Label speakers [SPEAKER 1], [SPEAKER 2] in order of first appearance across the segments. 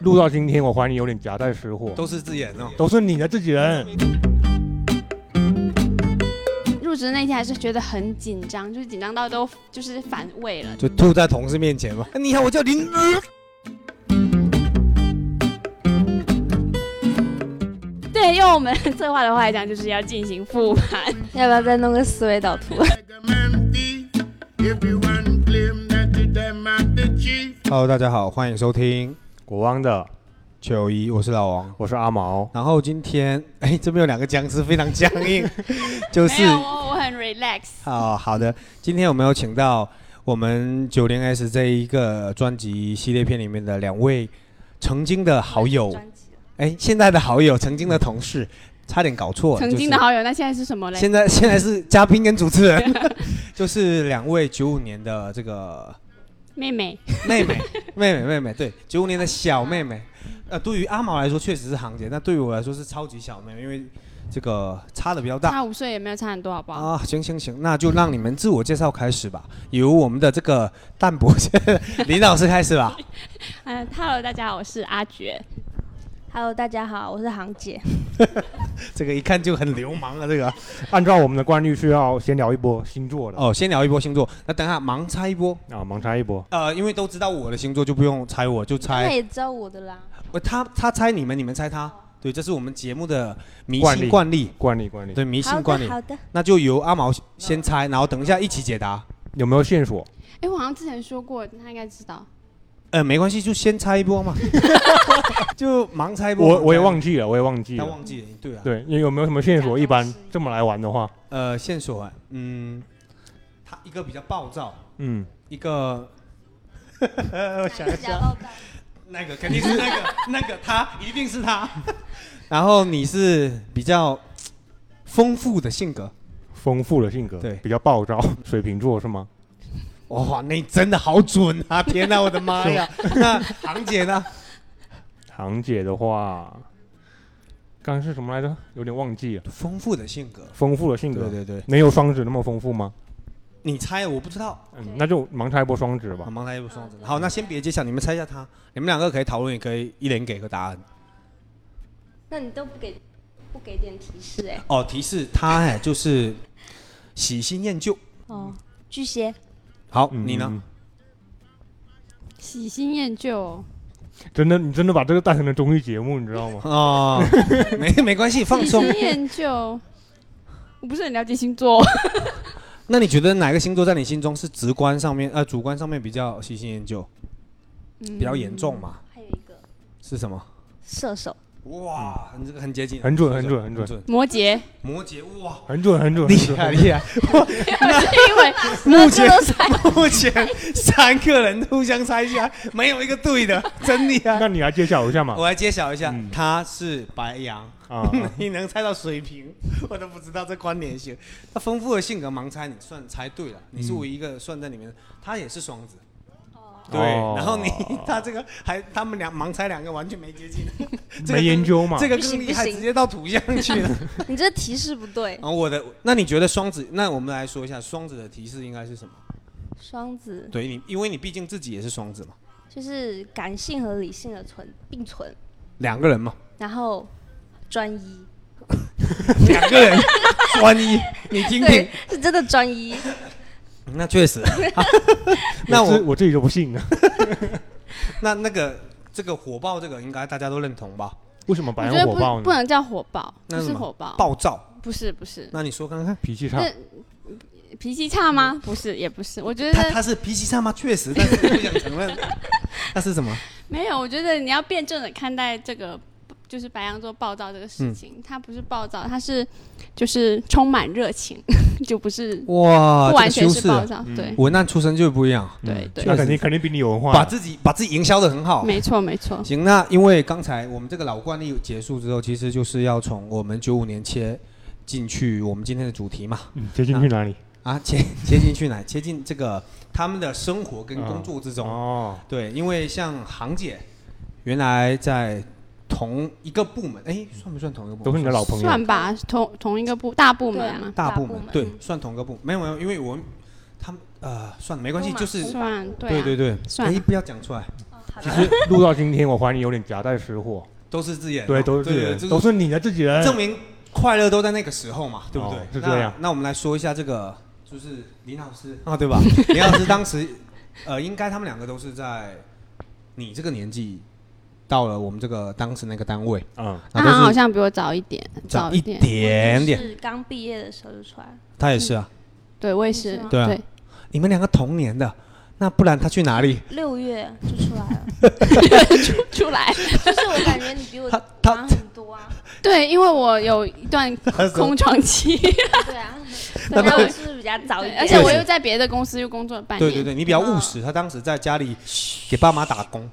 [SPEAKER 1] 录到今天，我怀疑有点夹带私货，
[SPEAKER 2] 都是自演哦。
[SPEAKER 1] 都是你的自己人。
[SPEAKER 3] 入职那天还是觉得很紧张，就是紧张到都就是反胃了。
[SPEAKER 2] 就吐在同事面前嘛。哎你好，我叫林。
[SPEAKER 3] 对，用我们策划的话来讲，就是要进行复 盘。
[SPEAKER 4] 要不要再弄个思维导
[SPEAKER 3] 啊
[SPEAKER 4] 图？
[SPEAKER 2] Hello，大家好，欢迎收听
[SPEAKER 1] 国王的，
[SPEAKER 2] 九一，我是老王。
[SPEAKER 1] 我是阿毛。
[SPEAKER 2] 然后今天， 哎，这边有两个僵尸非常僵 硬，就是
[SPEAKER 3] 没有 我，我很 relax。
[SPEAKER 2] 好好的，今天我们有请到我们九零 S 这一个专辑系列片里面的两位曾经的好友，
[SPEAKER 3] 专辑
[SPEAKER 2] 哎，现在的好友，曾经的 同事，差点搞错了，
[SPEAKER 3] 曾经
[SPEAKER 2] 就是
[SPEAKER 3] 的好友，那现在是什么嘞？
[SPEAKER 2] 现在现在是 嘉宾跟主持人， 就是两位九五年的这个
[SPEAKER 3] 妹妹，
[SPEAKER 2] 妹妹，妹妹，妹妹，对，九五年的小妹妹。呃，对于阿毛来说确实是行姐，但对于我来说是超级小妹妹，因为这个差的比较大。
[SPEAKER 3] 差五岁也没有差很多，好不好？
[SPEAKER 2] 啊，行行行，那就让你们自我介绍开始吧，由我们的这个淡薄 林老师开始吧。
[SPEAKER 3] 嗯，Hello，大家好，我是阿珏。
[SPEAKER 4] Hello，大家好，我是航姐。
[SPEAKER 2] 这个一看就很流氓啊，这个。
[SPEAKER 1] 按照我们的惯例，是要先啊聊一波星座的
[SPEAKER 2] 哦，先聊一波星座，那等下盲猜一波。
[SPEAKER 1] 啊，盲猜一波。
[SPEAKER 2] 呃，因为都知道我的星座，就不用猜我，就
[SPEAKER 4] 他
[SPEAKER 2] 猜
[SPEAKER 4] 也知道我的啦。
[SPEAKER 2] 呃他他猜你们，你们猜他。对，这是我们节目的迷
[SPEAKER 1] 惯例
[SPEAKER 2] 信惯例。
[SPEAKER 1] 惯例惯例，
[SPEAKER 2] 对，迷
[SPEAKER 4] 好
[SPEAKER 2] 信惯
[SPEAKER 4] 的，
[SPEAKER 2] 例。
[SPEAKER 4] 好的。
[SPEAKER 2] 那就由阿毛先猜，然后等一下一起解答。
[SPEAKER 1] 有没有线索？
[SPEAKER 3] 哎，我好像之前说过，他应该知道。
[SPEAKER 2] 呃，没关系，就先猜一波嘛， 就盲猜一波。
[SPEAKER 1] 我我也
[SPEAKER 2] 记
[SPEAKER 1] 忘记了，我也忘记
[SPEAKER 2] 他
[SPEAKER 1] 了。
[SPEAKER 2] 忘记了，对啊。
[SPEAKER 1] 对，你有没有什么线索？一般
[SPEAKER 3] 假装失忆
[SPEAKER 1] 这么来玩的话，
[SPEAKER 2] 呃，线索啊，嗯，他一个比较暴躁，
[SPEAKER 1] 嗯，
[SPEAKER 2] 一个，我想一下，
[SPEAKER 4] 报告。
[SPEAKER 2] 那个肯定是那个那个他，一定是他。 然后你是比较丰富的性格，
[SPEAKER 1] 丰富的性格，
[SPEAKER 2] 对
[SPEAKER 1] 比较暴躁， 水瓶座是吗？
[SPEAKER 2] 哇，那你真的好准啊！天哪，我的妈 呀！那航姐呢？
[SPEAKER 1] 堂姐的话，刚刚是什么来着？有点忘记了。
[SPEAKER 2] 丰富的性格，
[SPEAKER 1] 丰富的性
[SPEAKER 2] 对
[SPEAKER 1] 格，
[SPEAKER 2] 对对，
[SPEAKER 1] 能有双子那么丰富吗？
[SPEAKER 2] 你猜我不知道，
[SPEAKER 1] 嗯，那就盲猜一波双子吧
[SPEAKER 2] 好。忙他又不双子。好，那先别揭晓，你们猜一下他，你们两个可以讨论，也可以一人给个答案。
[SPEAKER 4] 那你都不给不给点提示哎、
[SPEAKER 2] 哦，提示他哎，就是喜新厌旧。
[SPEAKER 4] 哦，巨蟹。
[SPEAKER 2] 好，
[SPEAKER 1] 嗯
[SPEAKER 2] 你呢？？
[SPEAKER 1] 嗯
[SPEAKER 3] 喜新厌旧，
[SPEAKER 1] 嗯真的，你真的把这个带成了综艺节目，你知道 吗？
[SPEAKER 2] 哦，没 没关系，放
[SPEAKER 3] 喜
[SPEAKER 2] 松
[SPEAKER 3] 新。厌旧。 我不是很了解星 座，
[SPEAKER 2] 那你觉得哪个星座在你心中是直观上面呃主观上面比较喜新厌旧，
[SPEAKER 3] 比
[SPEAKER 2] 比较
[SPEAKER 3] 嗯
[SPEAKER 2] 严重嘛？
[SPEAKER 4] 还有一个
[SPEAKER 2] 是什么？
[SPEAKER 4] 射手。
[SPEAKER 2] 哇，你这个很接近，
[SPEAKER 1] 很准很准很准
[SPEAKER 3] 摩 羯，
[SPEAKER 2] 摩羯，哇，
[SPEAKER 1] 很准，很准，
[SPEAKER 2] 厉
[SPEAKER 1] 很准
[SPEAKER 2] 害厉害！
[SPEAKER 3] 因为
[SPEAKER 2] 目前
[SPEAKER 4] 这都猜
[SPEAKER 2] 目前三个人互相猜一下，没有一个对的，真厉害。
[SPEAKER 1] 那你来揭晓一下嘛？
[SPEAKER 2] 我来揭晓一下
[SPEAKER 1] 啊嗯，
[SPEAKER 2] 他是白羊，
[SPEAKER 1] 啊，
[SPEAKER 2] 你能猜到水瓶， 我都不知道这关联性。他丰富的性格盲猜，你算猜对了，你是
[SPEAKER 1] 嗯
[SPEAKER 2] 唯一一个算在里面的。他也是双子，
[SPEAKER 4] 哦
[SPEAKER 2] 对，
[SPEAKER 1] 哦
[SPEAKER 2] 然后你 他这个还他们俩盲猜两个完全没接 近，这个
[SPEAKER 1] 没研究嘛？
[SPEAKER 2] 这个
[SPEAKER 4] 不
[SPEAKER 2] 更
[SPEAKER 4] 行
[SPEAKER 2] 厉
[SPEAKER 4] 不
[SPEAKER 2] 害，
[SPEAKER 4] 行
[SPEAKER 2] 直接到土象去 了。
[SPEAKER 4] 你这提示不对
[SPEAKER 2] 然。后我的，那你觉得双子？那我们来说一下双子的提示应该是什么？
[SPEAKER 4] 双子
[SPEAKER 2] 对你，因为你毕竟自己也是双子嘛，
[SPEAKER 4] 就是感性和理性的存并存，
[SPEAKER 2] 两个人 嘛，
[SPEAKER 4] 然后专一。
[SPEAKER 2] 两个人专一，你听听
[SPEAKER 4] 对，，是真的专一。
[SPEAKER 2] 那确实。 那
[SPEAKER 1] 我自
[SPEAKER 2] 我
[SPEAKER 1] 我自己就不信了。
[SPEAKER 2] 那那个这个火爆这个应该大家都认同吧？
[SPEAKER 1] 为什么
[SPEAKER 3] 我
[SPEAKER 1] 白
[SPEAKER 3] 觉
[SPEAKER 1] 人
[SPEAKER 3] 得
[SPEAKER 1] 火爆
[SPEAKER 3] 不不
[SPEAKER 1] 呢？
[SPEAKER 3] 能叫火爆，
[SPEAKER 2] 那
[SPEAKER 3] 不
[SPEAKER 2] 是什
[SPEAKER 3] 是
[SPEAKER 2] 么
[SPEAKER 3] 火爆，
[SPEAKER 2] 暴躁，
[SPEAKER 3] 不是不是，
[SPEAKER 2] 那你说看看，
[SPEAKER 1] 脾气差，嗯
[SPEAKER 3] 这脾气差吗？嗯不是，也不是，我觉
[SPEAKER 2] 他
[SPEAKER 3] 得
[SPEAKER 2] 他是脾气差吗？确实， 但是不想承认。那是什么？
[SPEAKER 3] 没有，我觉得你要辩证的看待这个，就是白羊座暴躁这个
[SPEAKER 2] 嗯
[SPEAKER 3] 事情，他不是暴躁，他是就是充满热情， 就不是
[SPEAKER 2] 哇，
[SPEAKER 3] 不
[SPEAKER 2] 这
[SPEAKER 3] 完
[SPEAKER 2] 个
[SPEAKER 3] 全
[SPEAKER 2] 修
[SPEAKER 3] 是
[SPEAKER 2] 饰
[SPEAKER 3] 暴
[SPEAKER 2] 啊，
[SPEAKER 3] 躁，
[SPEAKER 1] 嗯
[SPEAKER 3] 对
[SPEAKER 2] 文案出身就不一样，
[SPEAKER 3] 对对，
[SPEAKER 1] 那肯定肯定比你有文化啊
[SPEAKER 2] 把
[SPEAKER 1] 呀。
[SPEAKER 2] 自己把自己营销的很好。
[SPEAKER 3] 没错没错，
[SPEAKER 2] 行，那因为刚才我们这个老惯例结束之后，其实就是要从我们九五年切进去我们今天的主题嘛，
[SPEAKER 1] 嗯，接近去哪里？
[SPEAKER 2] 啊，切切进去哪？切进这个他们的生活跟工作之中。
[SPEAKER 1] 哦，
[SPEAKER 2] 对，因为像航姐原来在同一个部门，哎，算不算同一个部门？
[SPEAKER 1] 都是你的老朋友。
[SPEAKER 3] 算吧，同同一个部大部门
[SPEAKER 4] 对
[SPEAKER 3] 啊，
[SPEAKER 2] 大
[SPEAKER 4] 大
[SPEAKER 2] 部
[SPEAKER 4] 部门
[SPEAKER 2] 对，算同一个部门。没有没有，因为我们他们呃，算了，没关系，
[SPEAKER 4] 都嘛
[SPEAKER 2] 就是
[SPEAKER 3] 算对啊
[SPEAKER 2] 对对对，
[SPEAKER 3] 算
[SPEAKER 2] 哎，不要讲出来。
[SPEAKER 4] 好
[SPEAKER 1] 其
[SPEAKER 4] 吧
[SPEAKER 1] 实录到今天，我怀疑有点夹带私货，
[SPEAKER 2] 都是自演哦，
[SPEAKER 1] 对，都是自己
[SPEAKER 2] 这
[SPEAKER 1] 人，
[SPEAKER 2] 个
[SPEAKER 1] 都是你的自己人。
[SPEAKER 2] 证明快乐都在那个时候嘛，对不对？
[SPEAKER 1] 哦是这样
[SPEAKER 2] 那。那我们来说一下这个，就是林老师啊，对吧？ 林老师当时，呃，应该他们两个都是在你这个年纪到了我们这个当时那个单位，
[SPEAKER 1] 嗯，
[SPEAKER 2] 那
[SPEAKER 3] 他
[SPEAKER 2] 啊都是
[SPEAKER 3] 啊好像比我早一点，
[SPEAKER 2] 早
[SPEAKER 3] 一
[SPEAKER 2] 一
[SPEAKER 3] 点。
[SPEAKER 2] 点点。
[SPEAKER 4] 是刚毕业的时候就出来了，
[SPEAKER 2] 他也是啊，
[SPEAKER 3] 对我也是
[SPEAKER 4] 是吗，
[SPEAKER 2] 对啊你们两个同年的，那不然他去哪里？
[SPEAKER 4] 六月就出来 了。
[SPEAKER 3] 出来。
[SPEAKER 4] 就是我感觉你比我
[SPEAKER 2] 他他
[SPEAKER 4] 忙很多啊，
[SPEAKER 3] 对，因为我有一 段空窗期，
[SPEAKER 4] 对啊，
[SPEAKER 2] 他
[SPEAKER 4] 本来
[SPEAKER 2] 不
[SPEAKER 4] 我是比较早一点，
[SPEAKER 3] 而且我又在别的公司又工作了半年。
[SPEAKER 2] 对对对，你比较务实，他当时在家里给爸妈打工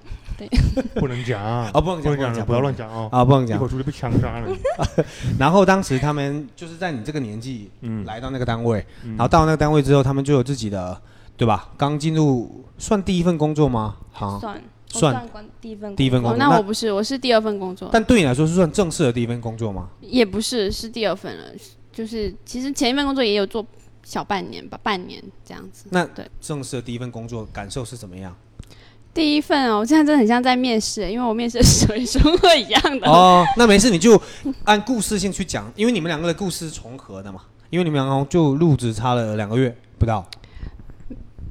[SPEAKER 1] 不能讲 啊，
[SPEAKER 2] 啊，不能
[SPEAKER 1] 不
[SPEAKER 2] 讲，
[SPEAKER 1] 能讲，
[SPEAKER 2] 讲，
[SPEAKER 1] 不要乱讲哦，
[SPEAKER 2] 啊，不能
[SPEAKER 1] 一会
[SPEAKER 2] 讲
[SPEAKER 1] 儿。出去被枪杀了。
[SPEAKER 2] 然后当时他们就是在你这个年纪
[SPEAKER 1] 嗯，
[SPEAKER 2] 来到那个单位，
[SPEAKER 1] 嗯，
[SPEAKER 2] 然后到那个单位之后，他们就有自己的，对吧？刚进入算第一份工作吗？好，
[SPEAKER 4] 算我
[SPEAKER 2] 啊算
[SPEAKER 4] 光第一份
[SPEAKER 2] 第一份
[SPEAKER 4] 工
[SPEAKER 2] 工
[SPEAKER 3] 哦，
[SPEAKER 2] 作。
[SPEAKER 3] 那我不是，我是第二份工作，
[SPEAKER 2] 但对你来说是算正式的第一份工作吗？
[SPEAKER 3] 也不是，是第二份了。就是其实前一份工作也有做小半年吧，半年这样子。
[SPEAKER 2] 那
[SPEAKER 3] 对
[SPEAKER 2] 正式的第一份工作感受是怎么样？
[SPEAKER 3] 第一份哦，我现在真的很像在面试，欸因为我面试的时候也是会一 样的。
[SPEAKER 2] 哦，那没事，你就按故事性去讲，因为你们两个的故事是重合的嘛。因为你们两个好像就入职差了两个月不到，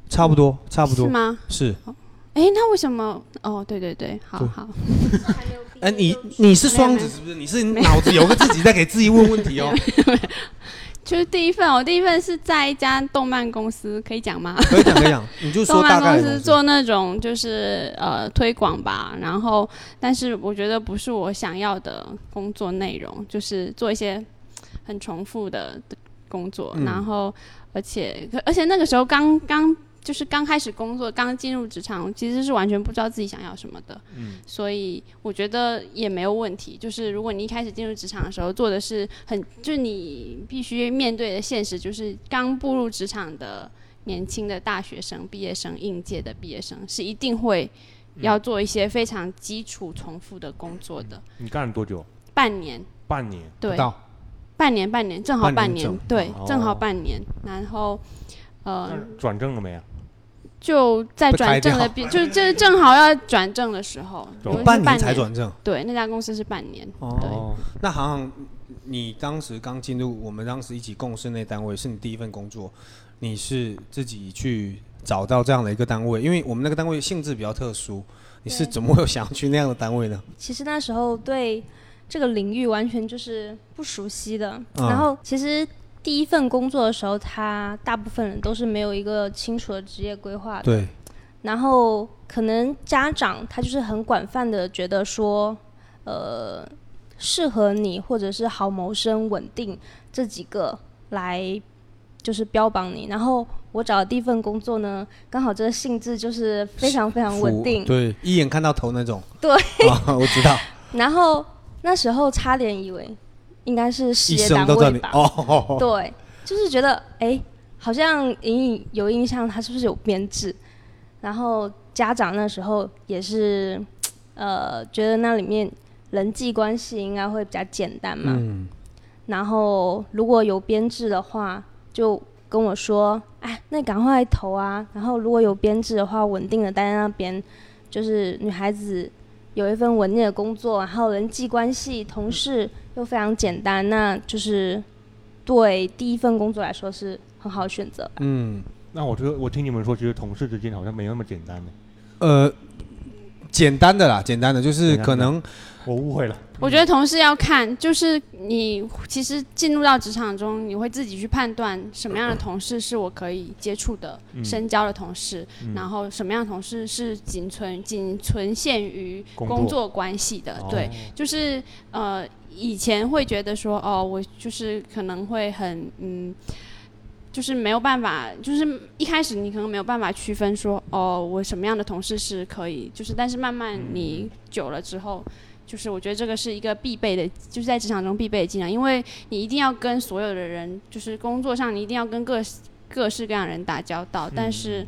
[SPEAKER 2] 差不多，差不
[SPEAKER 3] 是
[SPEAKER 2] 多
[SPEAKER 3] 吗？
[SPEAKER 2] 是。
[SPEAKER 3] 哎，那为什么？哦，对对对，好
[SPEAKER 2] 对
[SPEAKER 3] 好，
[SPEAKER 4] 作，还没有毕业
[SPEAKER 3] 呃
[SPEAKER 2] 哎，你
[SPEAKER 4] 就
[SPEAKER 2] 你是双
[SPEAKER 3] 没有没
[SPEAKER 2] 子
[SPEAKER 3] 有
[SPEAKER 2] 是不是？你是脑子有个自己在给自己问问题 哦。
[SPEAKER 3] 就是第一份哦，我第一份是在一家动漫公司，可以讲吗？
[SPEAKER 2] 可以讲，可以讲，你就
[SPEAKER 3] 动
[SPEAKER 2] 说
[SPEAKER 3] 漫
[SPEAKER 2] 大概
[SPEAKER 3] 公
[SPEAKER 2] 的
[SPEAKER 3] 司
[SPEAKER 2] 东西
[SPEAKER 3] 做那种就是呃推广吧，然后但是我觉得不是我想要的工作内容，就是做一些很重复的工作，
[SPEAKER 2] 嗯
[SPEAKER 3] 然后而且可而且那个时候刚刚就是刚开始工作，刚进入职场，其实是完全不知道自己想要什么的，
[SPEAKER 1] 嗯
[SPEAKER 3] 所以我觉得也没有问题。就是如果你一开始进入职场的时候做的是很，就是你必须面对的现实，就是刚步入职场的年轻的大学生、毕业生、应届的毕业生是一定会要做一些非常基础、重复的工作的。
[SPEAKER 1] 你干了多久？
[SPEAKER 3] 半年，
[SPEAKER 1] 半年。
[SPEAKER 2] 不
[SPEAKER 3] 对，
[SPEAKER 2] 到
[SPEAKER 3] 半年，半年，正好
[SPEAKER 2] 半
[SPEAKER 3] 半
[SPEAKER 2] 年
[SPEAKER 3] 年，
[SPEAKER 2] 整
[SPEAKER 3] 对
[SPEAKER 1] 哦，
[SPEAKER 3] 正好半年。然后，呃，
[SPEAKER 1] 那转正了没啊？
[SPEAKER 3] 就在转正
[SPEAKER 2] 被开
[SPEAKER 3] 的
[SPEAKER 2] 掉
[SPEAKER 3] 边，就是这正好要转正的时候，
[SPEAKER 1] 走
[SPEAKER 3] 因为是
[SPEAKER 2] 哦半年才转嗯正。
[SPEAKER 3] 对，那家公司是半年。对，
[SPEAKER 1] 哦，
[SPEAKER 2] 那航航，你当时刚进入我们当时一起共事那单位，是你第一份工作，你是自己去找到这样的一个单位，因为我们那个单位性质比较特殊，你是
[SPEAKER 4] 对
[SPEAKER 2] 怎么会有想要去那样的单位呢？
[SPEAKER 4] 其实那时候对这个领域完全就是不熟悉的。
[SPEAKER 2] 嗯
[SPEAKER 4] 然后其实第一份工作的时候，他大部分人都是没有一个清楚的职业规划的。
[SPEAKER 2] 对，
[SPEAKER 4] 然后可能家长他就是很广泛的觉得说，呃，适合你或者是好谋生、稳定这几个来就是标榜你。然后我找的第一份工作呢，刚好这个性质就是非常非常稳定，
[SPEAKER 2] 对，一眼看到头那种。
[SPEAKER 4] 对
[SPEAKER 2] 啊，我知道，
[SPEAKER 4] 然后那时候差点以为应该是事
[SPEAKER 2] 一
[SPEAKER 4] 业
[SPEAKER 2] 生
[SPEAKER 4] 单
[SPEAKER 2] 都在 你
[SPEAKER 4] 位吧，
[SPEAKER 2] 哦哦哦，
[SPEAKER 4] 对，就是觉得哎，好像隐隐有印象，他是不是有编制？然后家长那时候也是，呃，觉得那里面人际关系应该会比较简单嘛。
[SPEAKER 2] 嗯，
[SPEAKER 4] 然后如果有编制的话，就跟我说，哎，那赶快投啊。然后如果有编制的话，稳定的待在那边，就是女孩子有一份稳定的工作，然后人际关系、同事又非常简单，那就是对第一份工作来说是很好的选择吧。
[SPEAKER 2] 嗯，
[SPEAKER 1] 那我觉得我听你们说，其实同事之间好像没有那么简单呢。
[SPEAKER 2] 呃，简单的啦，简单的就是
[SPEAKER 1] 简单的
[SPEAKER 2] 可能
[SPEAKER 1] 我误会了。
[SPEAKER 3] 我觉得同事要看，就是你其实进入到职场中，你会自己去判断什么样的同事是我可以接触的、
[SPEAKER 1] 嗯
[SPEAKER 3] 深交的同事，
[SPEAKER 1] 嗯
[SPEAKER 3] 然后什么样的同事是仅存仅存限于
[SPEAKER 1] 工
[SPEAKER 3] 工
[SPEAKER 1] 作
[SPEAKER 3] 作关系的，
[SPEAKER 1] 哦
[SPEAKER 3] 对，就是呃，以前会觉得说，哦，我就是可能会很嗯，就是没有办法，就是一开始你可能没有办法区分说，哦，我什么样的同事是可以，就是但是慢慢你久了之后。就是我觉得这个是一个必备的，就是在职场中必备的技能，因为你一定要跟所有的人，就是工作上你一定要跟各各式各样的人打交道，但是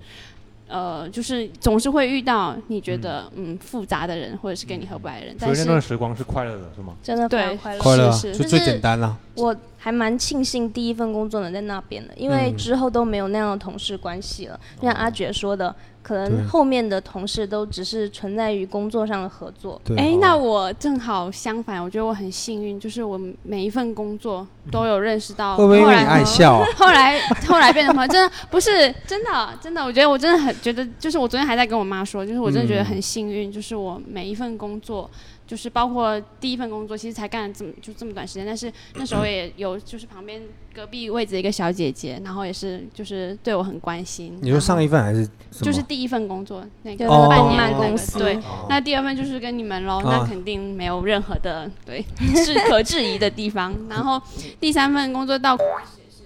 [SPEAKER 3] 呃，就是总是会遇到你觉得嗯复杂的人，或者是跟你合不来的人，
[SPEAKER 1] 所
[SPEAKER 3] 但
[SPEAKER 1] 以那
[SPEAKER 3] 是
[SPEAKER 1] 段时光是快乐的，是吗？
[SPEAKER 4] 真的非
[SPEAKER 3] 对
[SPEAKER 4] 常快乐。
[SPEAKER 2] 快乐啊
[SPEAKER 3] 是是
[SPEAKER 2] 就是最简单了。
[SPEAKER 4] 我还蛮庆幸第一份工作能在那边的，因为
[SPEAKER 2] 嗯哦
[SPEAKER 4] 之后都没有那样的同事关系了。就像阿珏说的，可
[SPEAKER 2] 对
[SPEAKER 4] 能后面的同事都只是存在于工作上的合作。
[SPEAKER 2] 对，
[SPEAKER 3] 哎、
[SPEAKER 2] 好
[SPEAKER 3] 那我正好相反，我觉得我很幸运，就是我每一份工作都有认识到。
[SPEAKER 2] 会不会因
[SPEAKER 3] 后
[SPEAKER 2] 为
[SPEAKER 3] 来
[SPEAKER 2] 你爱
[SPEAKER 3] 呢
[SPEAKER 2] 笑 啊？
[SPEAKER 3] 后来后来变成朋友，真的不是真的真的，我觉得我真的很觉得，就是我昨天还在跟我妈说，就是我真的觉得
[SPEAKER 2] 嗯
[SPEAKER 3] 很幸运，就是我每一份工作，就是包括第一份工作，其实才干了这么就这么短时间，但是那时候也有就是旁边隔壁位置的一个小姐姐，然后也是就是对我很关心。
[SPEAKER 2] 你说上
[SPEAKER 3] 一
[SPEAKER 2] 一份还是什么？
[SPEAKER 3] 就是第一份工作那
[SPEAKER 4] 就
[SPEAKER 3] 个
[SPEAKER 4] 是
[SPEAKER 2] 哦
[SPEAKER 4] 动
[SPEAKER 3] 半年
[SPEAKER 4] 漫
[SPEAKER 3] 的那
[SPEAKER 4] 公
[SPEAKER 3] 个
[SPEAKER 4] 司，
[SPEAKER 3] 对。
[SPEAKER 2] 哦
[SPEAKER 3] 那第二份就是跟你们喽，
[SPEAKER 2] 啊
[SPEAKER 3] 那肯定没有任何的对 是可质疑的地方。然后第三份工作到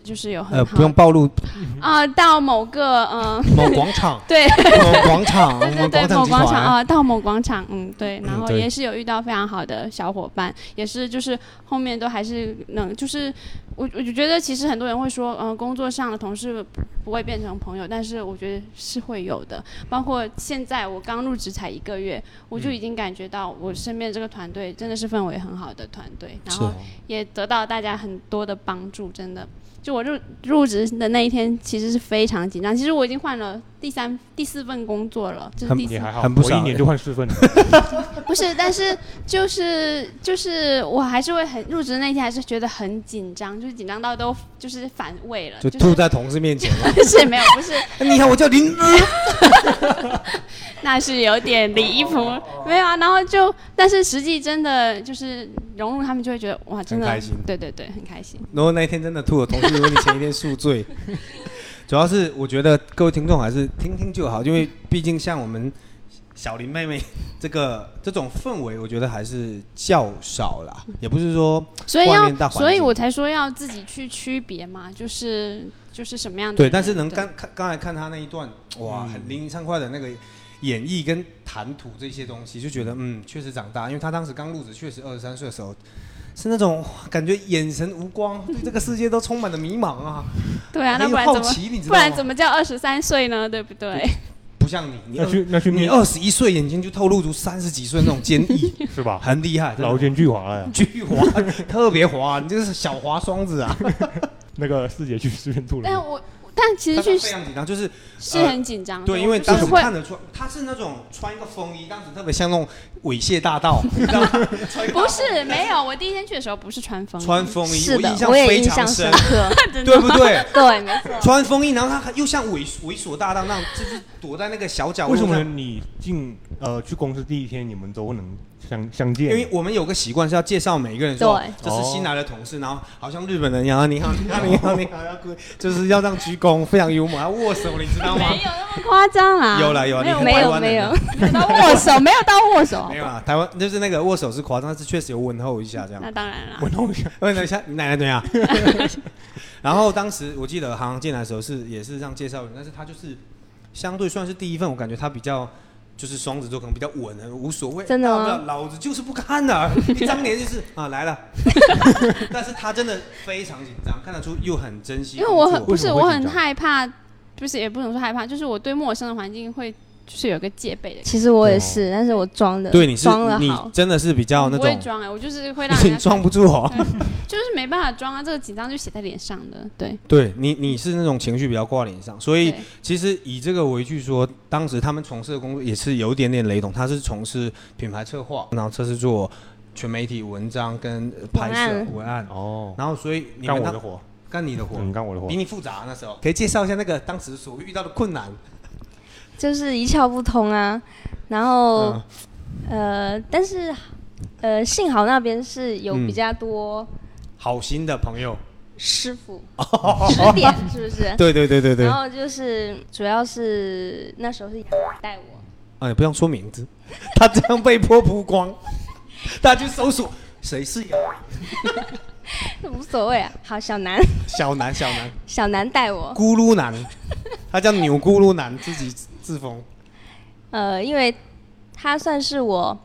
[SPEAKER 3] 就是有很
[SPEAKER 2] 呃，
[SPEAKER 3] 好
[SPEAKER 2] 不用暴露
[SPEAKER 3] 啊、到某个嗯、，
[SPEAKER 2] 某广场
[SPEAKER 3] 对
[SPEAKER 2] 某广场，我
[SPEAKER 3] 对对
[SPEAKER 2] 们
[SPEAKER 3] 对，
[SPEAKER 2] 广
[SPEAKER 3] 某
[SPEAKER 2] 场集
[SPEAKER 3] 广场
[SPEAKER 2] 团，
[SPEAKER 3] 啊、到某广场，嗯，对，然
[SPEAKER 2] 嗯
[SPEAKER 3] 后
[SPEAKER 2] 对
[SPEAKER 3] 也是有遇到非常好的小伙伴，也是就是后面都还是能，就是我我就觉得其实很多人会说，嗯、工作上的同事不不会变成朋友，但是我觉得是会有的，包括现在我刚入职才一个月，
[SPEAKER 2] 嗯
[SPEAKER 3] 我就已经感觉到我身边这个团队真的是氛围很好的团队，然后也得到大家很多的帮助，真的。就我入入职的那一天，其实是非常紧张。其实我已经换了第三、第四份工作了，这是
[SPEAKER 2] 很
[SPEAKER 3] 第
[SPEAKER 1] 你
[SPEAKER 3] 四，
[SPEAKER 1] 还好，
[SPEAKER 2] 很不
[SPEAKER 1] 我
[SPEAKER 2] 少哎
[SPEAKER 1] 一年就换四 份，
[SPEAKER 3] 不是，但是就是就是，我还是会很入职那天还是觉得很紧张，就是紧张到都就是反胃了，
[SPEAKER 2] 就是吐在同事面前了。
[SPEAKER 3] 是没有， 不是，
[SPEAKER 2] 哎你好，我叫林，
[SPEAKER 3] 那是有点离谱，没有啊。然后就，
[SPEAKER 2] 哦
[SPEAKER 3] 但是实际真的就是融入他们，就会觉得哇，真的
[SPEAKER 2] 很开心
[SPEAKER 3] 对对对，很开心。
[SPEAKER 2] 然后那一天真的吐了，同事以为你前一天宿醉。 主要是我觉得各位听众还是听听就好，因为毕竟像我们小林妹妹这个这种氛围，我觉得还是较少啦，也不是说
[SPEAKER 3] 所以
[SPEAKER 2] 外
[SPEAKER 3] 要
[SPEAKER 2] 面大，环境
[SPEAKER 3] 所以我才说要自己去区别嘛，就是就是什么样的
[SPEAKER 2] 对，
[SPEAKER 3] 人
[SPEAKER 2] 但是能
[SPEAKER 3] 对
[SPEAKER 2] 刚看刚才看他那一段，
[SPEAKER 1] 嗯
[SPEAKER 2] 哇，很零零畅快的那个演绎跟谈吐这些东西，就觉得嗯，确实长大，因为他当时刚入职，确实二十三岁的时候，是那种哇感觉眼神无光，对这个世界都充满了迷茫啊，
[SPEAKER 3] 对啊，那
[SPEAKER 2] 很有
[SPEAKER 3] 不然怎
[SPEAKER 2] 好
[SPEAKER 3] 么
[SPEAKER 2] 奇，你知
[SPEAKER 3] 不
[SPEAKER 2] 道
[SPEAKER 3] 然
[SPEAKER 2] 吗
[SPEAKER 3] 怎？么叫二十三岁呢？对不对？
[SPEAKER 2] 不像你，你
[SPEAKER 1] 那
[SPEAKER 2] 二
[SPEAKER 1] 去那去
[SPEAKER 2] 你哦
[SPEAKER 1] 面
[SPEAKER 2] 二十一岁，眼睛就透露出三十几岁那种坚 毅，
[SPEAKER 1] 是吧？
[SPEAKER 2] 很厉害，
[SPEAKER 1] 老奸巨猾了呀！
[SPEAKER 2] 巨滑，特别滑，你就是小滑双子啊，
[SPEAKER 1] 那个四姐去四面吐
[SPEAKER 3] 但
[SPEAKER 1] 了，
[SPEAKER 3] 我但其实
[SPEAKER 2] 他
[SPEAKER 3] 去
[SPEAKER 2] 非常紧张，就是呃
[SPEAKER 3] 是很紧张的，
[SPEAKER 2] 对，因为
[SPEAKER 3] 就
[SPEAKER 2] 当
[SPEAKER 3] 是
[SPEAKER 2] 时
[SPEAKER 3] 会
[SPEAKER 2] 看得出，他是那种穿一个风衣，当时特别像那种猥亵大盗，你知道吗？穿一个
[SPEAKER 3] 不是没有，我第一天去的时候不是穿风衣，
[SPEAKER 2] 穿风衣，
[SPEAKER 4] 是
[SPEAKER 2] 我
[SPEAKER 4] 的
[SPEAKER 2] 印，象
[SPEAKER 4] 我也
[SPEAKER 2] 非
[SPEAKER 4] 印象
[SPEAKER 2] 常
[SPEAKER 4] 深
[SPEAKER 2] 深，
[SPEAKER 4] 刻。
[SPEAKER 2] 对不对？
[SPEAKER 4] 对，没错。
[SPEAKER 2] 穿风衣，然后他还又像猥猥琐大盗那样，就是躲在那个小角落
[SPEAKER 1] 为什么
[SPEAKER 2] 上。
[SPEAKER 1] 你进呃去公司第一天你们都能相相见？
[SPEAKER 2] 因为我们有个习惯是要介绍每一个人说
[SPEAKER 4] 对
[SPEAKER 2] 这是新来的同事，然后好像日本人一样，啊你好，你好，你好，你好，要跪，就是要让鞠躬，非常幽默，要啊握手，你知道吗
[SPEAKER 3] 没？有那么夸张啦，
[SPEAKER 2] 有啦有啦
[SPEAKER 3] 没有
[SPEAKER 2] 你
[SPEAKER 4] 啊没
[SPEAKER 2] 看
[SPEAKER 4] 有没有，
[SPEAKER 3] 没 有到握手，没有到握手
[SPEAKER 2] 啊没，有啊，台湾就是那个握手是夸张，但是确实有问候一下这样。
[SPEAKER 3] 那当然啦
[SPEAKER 1] 我，弄一下，
[SPEAKER 2] 问了一下你奶奶怎么样？ 然后当时我记得航航进来的时候是也是这样介绍人，但是他就是相对算是第一份，我感觉他比较就是双子座可能比较稳，无所谓。
[SPEAKER 4] 真的吗
[SPEAKER 2] 大不了老子就是不看的，一张脸就是啊来了。但是他真的非常紧张，看得出又很珍惜
[SPEAKER 3] 因
[SPEAKER 2] 工
[SPEAKER 3] 为
[SPEAKER 2] 作。
[SPEAKER 3] 我很不
[SPEAKER 1] 为什
[SPEAKER 3] 是
[SPEAKER 1] 么会
[SPEAKER 3] 我
[SPEAKER 1] 紧
[SPEAKER 3] 很
[SPEAKER 1] 张
[SPEAKER 3] 害怕，不是也不能说害怕，就是我对陌生的环境会就是有个戒备的
[SPEAKER 4] 其实我
[SPEAKER 1] 对哦
[SPEAKER 4] 也是，但是我装的，
[SPEAKER 2] 对你是
[SPEAKER 4] 装的
[SPEAKER 2] 你
[SPEAKER 4] 好。
[SPEAKER 2] 真的是比较那
[SPEAKER 3] 我不会
[SPEAKER 2] 种，
[SPEAKER 3] 装哎、我就是 会让人
[SPEAKER 2] 你
[SPEAKER 3] 家
[SPEAKER 2] 装不住哦。
[SPEAKER 3] 就是没办法装啊，这个紧张就写在脸上的，对。
[SPEAKER 2] 对你你是那种情绪比较挂脸上，所以
[SPEAKER 3] 对
[SPEAKER 2] 其实以这个为据说，当时他们从事的工作也是有一点点雷同，他是从事品牌策划，然后测试做全媒体文章跟呃拍摄文案，
[SPEAKER 1] 哦，
[SPEAKER 2] 然后所以你
[SPEAKER 1] 干
[SPEAKER 2] 们
[SPEAKER 1] 我的
[SPEAKER 2] 他
[SPEAKER 1] 活，
[SPEAKER 2] 干你的活，
[SPEAKER 1] 嗯，干我的活
[SPEAKER 2] 比，你复杂那时候，可以介绍一下那个当时所遇到的困难？
[SPEAKER 4] 就是一窍不通啊。然后、
[SPEAKER 2] 嗯
[SPEAKER 4] 呃，但是呃，幸好那边是有
[SPEAKER 2] 嗯
[SPEAKER 4] 比较多
[SPEAKER 2] 好心的朋友，
[SPEAKER 4] 师 傅、指点，是不是？
[SPEAKER 2] 对对对对对，
[SPEAKER 4] 然
[SPEAKER 2] 啊
[SPEAKER 4] 后就是主要是那时候是雅雅带我，
[SPEAKER 2] 你哎不用说名字， 他这样被迫曝光， 大家去搜索谁是
[SPEAKER 4] 无所谓啊。好，小南，
[SPEAKER 2] 小南小南
[SPEAKER 4] 小南带我，
[SPEAKER 2] 咕噜男，他叫钮咕噜男，自己自封。
[SPEAKER 4] 呃，因为他算是我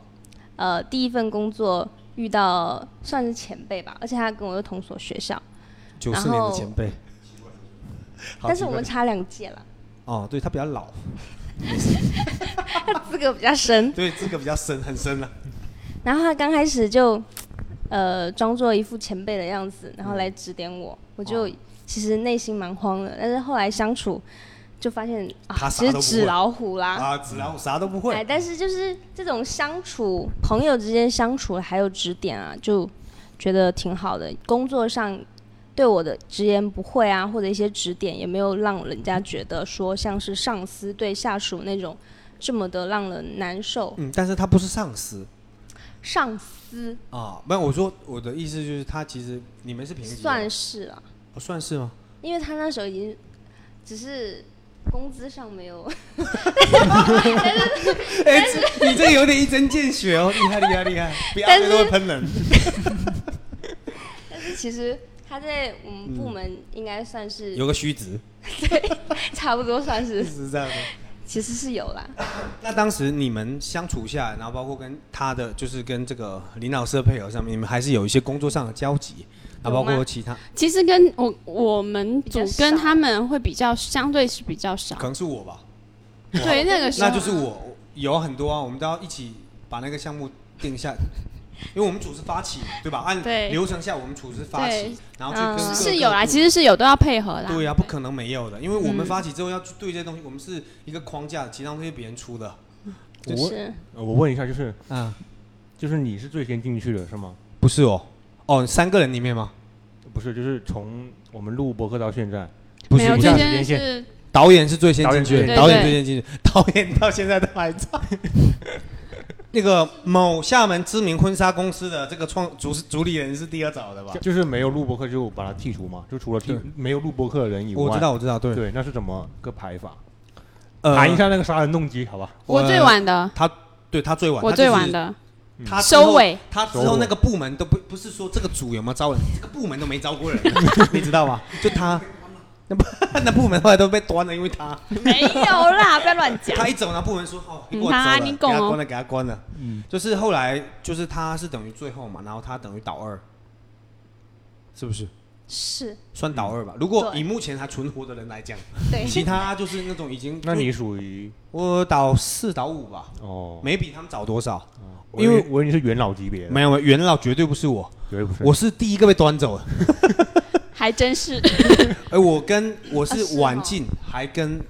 [SPEAKER 4] 呃第一份工作遇到算是前辈吧，而且他跟我是同所学校，
[SPEAKER 2] 九
[SPEAKER 4] 然
[SPEAKER 2] 四
[SPEAKER 4] 后
[SPEAKER 2] 年的前辈。好
[SPEAKER 4] 但是我
[SPEAKER 2] 奇怪
[SPEAKER 4] 们差两届了，
[SPEAKER 2] 哦，对他比较 老，
[SPEAKER 4] 他资格比较深。
[SPEAKER 2] 对这个比较深，很深了。
[SPEAKER 4] 然后他刚开始就呃装作一副前辈的样子，然后来指点我，我
[SPEAKER 2] 哦
[SPEAKER 4] 就其实内心蛮慌的，但是后来相处就发现啊，
[SPEAKER 2] 他啥
[SPEAKER 4] 其
[SPEAKER 2] 都
[SPEAKER 4] 实
[SPEAKER 2] 不会
[SPEAKER 4] 纸老虎啦，
[SPEAKER 2] 啊，子然后啥都不
[SPEAKER 4] 哎，
[SPEAKER 2] 会，
[SPEAKER 4] 但是就是这种相处，朋友之间相处还有指点啊，就觉得挺好的。工作上对我的直言不讳啊，或者一些指点，也没有让人家觉得说像是上司对下属那种这么的让人难受。
[SPEAKER 2] 嗯，但是他不是上司
[SPEAKER 4] 上司
[SPEAKER 2] 啊，没有，我说我的意思就是他其实你们是平级的，
[SPEAKER 4] 算是啊，
[SPEAKER 2] 哦算是吗？
[SPEAKER 4] 因为他那时候已经只是工资上没有，
[SPEAKER 2] 哎，这你这有点一针见血哦，厉害厉害厉 害，不要
[SPEAKER 4] 但是
[SPEAKER 2] 都会喷人，
[SPEAKER 4] 但是其实他在我们部门应该算是、
[SPEAKER 2] 嗯有个虚值
[SPEAKER 4] 差不多算是，
[SPEAKER 2] 是这样的。
[SPEAKER 4] 其实是有啦。
[SPEAKER 2] 那当时你们相处下来，然后包括跟他的就是跟这个林老师的配合上面，你们还是有一些工作上的交集，啊，
[SPEAKER 4] 有
[SPEAKER 2] 包括
[SPEAKER 4] 吗
[SPEAKER 2] 其他，
[SPEAKER 3] 其实跟我我们组
[SPEAKER 4] 比较少
[SPEAKER 3] 跟他们会比较相对是比较少
[SPEAKER 2] 可，能是我吧，
[SPEAKER 3] 对那个时候
[SPEAKER 2] 那就是我我有很多啊，我们都要一起把那个项目定 下，因为我们组织发起，对吧？按
[SPEAKER 3] 对
[SPEAKER 2] 流程下，我们组织发起
[SPEAKER 3] 对，
[SPEAKER 2] 然后去跟
[SPEAKER 4] 嗯
[SPEAKER 2] 各
[SPEAKER 3] 是
[SPEAKER 2] 个
[SPEAKER 3] 是有啦，
[SPEAKER 2] 部
[SPEAKER 3] 其实是有都要配合啦。
[SPEAKER 2] 对啊呀、不可能没有的，因为我们
[SPEAKER 3] 嗯
[SPEAKER 2] 发起之后要去对这些东西，我们是一个框架，其他东西别人出的。
[SPEAKER 4] 就
[SPEAKER 1] 我
[SPEAKER 4] 是
[SPEAKER 1] 呃我问一下，就是
[SPEAKER 2] 嗯，
[SPEAKER 1] 就是你是最先进去的是吗？
[SPEAKER 2] 不是哦，哦，三个人里面吗？
[SPEAKER 1] 不是，就是从我们录播客到现在，
[SPEAKER 2] 不
[SPEAKER 3] 没
[SPEAKER 2] 是
[SPEAKER 3] 有，
[SPEAKER 1] 不
[SPEAKER 2] 不
[SPEAKER 1] 是
[SPEAKER 2] 是
[SPEAKER 3] 最
[SPEAKER 1] 这，
[SPEAKER 3] 先是
[SPEAKER 2] 导演是最先进去
[SPEAKER 3] 导演
[SPEAKER 2] 的，导演
[SPEAKER 3] 是最先对
[SPEAKER 2] 最先进去，导演到现在都还在。 那个某厦门知名婚纱公司的这个创主主理人是第二找的吧
[SPEAKER 1] 就？就是没有录播客就把它剔除嘛，就除了剔
[SPEAKER 2] 对
[SPEAKER 1] 没有录播客的人以外，
[SPEAKER 2] 我知道，我知道，对，
[SPEAKER 1] 对，那是怎么个排法？
[SPEAKER 2] 呃
[SPEAKER 1] 谈一下那个杀人动机，好吧？
[SPEAKER 3] 我最晚的，
[SPEAKER 2] 对他最晚，
[SPEAKER 3] 我
[SPEAKER 2] 他就
[SPEAKER 3] 最
[SPEAKER 2] 是
[SPEAKER 3] 晚，的
[SPEAKER 1] 嗯
[SPEAKER 2] 他之后
[SPEAKER 3] 收，尾，
[SPEAKER 2] 他之
[SPEAKER 1] 收
[SPEAKER 2] 后
[SPEAKER 1] 尾
[SPEAKER 2] 那个部门都不不是说这个组有没有招人，这个部门都没招 过人，你知道吗？就他。 那部那部门后来都被端了，因为 他
[SPEAKER 3] 没有啦，不要乱讲
[SPEAKER 2] 他一走，那部门说：“哦，你给我
[SPEAKER 3] 嗯
[SPEAKER 2] 走
[SPEAKER 3] 他
[SPEAKER 2] 了，
[SPEAKER 3] 你
[SPEAKER 2] 给
[SPEAKER 3] 拱
[SPEAKER 2] 他
[SPEAKER 3] 哦
[SPEAKER 2] 关了，给他关了。”
[SPEAKER 1] 嗯，
[SPEAKER 2] 就是后来就是他是等于最后嘛，然后他等于倒二，是不是
[SPEAKER 4] 是，
[SPEAKER 2] 算倒二吧？如果
[SPEAKER 4] 对
[SPEAKER 2] 以目前还存活的人来讲，
[SPEAKER 4] 对，
[SPEAKER 2] 其他就是那种已经，
[SPEAKER 1] 那你属于
[SPEAKER 2] 我倒四倒五吧，
[SPEAKER 1] 哦，
[SPEAKER 2] 没比他们早多少，
[SPEAKER 1] 我以
[SPEAKER 2] 因为
[SPEAKER 1] 我以为你是元老级别的，
[SPEAKER 2] 没有没有，元老绝对不是我，
[SPEAKER 1] 绝对不是。
[SPEAKER 2] 我是第一个被端 走的，
[SPEAKER 3] 还真是。
[SPEAKER 2] 哎，我跟我
[SPEAKER 4] 啊是
[SPEAKER 2] 是
[SPEAKER 4] 哦
[SPEAKER 2] 晚进，还跟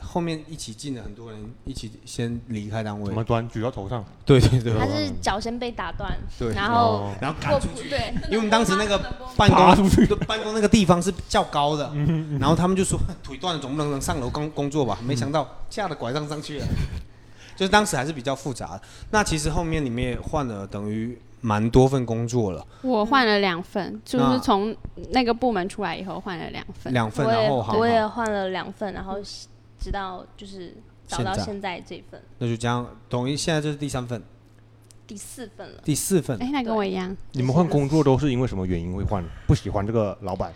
[SPEAKER 2] 后面一起进的很多人一起先离开单
[SPEAKER 1] 怎
[SPEAKER 2] 位
[SPEAKER 1] 么，端举到头上？
[SPEAKER 2] 对对对啊
[SPEAKER 4] 他是脚先被打断，
[SPEAKER 2] 对，
[SPEAKER 4] 然后
[SPEAKER 1] 哦
[SPEAKER 2] 然后赶
[SPEAKER 4] 过
[SPEAKER 2] 出
[SPEAKER 4] 不
[SPEAKER 2] 去，
[SPEAKER 4] 对，
[SPEAKER 2] 因为我们当时那个办
[SPEAKER 1] 爬
[SPEAKER 2] 公
[SPEAKER 1] 出去嗯
[SPEAKER 2] 就办公那个地方是较高的，然后他们就说腿断了，总不能上楼工工作吧？
[SPEAKER 1] 嗯
[SPEAKER 2] 没想到架着拐杖上去了， 就是当时还是比较复杂的。那其实后面你们也换了，等于蛮多份工作了，
[SPEAKER 3] 我换了两份，就是从那个部门出来以后换了两
[SPEAKER 2] 啊
[SPEAKER 3] 份。
[SPEAKER 2] 两份，
[SPEAKER 4] 我
[SPEAKER 2] 然
[SPEAKER 4] 也
[SPEAKER 2] 后好
[SPEAKER 4] 我也
[SPEAKER 2] 好，
[SPEAKER 4] 换了两份，然后直到就是找
[SPEAKER 2] 现
[SPEAKER 4] 到
[SPEAKER 2] 在
[SPEAKER 4] 现在这份
[SPEAKER 2] 那就这样，等于现在这是第三份、
[SPEAKER 4] 第四份了。
[SPEAKER 2] 第四份
[SPEAKER 3] 哎，那跟我一样，
[SPEAKER 1] 你们换工作都是因为什么原因会换？不喜欢这个老板，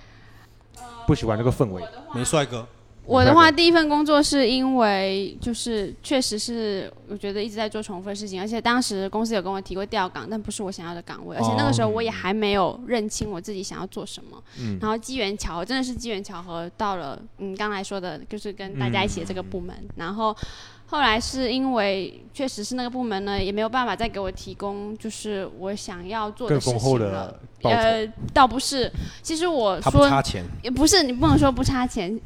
[SPEAKER 1] 不喜欢这个氛围。
[SPEAKER 2] 没帅哥，
[SPEAKER 3] 我的话，第一份工作是因为就是确实是我觉得一直在做重复的事情，而且当时公司有跟我提过调岗，但不是我想要的岗位，
[SPEAKER 1] 哦
[SPEAKER 3] 而且那个时候我也还没有认清我自己想要做什么。
[SPEAKER 1] 嗯
[SPEAKER 3] 然后机缘巧合，真的是机缘巧合到了，嗯，刚才说的就是跟大家一起的这个部
[SPEAKER 1] 嗯
[SPEAKER 3] 门，然后。后来是因为确实是那个部门呢，也没有办法再给我提供就是我想要做
[SPEAKER 1] 更
[SPEAKER 3] 的事
[SPEAKER 1] 丰厚
[SPEAKER 3] 情了。
[SPEAKER 1] 的报酬，
[SPEAKER 3] 呃，倒不是，其实我
[SPEAKER 2] 他不
[SPEAKER 3] 呃说
[SPEAKER 2] 差钱，
[SPEAKER 3] 也不是，你不能说不差钱，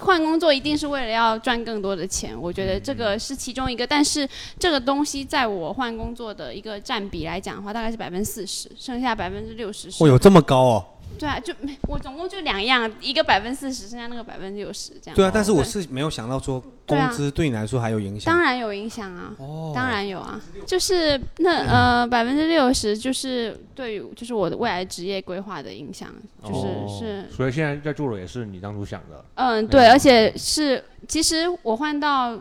[SPEAKER 3] 换工作一定是为了要赚更多的钱，我觉得这个是其中一个。但是这个东西在我换工作的一个占比来讲的话，大概是百分之四十，剩下百分之六十
[SPEAKER 2] 会
[SPEAKER 3] 是。
[SPEAKER 2] 有这么高哦？
[SPEAKER 3] 对啊，就没我总共就两样，一个百分之四十，剩下那个百分之六十这样。
[SPEAKER 2] 对啊，但是我是没有想到说
[SPEAKER 3] 对啊
[SPEAKER 2] 工资对你来说还有影响
[SPEAKER 3] 当，然有影响啊，
[SPEAKER 2] 哦
[SPEAKER 3] 当然有啊，就是那呃百分之六十就是对于就是我的未来职业规划的影响，就是、
[SPEAKER 1] 哦
[SPEAKER 3] 是
[SPEAKER 1] 所以现在在做的也是你当初想的，
[SPEAKER 3] 嗯，
[SPEAKER 1] 那
[SPEAKER 3] 对，
[SPEAKER 1] 种
[SPEAKER 3] 而且是，其实我换到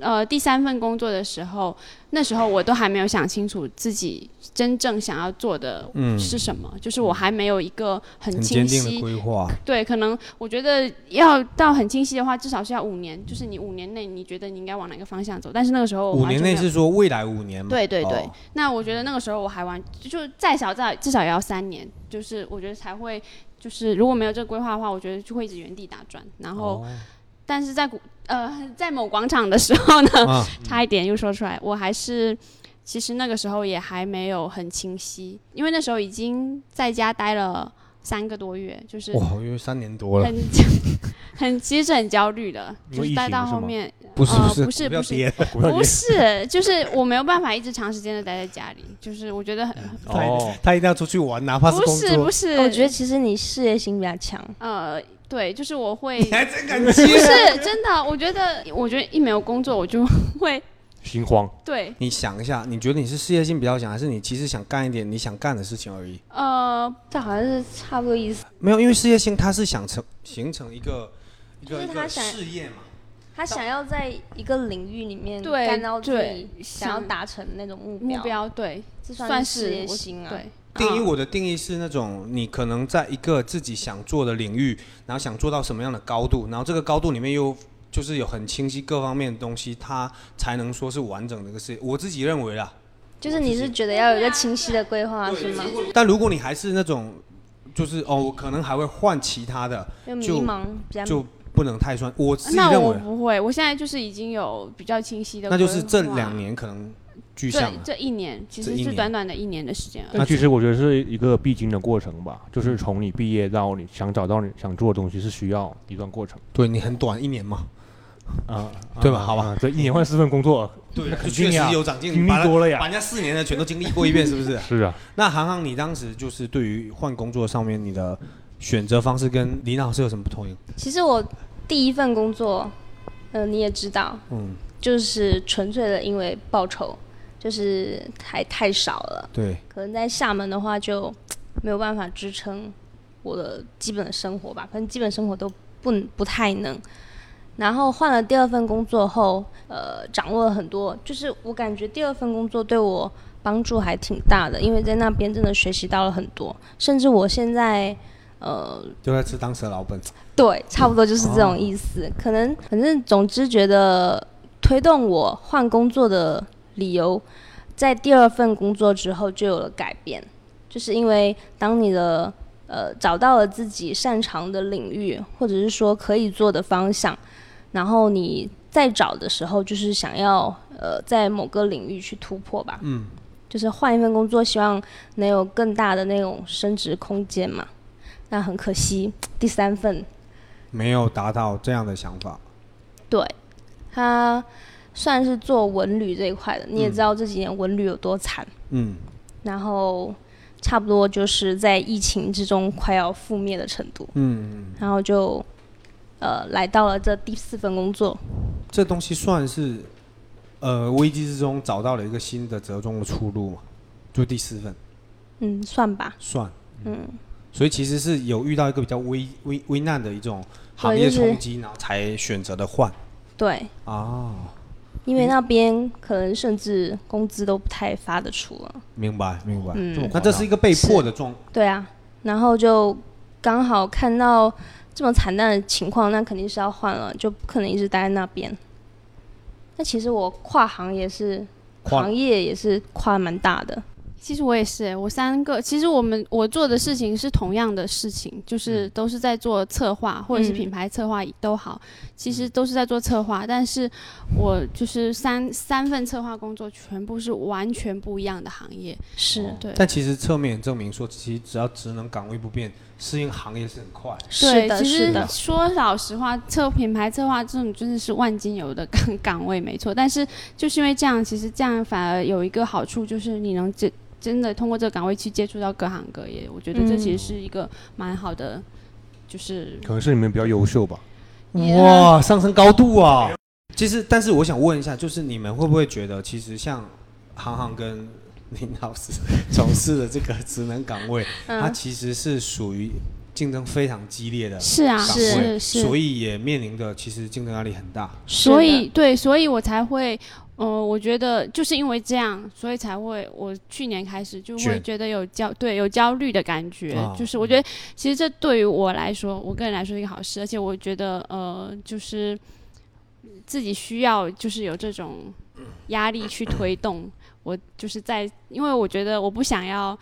[SPEAKER 3] 呃第三份工作的时候，那时候我都还没有想清楚自己真正想要做的
[SPEAKER 2] 嗯
[SPEAKER 3] 是什么，就是我还没有一个很
[SPEAKER 2] 很坚
[SPEAKER 3] 清
[SPEAKER 2] 定的
[SPEAKER 3] 晰。
[SPEAKER 2] 规划。
[SPEAKER 3] 对，可能我觉得要到很清晰的话，至少是要五年，就是你五年内你觉得你应该往哪个方向走，但是那个时候我
[SPEAKER 2] 五
[SPEAKER 3] 完
[SPEAKER 2] 年
[SPEAKER 3] 全
[SPEAKER 2] 内
[SPEAKER 3] 没有
[SPEAKER 2] 是说未来五年嘛？
[SPEAKER 3] 对对对
[SPEAKER 2] 哦，
[SPEAKER 3] 那我觉得那个时候我还玩，就再少再至少也要三年，就是我觉得才会，就是如果没有这个规划的话，我觉得就会一直原地打转。然后，但是在古呃在某广场的时候呢，
[SPEAKER 2] 啊，
[SPEAKER 3] 差一点又说出来，我还是其实那个时候也还没有很清晰，因为那时候已经在家待了三个多月，就是
[SPEAKER 2] 哇，因为三年多了，
[SPEAKER 3] 很 很其实是很焦虑的，
[SPEAKER 1] 因
[SPEAKER 3] 就
[SPEAKER 1] 为
[SPEAKER 3] 是
[SPEAKER 1] 疫
[SPEAKER 3] 待
[SPEAKER 1] 情
[SPEAKER 3] 到
[SPEAKER 1] 是
[SPEAKER 3] 后
[SPEAKER 1] 吗
[SPEAKER 3] 面
[SPEAKER 2] 不是
[SPEAKER 3] 呃
[SPEAKER 2] 不是
[SPEAKER 3] 不是
[SPEAKER 2] 要
[SPEAKER 3] 不是
[SPEAKER 2] 跌了，
[SPEAKER 1] 股票
[SPEAKER 3] 不
[SPEAKER 1] 跌
[SPEAKER 3] 是，就是我没有办法一直长时间的待在家里，就是我觉得很
[SPEAKER 1] 哦，
[SPEAKER 2] 嗯他一定要出去玩，啊哪怕
[SPEAKER 3] 不
[SPEAKER 2] 工
[SPEAKER 3] 是
[SPEAKER 2] 作
[SPEAKER 3] 不。是，
[SPEAKER 4] 哦我觉得其实你事业心比较强，
[SPEAKER 3] 呃对，就是我会
[SPEAKER 2] 你还真敢
[SPEAKER 3] 不
[SPEAKER 2] 接？
[SPEAKER 3] 是真的，我觉得我觉得一没有工作我就 会
[SPEAKER 1] 心慌，
[SPEAKER 3] 对
[SPEAKER 2] 你想一下，你觉得你是事业性比较强，还是你其实想干一点你想干的事情而已？
[SPEAKER 3] 呃
[SPEAKER 4] 这好像是差不多意思。
[SPEAKER 2] 没有，因为事业性它是想成形成一个一
[SPEAKER 4] 就
[SPEAKER 2] 个一
[SPEAKER 4] 是他
[SPEAKER 2] 个
[SPEAKER 4] 想
[SPEAKER 2] 事业嘛。
[SPEAKER 4] 他想要在一个领域里面
[SPEAKER 3] 对
[SPEAKER 4] 干到自己
[SPEAKER 3] 对
[SPEAKER 4] 想要
[SPEAKER 3] 想
[SPEAKER 4] 达成那种目
[SPEAKER 3] 目标对
[SPEAKER 4] 这
[SPEAKER 3] 算
[SPEAKER 4] 是事
[SPEAKER 3] 是
[SPEAKER 4] 业
[SPEAKER 3] 我
[SPEAKER 4] 心啊。
[SPEAKER 3] 对
[SPEAKER 2] 定义
[SPEAKER 3] 嗯
[SPEAKER 2] 我的定义是那种你可能在一个自己想做的领域，然后想做到什么样的高度，然后这个高度里面又就是有很清晰各方面的东西，它才能说是完整的一个事业。我自己认为啦，
[SPEAKER 4] 就是你是觉得要有一个清晰的规划啊是吗？
[SPEAKER 2] 但如果你还是那种就是哦，我可能还会换其他的，
[SPEAKER 4] 就迷
[SPEAKER 2] 就
[SPEAKER 4] 茫比较
[SPEAKER 2] 就不能太算。我自己
[SPEAKER 3] 那
[SPEAKER 2] 认
[SPEAKER 3] 我
[SPEAKER 2] 为，
[SPEAKER 3] 不会，我现在就是已经有比较清晰的
[SPEAKER 2] 那
[SPEAKER 3] 规划，
[SPEAKER 2] 就是这两年可能居上
[SPEAKER 3] 这
[SPEAKER 2] 了。
[SPEAKER 3] 这一年其
[SPEAKER 2] 这
[SPEAKER 3] 实
[SPEAKER 2] 一
[SPEAKER 3] 是
[SPEAKER 2] 年
[SPEAKER 3] 短短的一年的时间而已。
[SPEAKER 1] 但其实我觉得是一个必经的过程吧，就是从你毕业到你想找到你想做的东西是需要一段过程
[SPEAKER 2] 对你很短一年嘛，
[SPEAKER 1] 啊，
[SPEAKER 2] 对吧
[SPEAKER 1] 啊
[SPEAKER 2] 好吧
[SPEAKER 1] 啊这一年换四份工 作，
[SPEAKER 2] 对
[SPEAKER 1] 肯
[SPEAKER 2] 确
[SPEAKER 1] 定
[SPEAKER 2] 实
[SPEAKER 1] 呀
[SPEAKER 2] 有长进，
[SPEAKER 1] 经历
[SPEAKER 2] 把它
[SPEAKER 1] 多了呀
[SPEAKER 2] 把人家四年的全都经历过一遍，是不是？
[SPEAKER 1] 是
[SPEAKER 3] 嗯
[SPEAKER 1] 啊，
[SPEAKER 2] 那航航，你当时就是对于换工作上面你的选择方式跟李老师有什么不同？
[SPEAKER 4] 其实我第一份工作，呃，你也知道，
[SPEAKER 2] 嗯，
[SPEAKER 4] 就是纯粹的因为报酬，就是太太少了。
[SPEAKER 2] 对，
[SPEAKER 4] 可能在厦门的话就没有办法支撑我的基本的生活吧，可能基本生活都不不太能。然后换了第二份工作后，呃，掌握了很多，就是我感觉第二份工作对我帮助还挺大的，因为在那边真的学习到了很多，甚至我现在，呃，
[SPEAKER 2] 就在吃当时的老本。
[SPEAKER 4] 对，差不多就是这种意思。可能反正总之觉得推动我换工作的理由，在第二份工作之后就有了改变，就是因为当你的呃找到了自己擅长的领域，或者是说可以做的方向，然后你再找的时候，就是想要呃在某个领域去突破吧。
[SPEAKER 2] 嗯，
[SPEAKER 4] 就是换一份工作，希望能有更大的那种升值空间嘛。那很可惜，第三份
[SPEAKER 2] 没有达到这样的想法。
[SPEAKER 4] 对，他算是做文旅这一块的，你也
[SPEAKER 2] 嗯
[SPEAKER 4] 知道这几年文旅有多惨，
[SPEAKER 2] 嗯，
[SPEAKER 4] 然后差不多就是在疫情之中快要覆灭的程度，
[SPEAKER 2] 嗯，
[SPEAKER 4] 然后就呃来到了这第四份工作，
[SPEAKER 2] 这东西算是呃危机之中找到了一个新的折中的出路嘛，就第四份
[SPEAKER 4] 嗯，算吧，
[SPEAKER 2] 算。
[SPEAKER 4] 嗯，
[SPEAKER 2] 所以其实是有遇到一个比较危危危难的一种行业
[SPEAKER 4] 对就是
[SPEAKER 2] 冲击，然后才选择的换
[SPEAKER 4] 对，
[SPEAKER 2] 啊，
[SPEAKER 4] 因为那边可能甚至工资都不太发得出了，
[SPEAKER 2] 明白明白。
[SPEAKER 4] 嗯，
[SPEAKER 2] 那这是一个被迫的状，
[SPEAKER 4] 对啊，然后就刚好看到这么惨淡的情况，那肯定是要换了，就不可能一直待在那边。那其实我跨行也是，
[SPEAKER 2] 跨
[SPEAKER 4] 行业也是跨蛮大的。
[SPEAKER 3] 其实我也是，我三个，其实我们我做的事情是同样的事情，就是都是在做策划或者是
[SPEAKER 4] 嗯
[SPEAKER 3] 品牌策划都好，其实都是在做策划，但是我就是三三份策划工作全部是完全不一样的行业，
[SPEAKER 4] 是
[SPEAKER 3] 对
[SPEAKER 2] 但其实侧面也证明说，其实只要职能岗位不变，适应行业是很快。
[SPEAKER 4] 是
[SPEAKER 3] 对，
[SPEAKER 4] 的，
[SPEAKER 3] 其
[SPEAKER 4] 是
[SPEAKER 3] 实
[SPEAKER 4] 的，
[SPEAKER 3] 说老实话，策品牌策划这种真的是 万金油的岗岗位，没错。但是就是因为这样，其实这样反而有一个好处，就是你能真真的通过这个岗位去接触到各行各业。我觉得这
[SPEAKER 4] 嗯
[SPEAKER 3] 其实是一个蛮好的，就是
[SPEAKER 1] 可能是你们比较优秀吧，
[SPEAKER 3] Yeah
[SPEAKER 2] 哇，上升高度啊！其实，但是我想问一下，就是你们会不会觉得，其实像航航跟林老师从事的这个职能岗位，它
[SPEAKER 4] 嗯，
[SPEAKER 2] 其实是属于竞争非常激烈的
[SPEAKER 3] 是啊，
[SPEAKER 2] 岗
[SPEAKER 3] 是
[SPEAKER 2] 位，
[SPEAKER 3] 是，
[SPEAKER 2] 所以也面临的其实竞争压力很大。
[SPEAKER 3] 所
[SPEAKER 4] 是的
[SPEAKER 3] 以对，所以我才会，呃，我觉得就是因为这样，所以才会，我去年开始就会
[SPEAKER 2] 卷
[SPEAKER 3] 觉得有焦，对，有焦虑的感觉。
[SPEAKER 2] 啊
[SPEAKER 3] 就是我觉得，其实这对于我来说，我个人来说是一个好事，而且我觉得，呃，就是自己需要，就是有这种压力去推动。我就是在，因为我觉得我不想要。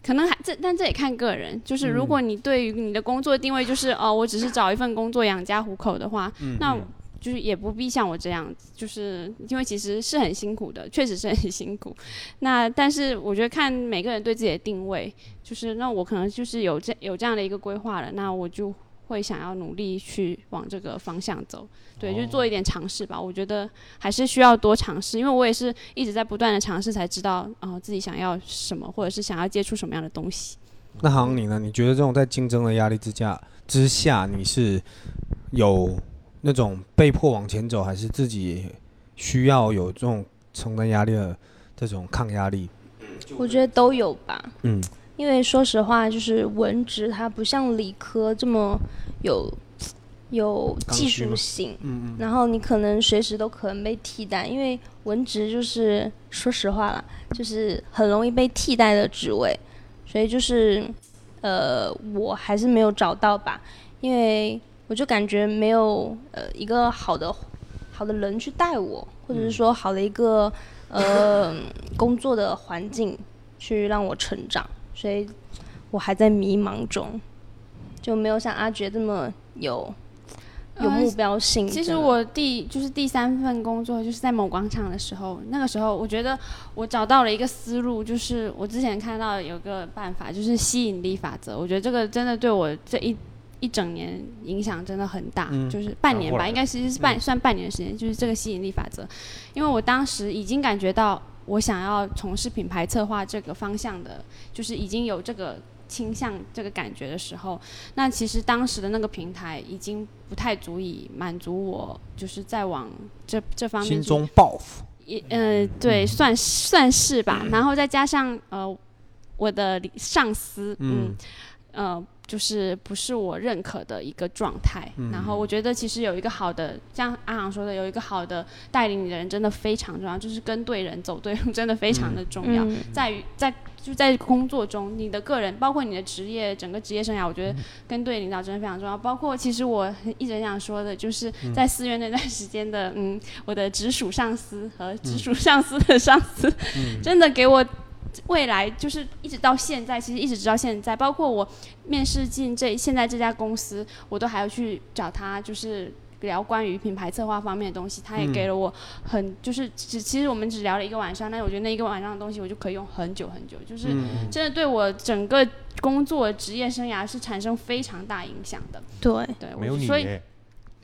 [SPEAKER 3] 可能还这，但这也看个人。就是如果你对于你的工作定位就是、哦，我只是找一份工作养家糊口的话，那就是也不必像我这样，就是因为其实是很辛苦的，确实是很辛苦。那但是我觉得看每个人对自己的定位，就是那我可能就是有这有这样的一个规划了，那我就会想要努力去往这个方向走。对，就做一点尝试吧。我觉得还是需要多尝试，因为我也是一直在不断的尝试，才知道啊、呃自己想要什么，或者是想要接触什么样的东西。
[SPEAKER 2] 那行你呢？你觉得这种在竞争的压力之下之下，你是有那种被迫往前走，还是自己需要有这种承担压力的这种抗压力？
[SPEAKER 4] 我觉得都有吧。
[SPEAKER 2] 嗯，
[SPEAKER 4] 因为说实话，就是文职它不像理科这么有有
[SPEAKER 2] 刚
[SPEAKER 4] 技
[SPEAKER 2] 需吗
[SPEAKER 4] 术性，嗯嗯，然后你可能随时都可能被替代，因为文职
[SPEAKER 3] 嗯
[SPEAKER 4] 就是说实话啦，就是很容易被替代的职位，所以就是呃，我还是没有找到吧，因为我就感觉没有呃一个好的好的人去带我，或者是说好的一个、呃工作的环境去让我成长，所以我还在迷茫中，就没有像阿珏这么有有
[SPEAKER 3] 嗯
[SPEAKER 4] 目标性。
[SPEAKER 3] 其实
[SPEAKER 4] 真的
[SPEAKER 3] 我第就是第三份工作，就是在某广场的时候，那个时候我觉得我找到了一个思路，就是我之前看到有个办法，就是吸引力法则。我觉得这个真的对我这一一整年影响真的很大，
[SPEAKER 2] 嗯
[SPEAKER 3] 就是半
[SPEAKER 1] 拿
[SPEAKER 3] 年
[SPEAKER 1] 过来
[SPEAKER 3] 吧，应该其实是半、算半年的时间，就是这个吸引力法则。因为我当时已经感觉到我想要从事品牌策划这个方向的，就是已经有这个倾向、这个感觉的时候，那其实当时的那个平台已经不太足以满足我，就是再往这这方面
[SPEAKER 2] 心
[SPEAKER 3] 去
[SPEAKER 2] 中抱负。
[SPEAKER 3] 也呃，对，算算是吧。然后再加上呃，我的领上司，嗯，呃，就是不是我认可的一个状态。然后我觉得其实有一个好的，像阿航说的，有一个好的带领你的人真的非常重要，就是跟对人走对路真的非常的重要。
[SPEAKER 4] 嗯
[SPEAKER 3] 在于在就在工作中，你的个人包括你的职业整个职业生涯，我觉得跟对领导真的非常重要。包括其实我一直很想说的，就是在四月那段时间的，嗯，我的直属上司和直属上司的上司， 真的给我。未来就是一直到现在，其实一直直到现在，包括我面试进这现在这家公司，我都还要去找他，就是聊关于品牌策划方面的东西。他也给了我很就是只其实我们只聊了一个晚上，但是我觉得那一个晚上的东西我就可以用很久很久，就是
[SPEAKER 2] 嗯
[SPEAKER 3] 真的对我整个工作职业生涯是产生非常大影响的。
[SPEAKER 4] 对，
[SPEAKER 3] 对，
[SPEAKER 1] 没有
[SPEAKER 3] 我
[SPEAKER 1] 你哎
[SPEAKER 3] 所以
[SPEAKER 1] 耶，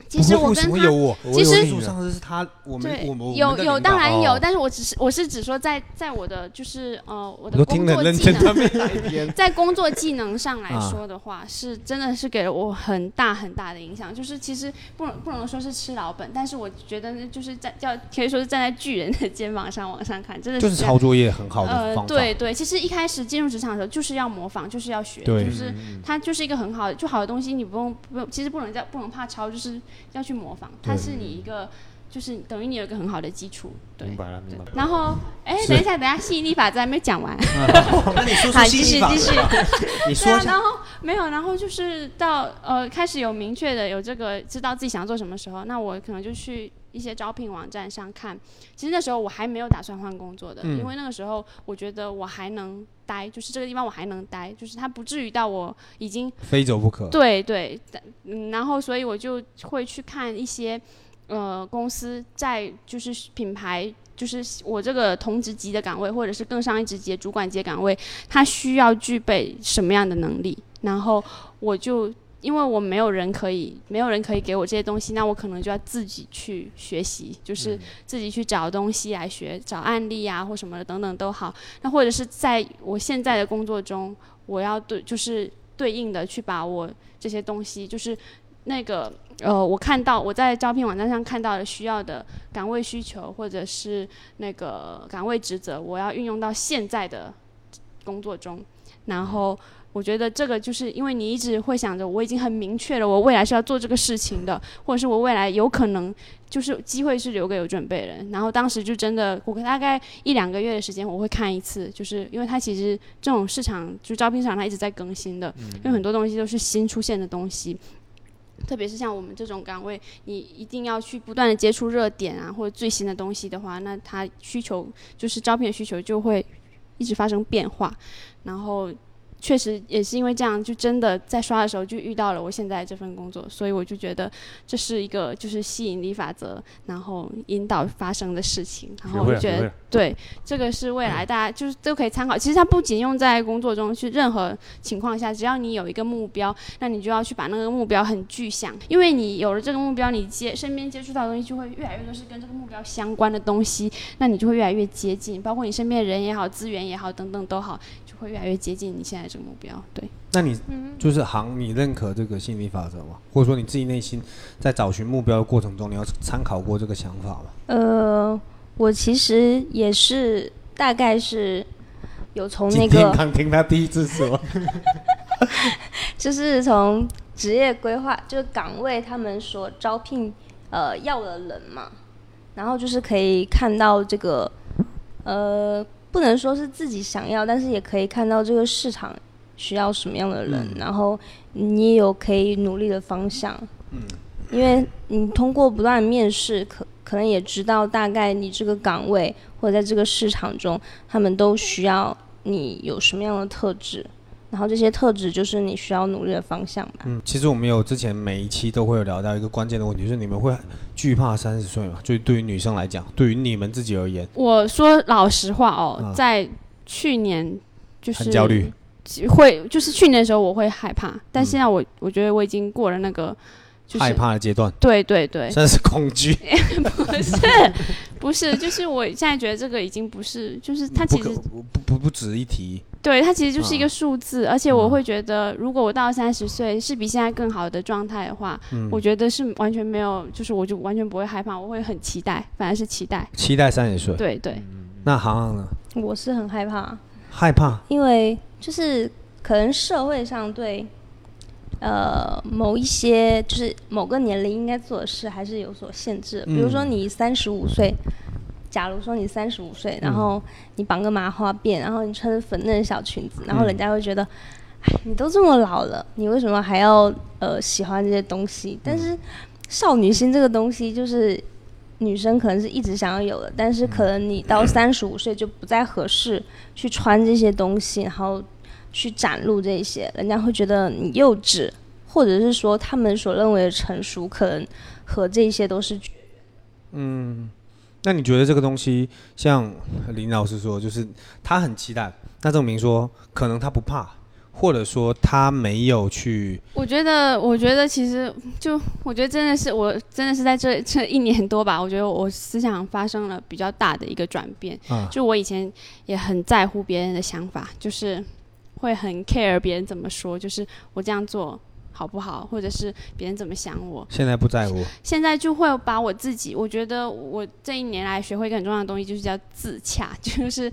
[SPEAKER 3] 其实
[SPEAKER 2] 不会
[SPEAKER 3] 我
[SPEAKER 2] 为什
[SPEAKER 3] 跟
[SPEAKER 2] 么有
[SPEAKER 3] 他。
[SPEAKER 2] 我？
[SPEAKER 1] 我
[SPEAKER 3] 其实
[SPEAKER 1] 有
[SPEAKER 2] 技
[SPEAKER 1] 你
[SPEAKER 2] 术
[SPEAKER 1] 呢
[SPEAKER 2] 上司是他，我们
[SPEAKER 3] 对
[SPEAKER 2] 我们，
[SPEAKER 3] 有有当然有，
[SPEAKER 1] 哦
[SPEAKER 3] 但是我只是我是只说在在我的就是呃我
[SPEAKER 2] 我
[SPEAKER 3] 的
[SPEAKER 2] 都
[SPEAKER 3] 工
[SPEAKER 2] 听得很
[SPEAKER 3] 作
[SPEAKER 2] 认
[SPEAKER 3] 技
[SPEAKER 2] 真，
[SPEAKER 3] 能
[SPEAKER 2] 他没改 编。
[SPEAKER 3] 在工作技能上来
[SPEAKER 2] 啊
[SPEAKER 3] 说的话，是真的是给了我很大很大的影响。就是其实不能不能说是吃老本，但是我觉得就是在叫可以说是站在巨人的肩膀上往上看，真的
[SPEAKER 2] 就是是
[SPEAKER 3] 这样
[SPEAKER 2] 抄作业很好的
[SPEAKER 3] 呃
[SPEAKER 2] 方，法。
[SPEAKER 3] 对对，其实一开始进入职场的时候，就是要模仿，就是要学，
[SPEAKER 2] 对
[SPEAKER 1] 嗯
[SPEAKER 3] 就是它就是一个很好的，就好的东西，你不用不用，其实不能叫不能怕抄，就是要去模仿，它是你一个，就是等于你有一个很好的基础，对
[SPEAKER 1] 明。白了，明白了。
[SPEAKER 3] 然后，哎，等一下，等一下，吸引力法则还没讲完，
[SPEAKER 2] 那你说
[SPEAKER 3] 好，
[SPEAKER 2] 说
[SPEAKER 3] 继续
[SPEAKER 2] 心法
[SPEAKER 3] 继， 续。
[SPEAKER 2] 你
[SPEAKER 3] 对
[SPEAKER 2] 说
[SPEAKER 3] 啊
[SPEAKER 2] 一，下。
[SPEAKER 3] 然后没有，然后就是到呃开始有明确的有这个知道自己想要做什么时候，那我可能就去一些招聘网站上看。其实那时候我还没有打算换工作的，
[SPEAKER 2] 嗯
[SPEAKER 3] 因为那个时候我觉得我还能待，就是这个地方我还能待，就是它不至于到我已经
[SPEAKER 2] 非走不可。
[SPEAKER 3] 对对，但嗯，然后所以我就会去看一些呃公司在就是品牌。就是我这个同职级的岗位，或者是更上一职级的主管级的岗位，他需要具备什么样的能力？然后我就因为我没有人可以，没有人可以给我这些东西，那我可能就要自己去学习，就是自己去找东西来学，找案例啊或什么的等等都好。那或者是在我现在的工作中，我要对就是对应的去把我这些东西，就是那个呃，我看到我在招聘网站上看到的需要的岗位需求，或者是那个岗位职责，我要运用到现在的工作中。然后我觉得这个就是因为你一直会想着我已经很明确了，我未来是要做这个事情的，或者是我未来有可能就是机会是留给有准备的人。然后当时就真的，我大概一两个月的时间我会看一次，就是因为它其实这种市场就招聘市场它一直在更新的，
[SPEAKER 1] 嗯
[SPEAKER 3] 因为很多东西都是新出现的东西。特别是像我们这种岗位，你一定要去不断的接触热点啊，或者最新的东西的话，那它需求就是招聘的需求就会一直发生变化，然后确实也是因为这样，就真的在刷的时候就遇到了我现在这份工作，所以我就觉得这是一个就是吸引力法则，然后引导发生的事情，然
[SPEAKER 1] 学
[SPEAKER 3] 后我
[SPEAKER 1] 会了，
[SPEAKER 3] 就觉
[SPEAKER 1] 学
[SPEAKER 3] 得
[SPEAKER 1] 会了。啊
[SPEAKER 3] 对，这个是未来大家就是都可以参考。其实它不仅用在工作中，去任何情况下，只要你有一个目标，那你就要去把那个目标很具象，因为你有了这个目标，你接身边接触到的东西就会越来越多是跟这个目标相关的东西，那你就会越来越接近，包括你身边的人也好，资源也好，等等都好，就会越来越接近你现在这个目标。对，
[SPEAKER 2] 那你就是行，你认可这个吸引力法则吗？或者说你自己内心在找寻目标的过程中，你要参考过这个想法吗？
[SPEAKER 4] 呃，我其实也是大概是有从那
[SPEAKER 2] 今天
[SPEAKER 4] 个
[SPEAKER 2] 刚听他第一次说，
[SPEAKER 4] 就是从职业规划，就是岗位他们所招聘呃要的人嘛，然后就是可以看到这个呃，不能说是自己想要，但是也可以看到这个市场需要什么样的人，然后你也有可以努力的方向。嗯，因为你通过不断的面试，可可能也知道大概你这个岗位或者在这个市场中，他们都需要你有什么样的特质。然后这些特质就是你需要努力的方向吧。
[SPEAKER 2] 嗯，其实我们有之前每一期都会有聊到一个关键的问题，就是你们会惧怕三十岁嘛？就是对于女生来讲，对于你们自己而言，
[SPEAKER 3] 我说老实话哦，
[SPEAKER 2] 嗯
[SPEAKER 3] 在去年就是
[SPEAKER 2] 很焦虑。
[SPEAKER 3] 会就是去年的时候我会害怕，但现在我、我觉得我已经过了那个，就是
[SPEAKER 2] 嗯
[SPEAKER 3] 哎
[SPEAKER 2] 害怕的阶段，
[SPEAKER 3] 对对对，
[SPEAKER 2] 甚至是恐惧。
[SPEAKER 3] 不 是不是，就是我现在觉得这个已经不是，就是它
[SPEAKER 2] 不
[SPEAKER 3] 其
[SPEAKER 2] 可
[SPEAKER 3] 实
[SPEAKER 2] 不不不不值一提。
[SPEAKER 3] 对它其实就是
[SPEAKER 2] 啊
[SPEAKER 3] 一个数字，而且我会觉得，如果我到三十岁是比现在更好的状态的话，
[SPEAKER 2] 嗯
[SPEAKER 3] 我觉得是完全没有，就是我就完全不会害怕，我会很期待，反而是期待。
[SPEAKER 2] 期待三十岁，
[SPEAKER 3] 对对，
[SPEAKER 2] 那航航呢？
[SPEAKER 4] 我是很害怕，
[SPEAKER 2] 害怕，
[SPEAKER 4] 因为就是可能社会上对呃某一些就是某个年龄应该做的事还是有所限制的，比如说
[SPEAKER 2] 嗯
[SPEAKER 4] 你三十五岁。假如说你三十五岁，然后你绑个麻花辫，然后你穿着粉嫩的小裙子，然后人家会觉得，哎、你都这么老了，你为什么还要呃喜欢这些东西？但是少女心这个东西，就是女生可能是一直想要有的，但是可能你到三十五岁就不再合适去穿这些东西，然后去展露这些，人家会觉得你幼稚，或者是说他们所认为的成熟，可能和这些都是 绝
[SPEAKER 2] 嗯那你觉得这个东西，像林老师说，就是他很期待，那证明说可能他不怕，或者说他没有去，
[SPEAKER 3] 我觉得，我觉得其实就，我觉得真的是我真的是在这这一年多吧，我觉得我思想发生了比较大的一个转变。
[SPEAKER 2] 啊
[SPEAKER 3] 就我以前也很在乎别人的想法，就是会很 care 别人怎么说，就是我这样做好不好，或者是别人怎么想我。
[SPEAKER 2] 现在不在乎。
[SPEAKER 3] 现在就会把我自己，我觉得我这一年来学会一个很重要的东西，就是叫自洽，就是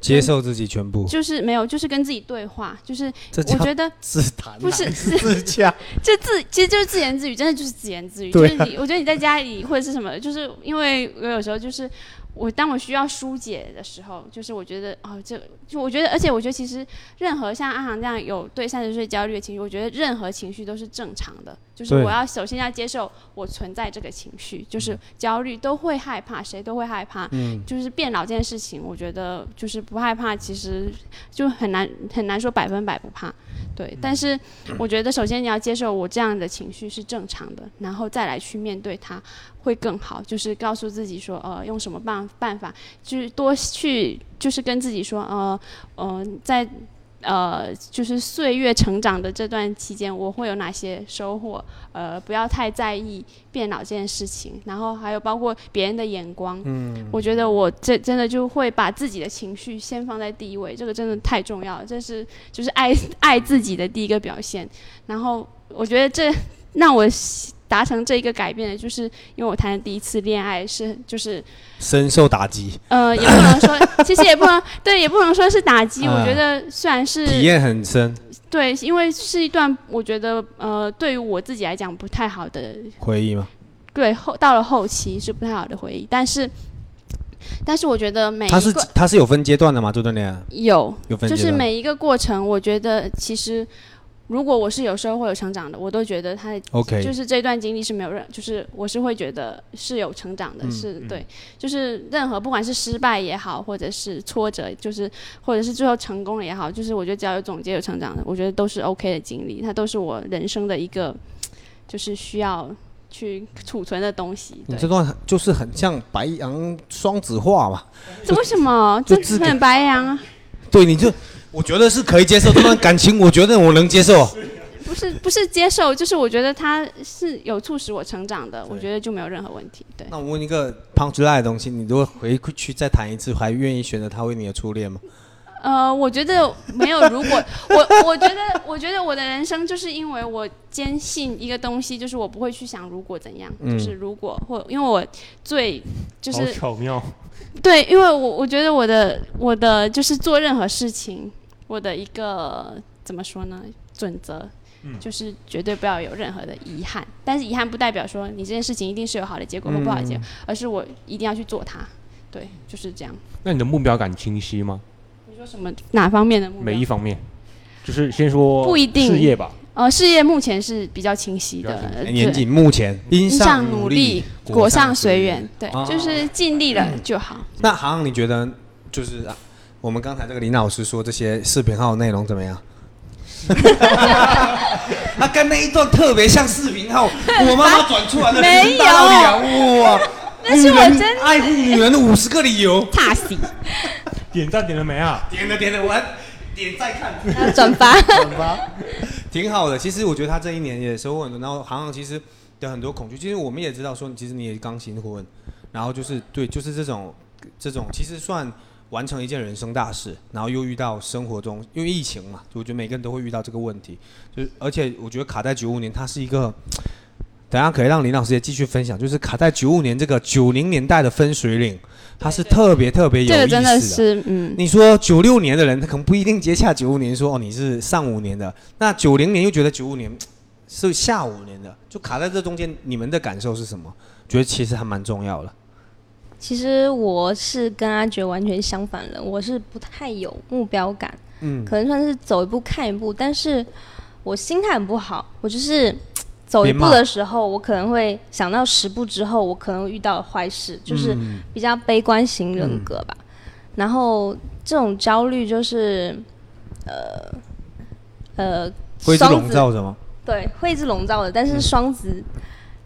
[SPEAKER 2] 接受自己全部，
[SPEAKER 3] 就是没有，就是跟自己对话，就是
[SPEAKER 2] 这
[SPEAKER 3] 我
[SPEAKER 2] 叫
[SPEAKER 3] 觉得
[SPEAKER 2] 自弹啊
[SPEAKER 3] 不是是
[SPEAKER 2] 自洽。
[SPEAKER 3] 这自其实 就是自言自语，真的就是自言自语。就
[SPEAKER 2] 对啊
[SPEAKER 3] 是你，我觉得你在家里或者是什么，就是因为我有时候就是我当我需要疏解的时候，就是我觉得哦，这就我觉得，而且我觉得其实任何像阿航这样有对三十岁焦虑的情绪，我觉得任何情绪都是正常的。就是
[SPEAKER 2] 对
[SPEAKER 3] 我要首先要接受我存在这个情绪，就是焦虑都会害怕，谁都会害怕。
[SPEAKER 2] 嗯，
[SPEAKER 3] 就是变老这件事情，我觉得就是不害怕，其实就很难很难说百分百不怕，
[SPEAKER 2] 嗯
[SPEAKER 3] 对。但是我觉得首先你要接受我这样的情绪是正常的，然后再来去面对它会更好。就是告诉自己说，呃，用什么办办法，就是多去，就是跟自己说，呃，呃，在。呃，就是岁月成长的这段期间，我会有哪些收获？呃，不要太在意变老这件事情，然后还有包括别人的眼
[SPEAKER 2] 嗯
[SPEAKER 3] 光，我觉得我这真的就会把自己的情绪先放在第一位，这个真的太重要了，这是就是爱爱自己的第一个表现。然后我觉得这让我达成这一个改变的，就是因为我谈的第一次恋爱是就是
[SPEAKER 2] 深受打击，
[SPEAKER 3] 呃也不能说， 其实也不能对也不能说是打击，
[SPEAKER 2] 嗯
[SPEAKER 3] 我觉得虽然是
[SPEAKER 2] 体验很深，
[SPEAKER 3] 对，因为是一段我觉得呃对于我自己来讲不太好的
[SPEAKER 2] 回忆吗？
[SPEAKER 3] 对后到了后期是不太好的回忆，但是但是我觉得每一
[SPEAKER 2] 它是
[SPEAKER 3] 个。
[SPEAKER 2] 它是有分阶段的嘛？这段恋爱
[SPEAKER 3] 有，
[SPEAKER 2] 有分
[SPEAKER 3] 就
[SPEAKER 2] 阶
[SPEAKER 3] 是
[SPEAKER 2] 段，
[SPEAKER 3] 每一个过程，我觉得其实如果我是有社会有成长的，我都觉得他
[SPEAKER 2] OK，
[SPEAKER 3] 就是这段经历是没有任，就是我是会觉得是有成长的，
[SPEAKER 2] 嗯
[SPEAKER 3] 是对，就是任何不管是失败也好，或者是挫折，就是或者是最后成功了也好，就是我觉得只要有总结有成长的，我觉得都是 OK 的经历，它都是我人生的一个，就是需要去储存的东西。
[SPEAKER 2] 你
[SPEAKER 3] 对，
[SPEAKER 2] 这段很就是很像白羊双子化嘛？
[SPEAKER 3] 这为什么
[SPEAKER 2] 就
[SPEAKER 3] 这
[SPEAKER 2] 自己
[SPEAKER 3] 很白羊啊？
[SPEAKER 2] 对，你就我觉得是可以接受这 段感情，我觉得我能接受。
[SPEAKER 3] 不是不是接受，就是我觉得它是有促使我成长的，我觉得就没有任何问题。对，
[SPEAKER 2] 那我问一个 punch line 的东西，你如果回去再谈一次，还愿意选择他为你的初恋吗？
[SPEAKER 3] 呃，我觉得没有。如果我我觉得我觉得我的人生就是因为我坚信一个东西，就是我不会去想如果怎样，
[SPEAKER 2] 嗯
[SPEAKER 3] 就是如果或因为我最就
[SPEAKER 1] 好
[SPEAKER 3] 是
[SPEAKER 1] 巧妙。
[SPEAKER 3] 对，因为我我觉得我的我的就是做任何事情，我的一个怎么说呢准则，就是绝对不要有任何的遗憾。但是遗憾不代表说你这件事情一定是有好的结果或不好的结果，而是我一定要去做它。对，就是这样。
[SPEAKER 1] 那你的目标感清晰吗？
[SPEAKER 3] 你说什么哪方面的目
[SPEAKER 1] 每
[SPEAKER 3] 标
[SPEAKER 1] 一？方面，就是先说
[SPEAKER 3] 不一定
[SPEAKER 1] 事业吧，
[SPEAKER 3] 呃，事业目前是比较清晰的
[SPEAKER 1] 比较清，
[SPEAKER 3] 呃对
[SPEAKER 2] 哎年仅目前，因
[SPEAKER 3] 因上努
[SPEAKER 2] 力
[SPEAKER 3] 力，，果上随。缘，对，就是尽力了就好。
[SPEAKER 2] 那航航，你觉得就是、啊、我们刚才这个林老师说这些视频号内容怎么样？ 他跟那一段特别像视频号，我妈妈转出来的
[SPEAKER 3] 没有
[SPEAKER 2] 大料哇！
[SPEAKER 3] 那是我
[SPEAKER 2] 女人
[SPEAKER 3] 真的
[SPEAKER 2] 爱护女人的五十个理由，
[SPEAKER 3] 踏实，
[SPEAKER 1] 点赞点了没啊？
[SPEAKER 2] 点了点了，我还点再看。
[SPEAKER 4] 要转发。
[SPEAKER 2] 挺好的。其实我觉得他这一年也收获很多，然后行行其实有很多恐惧。其实我们也知道说，其实你也刚新婚，然后就是对，就是这种这种，其实算完成一件人生大事，然后又遇到生活中因为疫情嘛，就我觉得每个人都会遇到这个问题。就是而且我觉得卡在九五年，它是一个。等一下可以让林老师也继续分享，就是卡在九五年这个九零年代的分水岭，它是特别特别有意
[SPEAKER 3] 这
[SPEAKER 2] 思啊
[SPEAKER 3] 个真的是，嗯，
[SPEAKER 2] 你说九六年的人，他可能不一定接洽九五年说哦你是上五年的，那九零年又觉得九五年嘖是下五年的，就卡在这中间，你们的感受是什么？觉得其实还蛮重要的。
[SPEAKER 4] 其实我是跟阿珏完全相反人，我是不太有目标感，
[SPEAKER 2] 嗯，
[SPEAKER 4] 可能算是走一步看一步，但是我心态很不好，我就是走一
[SPEAKER 2] 别
[SPEAKER 4] 步
[SPEAKER 2] 骂
[SPEAKER 4] 的时候，我可能会想到十步之后我可能会遇到的坏事，就是
[SPEAKER 2] 嗯
[SPEAKER 4] 比较悲观型人格吧。然后这种焦虑就是，
[SPEAKER 2] 会
[SPEAKER 4] 呃，呃，
[SPEAKER 2] 一直
[SPEAKER 4] 双
[SPEAKER 2] 笼
[SPEAKER 4] 子
[SPEAKER 2] 罩着吗？
[SPEAKER 4] 对会一直笼罩的，但是双子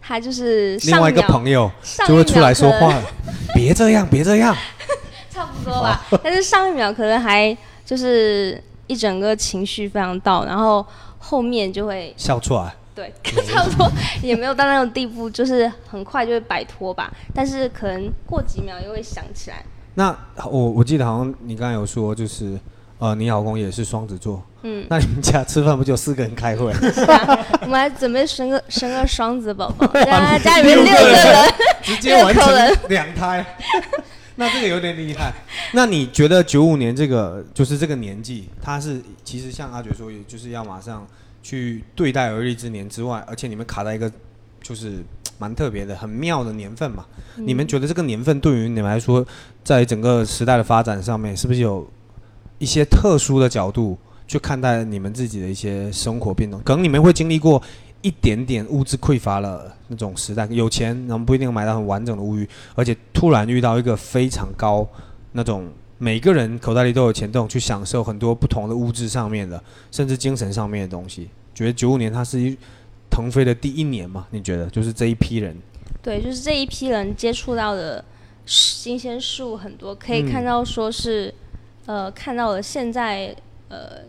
[SPEAKER 4] 他就是上
[SPEAKER 2] 另外一个
[SPEAKER 4] 秒
[SPEAKER 2] 朋友
[SPEAKER 4] 上
[SPEAKER 2] 就
[SPEAKER 4] 一
[SPEAKER 2] 会出
[SPEAKER 4] 秒
[SPEAKER 2] 来说
[SPEAKER 4] 可能
[SPEAKER 2] 话了， 别这样，别这样。
[SPEAKER 4] 差不多吧。但是上一秒可能还就是一整个情绪非常到，然后后面就会
[SPEAKER 2] 笑出来，
[SPEAKER 4] 对，差不多也没有到那种地步，就是很快就会摆脱吧。但是可能过几秒又会想起 来，
[SPEAKER 2] 那我我记得好像你刚才有说，就是呃，你老公也是双子座，
[SPEAKER 4] 嗯，
[SPEAKER 2] 那你们家吃饭不就四个人开会？
[SPEAKER 4] 是啊，我们还准备生个生个双子宝 宝，家家里面六个人，
[SPEAKER 2] 直接完
[SPEAKER 4] 六口人
[SPEAKER 2] 成两胎， 那这个有点厉害。那你觉得九五年这个就是这个年纪，他是其实像阿珏说，也就是要马上去对待而立之年之外，而且你们卡在一个就是蛮特别的、很妙的年份嘛。
[SPEAKER 4] 嗯
[SPEAKER 2] 你们觉得这个年份对于你们来说，在整个时代的发展上面，是不是有一些特殊的角度去看待你们自己的一些生活变动？可能你们会经历过一点点物质匮乏了那种时代，有钱然后不一定买到很完整的物欲，而且突然遇到一个非常高那种每个人口袋里都有钱，这种去享受很多不同的物质上面的，甚至精神上面的东西。觉得九五年它是一腾飞的第一年嘛？你觉得就是这一批人，
[SPEAKER 4] 对，就是这一批人接触到的新鲜事物很多，可以
[SPEAKER 2] 嗯
[SPEAKER 4] 看到说是，呃，看到了现在呃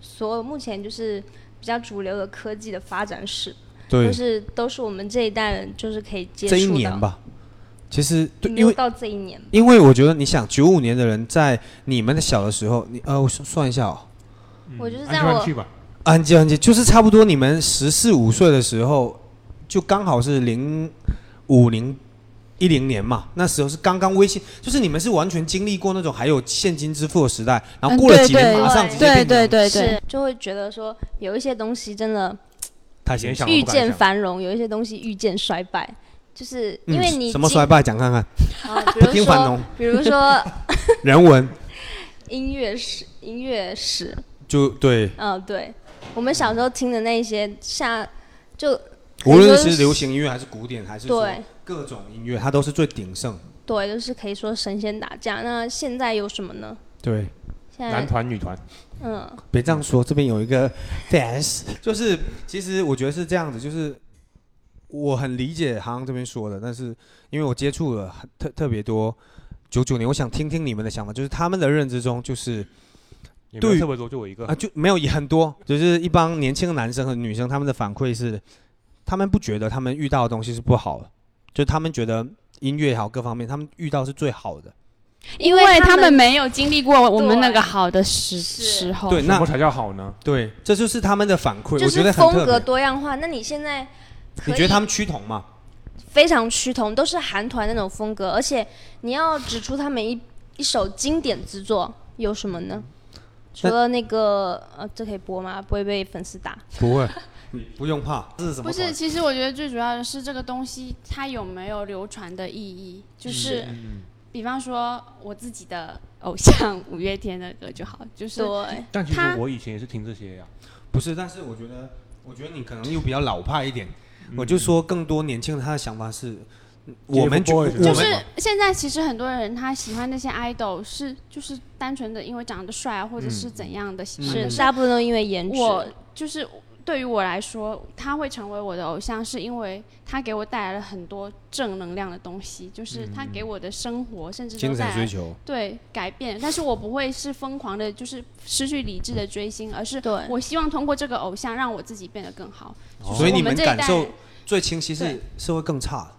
[SPEAKER 4] 所有目前就是比较主流的科技的发展史，
[SPEAKER 2] 对
[SPEAKER 4] 就，是都是我们这一代人就是可以接触
[SPEAKER 2] 这
[SPEAKER 4] 到
[SPEAKER 2] 一年，吧。其实对，因
[SPEAKER 4] 没嗯有
[SPEAKER 2] 为
[SPEAKER 4] 到这一年，
[SPEAKER 2] 因为我觉得你想九五年的人在你们的小的时候，你呃，我算算一下哦，
[SPEAKER 4] 我就是
[SPEAKER 1] 嗯安
[SPEAKER 4] 在
[SPEAKER 1] 全
[SPEAKER 4] 我
[SPEAKER 1] 安去吧。
[SPEAKER 2] 安吉安吉，就是差不多你们十四五岁的时候，就刚好是零五零一零年嘛，那时候是刚刚微信，就是你们是完全经历过那种还有现金支付的时代，然后
[SPEAKER 3] 嗯
[SPEAKER 2] 过了
[SPEAKER 3] 对
[SPEAKER 2] 几年
[SPEAKER 3] 对
[SPEAKER 2] 马上
[SPEAKER 4] 对
[SPEAKER 2] 直接
[SPEAKER 3] 对
[SPEAKER 2] 变成
[SPEAKER 3] 对对对
[SPEAKER 4] 是，就会觉得说有一些东西真的
[SPEAKER 2] 太
[SPEAKER 1] 以前
[SPEAKER 2] 闲
[SPEAKER 1] 想都
[SPEAKER 4] 遇
[SPEAKER 1] 不敢
[SPEAKER 4] 见
[SPEAKER 1] 想
[SPEAKER 4] 繁荣，有一些东西遇见衰败，就是
[SPEAKER 2] 嗯
[SPEAKER 4] 因为你、
[SPEAKER 2] 什么衰败讲看看，
[SPEAKER 4] 啊，比
[SPEAKER 2] 不
[SPEAKER 4] 如
[SPEAKER 2] 听反
[SPEAKER 4] 说
[SPEAKER 2] 农
[SPEAKER 4] 比如说
[SPEAKER 2] 人文
[SPEAKER 4] 音乐史，音乐史，
[SPEAKER 2] 就对，
[SPEAKER 4] 嗯，对，我们小时候听的那些下就
[SPEAKER 2] 无
[SPEAKER 4] 可以
[SPEAKER 2] 论
[SPEAKER 4] 说
[SPEAKER 2] 是流行音乐还是古典，还是说
[SPEAKER 4] 对
[SPEAKER 2] 各种音乐，它都是最鼎盛。
[SPEAKER 4] 对，就是可以说神仙打架。那现在有什么呢？
[SPEAKER 2] 对，
[SPEAKER 4] 现
[SPEAKER 3] 呃
[SPEAKER 1] 男
[SPEAKER 4] 在
[SPEAKER 1] 团、女团，
[SPEAKER 4] 嗯，
[SPEAKER 2] 别这样说，这边有一 个 dance，就是其实我觉得是这样子，就是我很理解航航这边说的，但是因为我接触了很特特别多九九年，我想听听你们的想法，就是他们的认知中就是
[SPEAKER 1] 也没有
[SPEAKER 2] 对
[SPEAKER 1] 特别多，就我一个
[SPEAKER 2] 啊，。就没有也很多，就是一帮年轻的男生和女生，他们的反馈是，他们不觉得他们遇到的东西是不好的，就他们觉得音乐也好，各方面他们遇到是最好的。
[SPEAKER 3] 因为
[SPEAKER 4] 他
[SPEAKER 3] 他
[SPEAKER 4] 们
[SPEAKER 3] 们没有经历过我们那
[SPEAKER 4] 对
[SPEAKER 3] 个好的时
[SPEAKER 4] 是
[SPEAKER 3] 时候。
[SPEAKER 2] 对，
[SPEAKER 1] 什
[SPEAKER 2] 那
[SPEAKER 1] 么才叫好呢？
[SPEAKER 2] 对，这就是他们的反馈，
[SPEAKER 4] 就
[SPEAKER 2] 我觉
[SPEAKER 4] 是
[SPEAKER 2] 得很
[SPEAKER 4] 风
[SPEAKER 2] 特
[SPEAKER 4] 格
[SPEAKER 2] 别。
[SPEAKER 4] 多样化。那你现在可
[SPEAKER 2] 你觉得
[SPEAKER 4] 以
[SPEAKER 2] 他们趋同吗？
[SPEAKER 4] 非常趋同，都是韩团那种风格，而且你要指出他们一一首经典之作有什么呢？除了那个呃，这可以播吗？不会被粉丝打。
[SPEAKER 2] 不会，不用怕，这是什么？
[SPEAKER 3] 不是，，其实我觉得最主要的是这个东西它有没有流传的意义，就是
[SPEAKER 2] 嗯
[SPEAKER 3] 比方说我自己的偶像五月天的歌就好，就是
[SPEAKER 4] 对，
[SPEAKER 1] 但其实
[SPEAKER 3] 他
[SPEAKER 1] 我以前也是听这些呀、
[SPEAKER 2] 不是，但是我觉得，我觉得你可能又比较老派一点。我就说，更多年轻人他的想法是，我们觉
[SPEAKER 1] TFBOYS
[SPEAKER 2] 我
[SPEAKER 1] 是吗
[SPEAKER 2] 们
[SPEAKER 3] 就是现在其实很多人他喜欢那些 idol 是就是单纯的因为长得帅啊，或者
[SPEAKER 2] 嗯
[SPEAKER 3] 是怎样的喜欢
[SPEAKER 4] 是
[SPEAKER 3] 的。
[SPEAKER 4] 大部分都因为颜值。
[SPEAKER 3] 我就是对于我来说，他会成为我的偶像，是因为他给我带来了很多正能量的东西，就是他给我的生活甚至都
[SPEAKER 2] 精神
[SPEAKER 3] 带来
[SPEAKER 2] 追求。
[SPEAKER 3] 对改变，但是我不会是疯狂的，就是失去理智的追星，而是
[SPEAKER 4] 对
[SPEAKER 3] 我希望通过这个偶像让我自己变得更好。就是
[SPEAKER 2] 所以
[SPEAKER 3] 我
[SPEAKER 2] 你
[SPEAKER 3] 们
[SPEAKER 2] 们
[SPEAKER 3] 这一
[SPEAKER 2] 感
[SPEAKER 3] 代
[SPEAKER 2] 受最清晰是
[SPEAKER 3] 对
[SPEAKER 2] 是会更差的。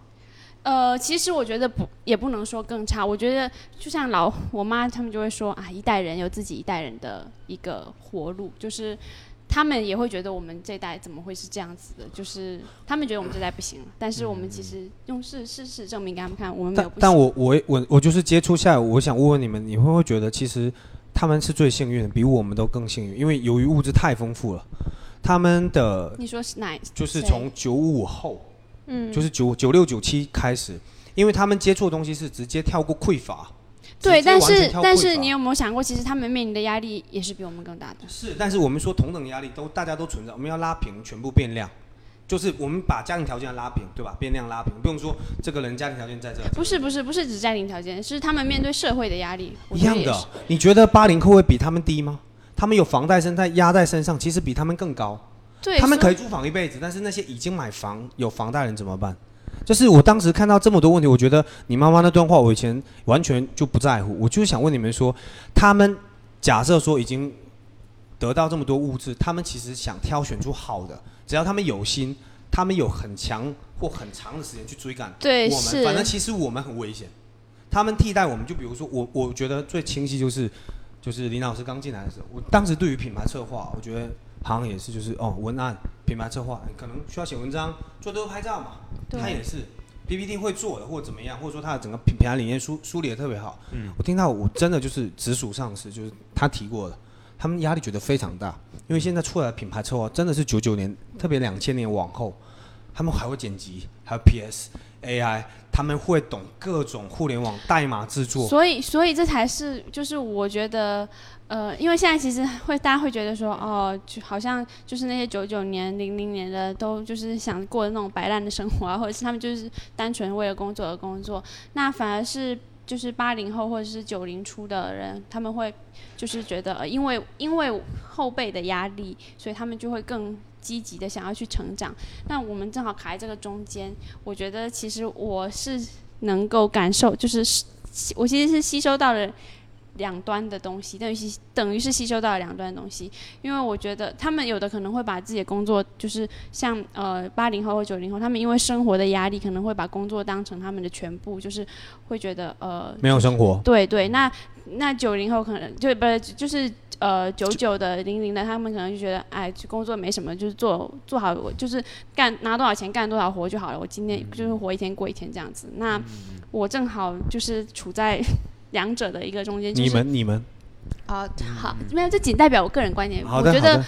[SPEAKER 3] 呃，其实我觉得不，也不能说更差。我觉得就像老我妈他们就会说啊，一代人有自己一代人的一个活路，就是他们也会觉得我们这代怎么会是这样子的，就是他们觉得我们这代不行了，但是我们其实用事事实证明给他们看，我们没有
[SPEAKER 2] 嗯但
[SPEAKER 3] 不行。
[SPEAKER 2] 但我我我我就是接触下来，我想问问你们，你会不会觉得其实他们是最幸运的，比我们都更幸运？因为由于物质太丰富了，他们的
[SPEAKER 3] 你说是哪？
[SPEAKER 2] 就是
[SPEAKER 3] 谁
[SPEAKER 2] 从九五后，
[SPEAKER 4] 嗯，
[SPEAKER 2] 就是九九六九七开始，因为他们接触的东西是直接跳过匮乏。
[SPEAKER 3] 对，
[SPEAKER 2] 直接
[SPEAKER 3] 但
[SPEAKER 2] 完全
[SPEAKER 3] 是
[SPEAKER 2] 跳
[SPEAKER 3] 但
[SPEAKER 2] 匮
[SPEAKER 3] 是
[SPEAKER 2] 乏
[SPEAKER 3] 你有没有想过，其实他们面临的压力也是比我们更大的。
[SPEAKER 2] 是，但是我们说同等压力都大家都存在，我们要拉平全部变量，就是我们把家庭条件拉平，对吧？变量拉平，不用说这个人家庭条件在这，
[SPEAKER 3] 不是不是不是只家庭条件，是他们面对社会的压力。我
[SPEAKER 2] 一
[SPEAKER 3] 觉得
[SPEAKER 2] 样
[SPEAKER 3] 也
[SPEAKER 2] 的
[SPEAKER 3] 是。
[SPEAKER 2] 你觉得八零后会比他们低吗？他们有房贷身贷压在身上，其实比他们更高。
[SPEAKER 3] 对，
[SPEAKER 2] 他们
[SPEAKER 3] 所
[SPEAKER 2] 可以租房一辈子，但是那些已经买房有房贷人怎么办？就是我当时看到这么多问题，我觉得你妈妈那段话，我以前完全就不在乎。我就是想问你们说，他们假设说已经得到这么多物质，他们其实想挑选出好的，只要他们有心，他们有很强或很长的时间去追赶。
[SPEAKER 3] 对
[SPEAKER 2] 我们
[SPEAKER 3] 是
[SPEAKER 2] 反正其实我们很危险，他们替代我们。就比如说我，我觉得最清晰就是，就是林老师刚进来的时候，我当时对于品牌策划，我觉得好像也是就是哦，文案、品牌策划，可能需要写文章、做多拍照嘛，
[SPEAKER 3] 对
[SPEAKER 2] 他也是 PPT 会做的，或者怎么样，或者说他的整个品牌理念梳梳理的特别好。嗯，我听到我真的就是直属上司，就是他提过的，他们压力觉得非常大，因为现在出来的品牌策划真的是九九年，特别两千年往后，他们还会剪辑，还有 PS、AI，他们会懂各种互联网代码制作。
[SPEAKER 3] 所以，所以这才是就是我觉得，呃，因为现在其实会大家会觉得说，哦，就好像就是那些九九年、零零年的都就是想过那种摆烂的生活啊，或者是他们就是单纯为了工作而工作，那反而是。就是八零后或者是九零初的人，他们会就是觉得，呃因为因为后辈的压力，所以他们就会更积极的想要去成长。那我们正好卡在这个中间，我觉得其实我是能够感受，就是吸我其实是吸收到了两端的东西，等于吸等于是吸收到了两端的东西。因为我觉得他们有的可能会把自己的工作，就是像呃八零后或九零后，他们因为生活的压力，可能会把工作当成他们的全部，就是会觉得呃，
[SPEAKER 2] 没有生活，
[SPEAKER 3] 对对，那那九零后可能就不是就是呃九九的零零的，他们可能就觉得哎，去工作没什么，就是做做好我就是干拿多少钱干多少活就好了，我今天
[SPEAKER 2] 嗯
[SPEAKER 3] 就是活一天过一天这样子。那我正好就是处在 两者的一个中间，就
[SPEAKER 2] 你
[SPEAKER 3] 是
[SPEAKER 2] 们你们
[SPEAKER 3] 啊、好，没有，这仅代表我个人观点，
[SPEAKER 2] 好
[SPEAKER 3] 我
[SPEAKER 2] 的
[SPEAKER 3] 觉
[SPEAKER 2] 好
[SPEAKER 3] 得
[SPEAKER 2] 的，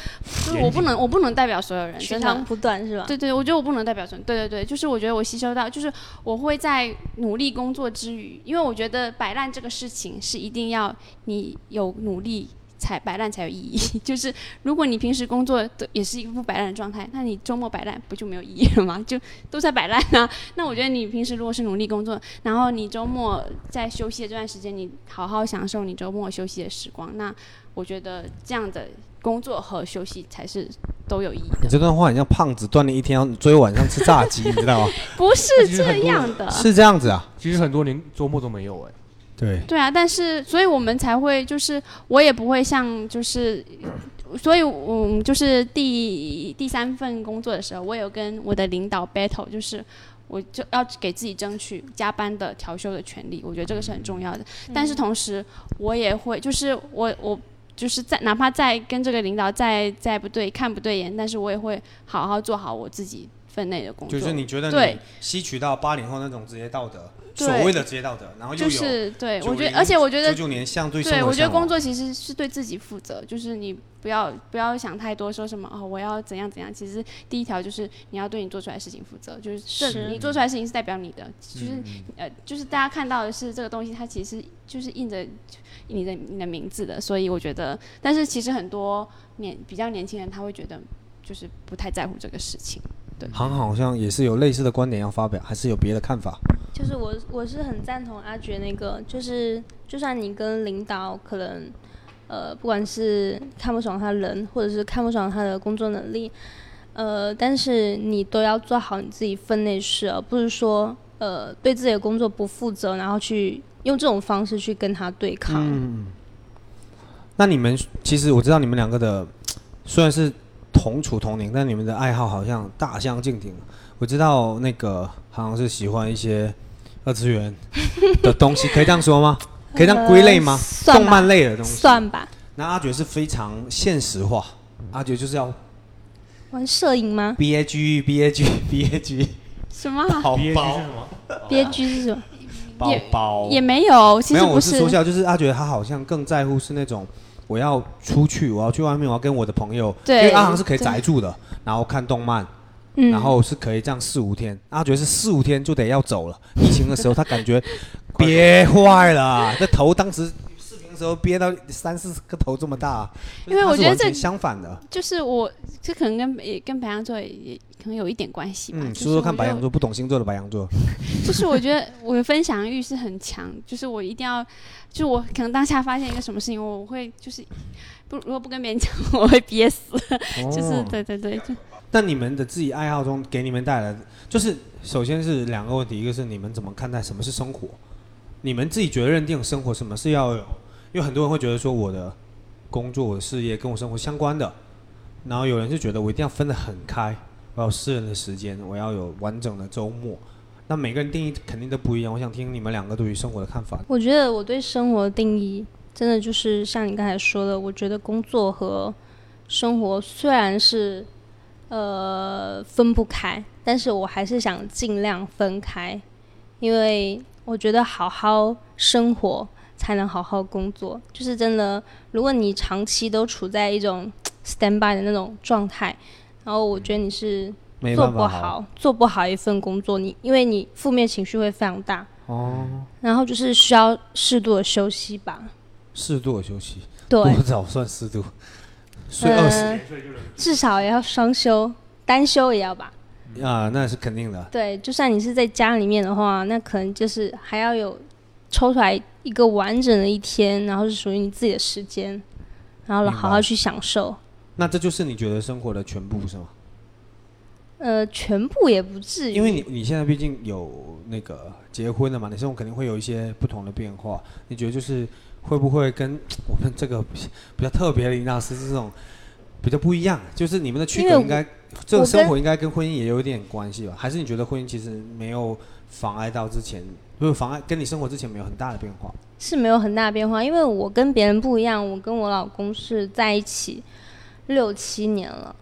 [SPEAKER 3] 就是我不能我不能代表所有人，
[SPEAKER 4] 取
[SPEAKER 3] 真的
[SPEAKER 4] 长。补短是吧？
[SPEAKER 3] 对对，我觉得我不能代表所有人，对对对，就是我觉得我吸收到，就是我会在努力工作之余，因为我觉得摆烂这个事情是一定要你有努力才摆烂才有意义。 就是如果你平时工作都也是一副摆烂的状态，那你周末摆烂不就没有意义了吗？就都在摆烂啊。那我觉得你平时如果是努力工作，然后你周末在休息的这段时间，你好好享受你周末休息的时光，那我觉得这样的工作和休息才是都有意义
[SPEAKER 2] 你
[SPEAKER 3] 的。
[SPEAKER 2] 这段话很像胖子锻炼一天，要最后晚上吃 炸鸡，你知道吗？
[SPEAKER 3] 不
[SPEAKER 1] 那
[SPEAKER 3] 是
[SPEAKER 1] 其实很
[SPEAKER 3] 这
[SPEAKER 1] 多
[SPEAKER 3] 样的，
[SPEAKER 2] 是这样子啊。
[SPEAKER 1] 其实很多年周末都没有哎、
[SPEAKER 2] 对，
[SPEAKER 3] 对啊，但是所以我们才会就是我也不会像就是，所以嗯就是第第三份工作的时候，我有跟我的领导 battle，就是。我就要给自己争取加班的调休的权利，我觉得这个是很重要的。但是同时，我也会就是我我就是在哪怕再跟这个领导再再不对看不对眼，但是我也会好好做好我自己分内的工作。
[SPEAKER 2] 就是你觉得
[SPEAKER 3] 对
[SPEAKER 2] 你吸取到八零后那种职业道德，
[SPEAKER 3] 对
[SPEAKER 2] 所谓的职业道德，然后又
[SPEAKER 3] 就
[SPEAKER 2] 有
[SPEAKER 3] 是对
[SPEAKER 2] 九
[SPEAKER 3] 我觉
[SPEAKER 2] 零
[SPEAKER 3] 得，而且我觉得
[SPEAKER 2] 九九年像对生
[SPEAKER 3] 对，
[SPEAKER 2] 活
[SPEAKER 3] 我觉得
[SPEAKER 2] 向往
[SPEAKER 3] 工作其实是对自己负责，就是你不要不要想太多，说什么哦我要怎样怎样。其实第一条就是你要对你做出来的事情负责，就是
[SPEAKER 4] 是
[SPEAKER 3] 这你做出来的事情是代表你的，就是、
[SPEAKER 2] 嗯
[SPEAKER 3] 呃就是大家看到的是这个东西，它其实就是印着你的你的名字的。所以我觉得，但是其实很多年比较年轻人他会觉得就是不太在乎这个事情。
[SPEAKER 2] 航航好像也是有类似的观点要发表，还是有别的看法？
[SPEAKER 4] 就是我我是很赞同阿觉那个，就是就算你跟领导可能，呃，不管是看不爽他人，或者是看不爽他的工作能力，呃，但是你都要做好你自己分内事，而不是说呃对自己的工作不负责，然后去用这种方式去跟他对抗。
[SPEAKER 2] 嗯那你们其实我知道你们两个的虽然是同处同龄，但你们的爱好好像大相径庭。我知道那个好像是喜欢一些二次 元的东西，可以这样说吗？可以这样归类吗
[SPEAKER 4] 呃？算吧
[SPEAKER 2] 动漫类的东西。
[SPEAKER 4] 算吧，
[SPEAKER 2] 那阿珏是非常现实化，阿珏就是要
[SPEAKER 4] 玩摄影吗
[SPEAKER 2] B A G B A G B A G
[SPEAKER 3] 什么 啊、
[SPEAKER 2] 宝
[SPEAKER 1] BAG
[SPEAKER 2] 宝
[SPEAKER 1] 是什么？
[SPEAKER 4] 憋屈是什么？
[SPEAKER 2] 宝宝
[SPEAKER 3] 也没有，
[SPEAKER 2] 哦
[SPEAKER 3] 其
[SPEAKER 2] 没
[SPEAKER 3] 实
[SPEAKER 2] 有，我
[SPEAKER 3] 不
[SPEAKER 2] 是说笑，就是他觉得他好像更在乎是那种我要出去，我要去外面，我要跟我的朋友，
[SPEAKER 3] 对
[SPEAKER 2] 因为阿航是可以
[SPEAKER 3] 对
[SPEAKER 2] 宅住的，然后看动漫，
[SPEAKER 4] 嗯，
[SPEAKER 2] 然后是可以这样四五天，阿觉得是四五天就得要走了。疫情的时候，他感 觉憋坏了，这头当时四天的时候憋到三四个头这么大，
[SPEAKER 3] 因为我觉
[SPEAKER 2] 他是
[SPEAKER 3] 得
[SPEAKER 2] 完全
[SPEAKER 3] 这
[SPEAKER 2] 相反的，
[SPEAKER 3] 就是我，这可能跟也跟白羊座也也可能有一点关系吧。
[SPEAKER 2] 嗯，
[SPEAKER 3] 就是
[SPEAKER 2] 说说看
[SPEAKER 3] 我
[SPEAKER 2] 白羊
[SPEAKER 3] 就
[SPEAKER 2] 座不懂星座的白羊座，
[SPEAKER 3] 就是我觉得我的分享欲是很强，就是我一定要，就是我可能当下发现一个什么事情，我会就是不如果不跟别人讲，我会憋死。就是
[SPEAKER 2] 哦
[SPEAKER 3] 对对对，就
[SPEAKER 2] 那你们的自己爱好中给你们带来的，就是首先是两个问题，一个是你们怎么看待什么是生活，你们自己觉得认定生活什么是要有，因为很多人会觉得说我的工作、我的事业跟我生活相关的，然后有人是觉得我一定要分得很开，我要有私人的时间，我要有完整的周末，那每个人定义肯定都不一样。我想听你们两个对于生活的看法。
[SPEAKER 4] 我觉得我对生活的定义，真的就是像你刚才说的，我觉得工作和生活虽然是呃分不开，但是我还是想尽量分开，因为我觉得好好生活才能好好工作。就是真的，如果你长期都处在一种 stand by 的那种状态，然后我觉得你是
[SPEAKER 2] 没
[SPEAKER 4] 做
[SPEAKER 2] 办
[SPEAKER 4] 不
[SPEAKER 2] 法
[SPEAKER 4] 好，做不好一份工作，你因为你负面情绪会非常大。
[SPEAKER 2] 哦，
[SPEAKER 4] 然后就是需要适度的休息吧。
[SPEAKER 2] 适度的休息，
[SPEAKER 4] 对，
[SPEAKER 2] 多早算适度？睡二十
[SPEAKER 4] 呃，至少也要双休，单休也要吧。
[SPEAKER 2] 啊，那是肯定的。
[SPEAKER 4] 对，就算你是在家里面的话，那可能就是还要有抽出来一个完整的一天，然后是属于你自己的时间，然后
[SPEAKER 2] 明白
[SPEAKER 4] 好好去享受。
[SPEAKER 2] 那这就是你觉得生活的全部是吗？
[SPEAKER 4] 呃，全部也不至于，
[SPEAKER 2] 因为你你现在毕竟有那个结婚了嘛，你生活肯定会有一些不同的变化。你觉得就是会不会跟我们这个比比较特别的林大师这种比较不一样？啊就是你们的区
[SPEAKER 4] 因
[SPEAKER 2] 隔
[SPEAKER 4] 为
[SPEAKER 2] 应该这个
[SPEAKER 4] 我
[SPEAKER 2] 生
[SPEAKER 4] 跟
[SPEAKER 2] 活应该跟婚姻也有一点关系吧？还是你觉得婚姻其实没有妨碍到之前，不是妨碍跟你生活之前没有很大的变化？
[SPEAKER 4] 是没有很大的变化，因为我跟别人不一样，我跟我老公是在一起六七年了，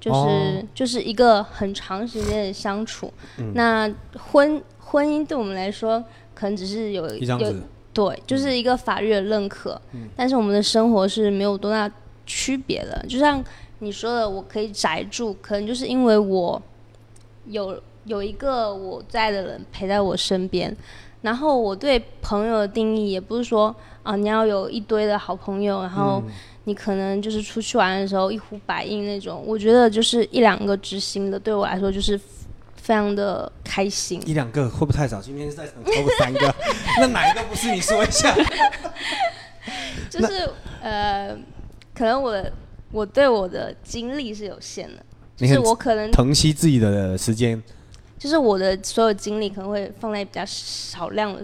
[SPEAKER 4] 就是、
[SPEAKER 2] 哦
[SPEAKER 4] 就是一个很长时间的相处。
[SPEAKER 2] 嗯
[SPEAKER 4] 那婚婚姻对我们来说，可能只是有
[SPEAKER 2] 一张
[SPEAKER 4] 呃有
[SPEAKER 2] 纸，
[SPEAKER 4] 对，就是一个法律的认可，但是我们的生活是没有多大区别的。就像你说的，我可以宅住，可能就是因为我有有一个我在的人陪在我身边。然
[SPEAKER 2] 嗯
[SPEAKER 4] 后我对朋友的定义也不是说啊，你要有一堆的好朋友，然后你可能就是出去玩的时候一呼百应那种。我觉得就是一两个知心的，对我来说就是非常的开心。
[SPEAKER 2] 一两个会不会太少？今天在场超过三个， 那哪一个不是？你说一 下。
[SPEAKER 4] 就是呃，可能我我对我的精力是有限的，就
[SPEAKER 2] 你
[SPEAKER 4] 是
[SPEAKER 2] 很
[SPEAKER 4] 我可能
[SPEAKER 2] 疼惜自己的时间，
[SPEAKER 4] 就是我的所有精力可能会放在比较少量的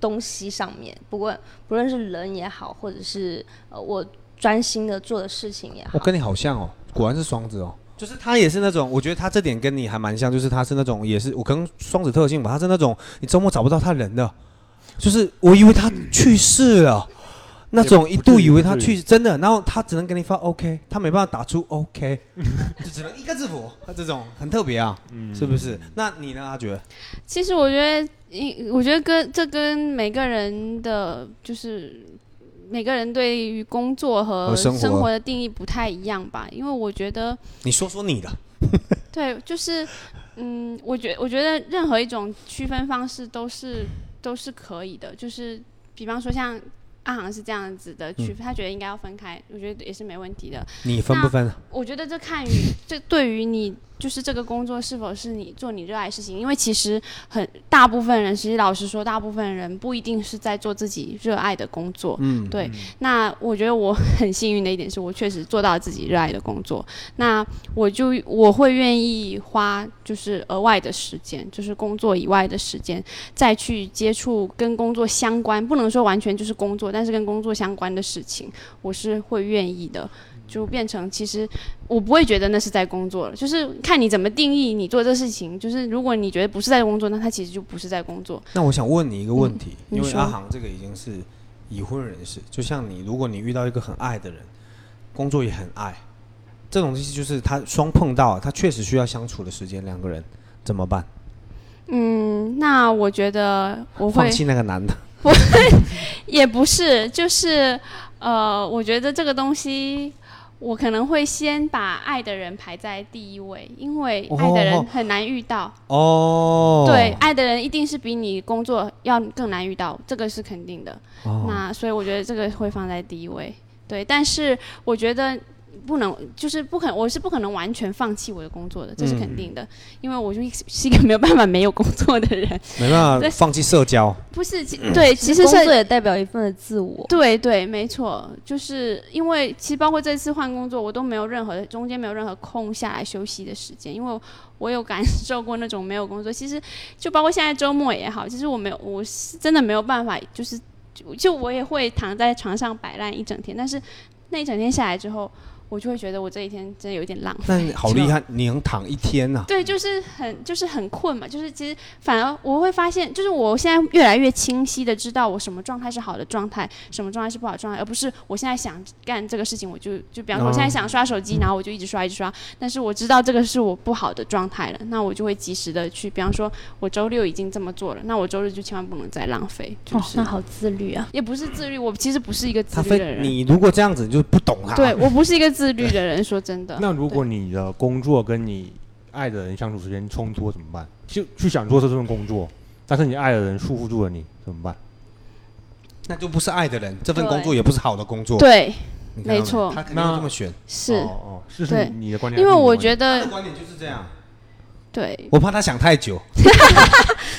[SPEAKER 4] 东西上面，不过不论是人也好，或者是呃我专心的做的事情也
[SPEAKER 2] 我
[SPEAKER 4] 好，
[SPEAKER 2] 跟你好像哦，果然是双子哦。就是他也是那种，我觉得他这点跟你还蛮像，就是他是那种也是我可能双子特性吧，他是那种你周末找不到他人的，就是我以为他去世了，那种一度以为他
[SPEAKER 1] 不至于
[SPEAKER 2] 去真的，然后他只能给你发 OK，他没办法打出 OK，就只能一个字符，他这种很特别啊，
[SPEAKER 1] 嗯
[SPEAKER 2] 是不是？那你呢，阿珏？
[SPEAKER 3] 其实我觉得，一我觉得跟这跟每个人的就是每个人对于工作和
[SPEAKER 2] 和生活
[SPEAKER 3] 生活的定义不太一样吧，因为我觉得。
[SPEAKER 2] 你说说你的，
[SPEAKER 3] 对，就是，嗯，我觉我觉得任何一种区分方式都是都是可以的，就是比方说像阿航是这样子的区分，他觉得应该要分开，我觉得也是没问题的。
[SPEAKER 2] 你分不分？
[SPEAKER 3] 我觉得这看于这对于你就是这个工作是否是你做你热爱的事情，因为其实很大部分人，其实老实说，大部分人不一定是在做自己热爱的工作。
[SPEAKER 2] 嗯，
[SPEAKER 3] 对，那我觉得我 很幸运的一点是我确实做到自己热爱的工作，那我就我会愿意花就是额外的时间，就是工作以外的时间，再去接触跟工作相关，不能说完全就是工作，但是跟工作相关的事情，我是会愿意的。就变成，其实我不会觉得那是在工作了，就是看你怎么定义你做这事情。就是如果你觉得不是在工作，那它其实就不是在工作。
[SPEAKER 2] 那我想问你一个问题，
[SPEAKER 3] 嗯你
[SPEAKER 2] 因为
[SPEAKER 3] 说
[SPEAKER 2] 阿航这个已经是已婚人士，就像你，如果你遇到一个很爱的人，工作也很爱，这种东西就是他双碰到，他确实需要相处的时间，两个人怎么办？
[SPEAKER 3] 嗯，那我觉得我会
[SPEAKER 2] 放弃那个男的，
[SPEAKER 3] 也不是，就是呃，我觉得这个东西，我可能会先把爱的人排在第一位，因为爱的人
[SPEAKER 2] 哦
[SPEAKER 3] 很难遇到。
[SPEAKER 2] 哦，
[SPEAKER 3] 对，，爱的人一定是比你工作要更难遇到，这个是肯定的。
[SPEAKER 2] 哦，
[SPEAKER 3] 那所以我觉得这个会放在第一位。对，但是我觉得不能，就是不可，我是不可能完全放弃我的工作的，这是
[SPEAKER 2] 嗯
[SPEAKER 3] 肯定的，因为我就是一个没有办法没有工作的人。
[SPEAKER 2] 没办法，
[SPEAKER 3] 对
[SPEAKER 2] 放弃社交，
[SPEAKER 3] 不是，其
[SPEAKER 2] 嗯
[SPEAKER 3] 对，其实
[SPEAKER 4] 工
[SPEAKER 3] 是
[SPEAKER 4] 作也代表一份的自我。
[SPEAKER 3] 对对，没错，就是因为其实包括这次换工作，我都没有任何中间没有任何空下来休息的时间，因为我有感受过那种没有工作。其实就包括现在周末也好，其实我没有，我是真的没有办法，就是就就我也会躺在床上摆烂一整天，但是那一整天下来之后，我就会觉得我这一天真的有点浪费。
[SPEAKER 2] 那你好厉害，你能躺一天啊呐、
[SPEAKER 3] 对，就是很就是很困嘛，就是其实反而我会发现，就是我现在越来越清晰的知道我什么状态是好的状态，什么状态是不好的状态，而不是我现在想干这个事情，我就就比方说我
[SPEAKER 1] 哦
[SPEAKER 3] 现在想刷手机，然后我就一直刷一直刷，但是我知道这个是我不好的状态了，那我就会及时的去，比方说我周六已经这么做了，那我周日就千万不能再浪费，就
[SPEAKER 4] 哦，
[SPEAKER 3] 是、
[SPEAKER 4] 那好自律啊！
[SPEAKER 3] 也不是自律，我其实不是一个 自
[SPEAKER 2] 他
[SPEAKER 3] 律的
[SPEAKER 2] 非
[SPEAKER 3] 人，
[SPEAKER 2] 你如果这样子，你就不懂他。
[SPEAKER 3] 对，我不是一个自律的人，说真的，
[SPEAKER 1] 啊 那如果你的工作跟你爱的人相处时间冲突了怎么办？就去想做这份工作，但是你爱的人束缚住了你怎么办？
[SPEAKER 2] 那就不是爱的人，这份
[SPEAKER 4] 对
[SPEAKER 2] 工作也不是好的工作。
[SPEAKER 3] 对，
[SPEAKER 2] 你看到
[SPEAKER 3] 没错
[SPEAKER 2] 他肯定会这么选。
[SPEAKER 3] 是、
[SPEAKER 1] 哦哦，这是
[SPEAKER 3] 对
[SPEAKER 1] 你你的观点，
[SPEAKER 3] 因为我
[SPEAKER 1] 得
[SPEAKER 3] 觉
[SPEAKER 2] 他的
[SPEAKER 3] 得
[SPEAKER 2] 观点就是这样，
[SPEAKER 3] 对。
[SPEAKER 2] 我怕他想太久。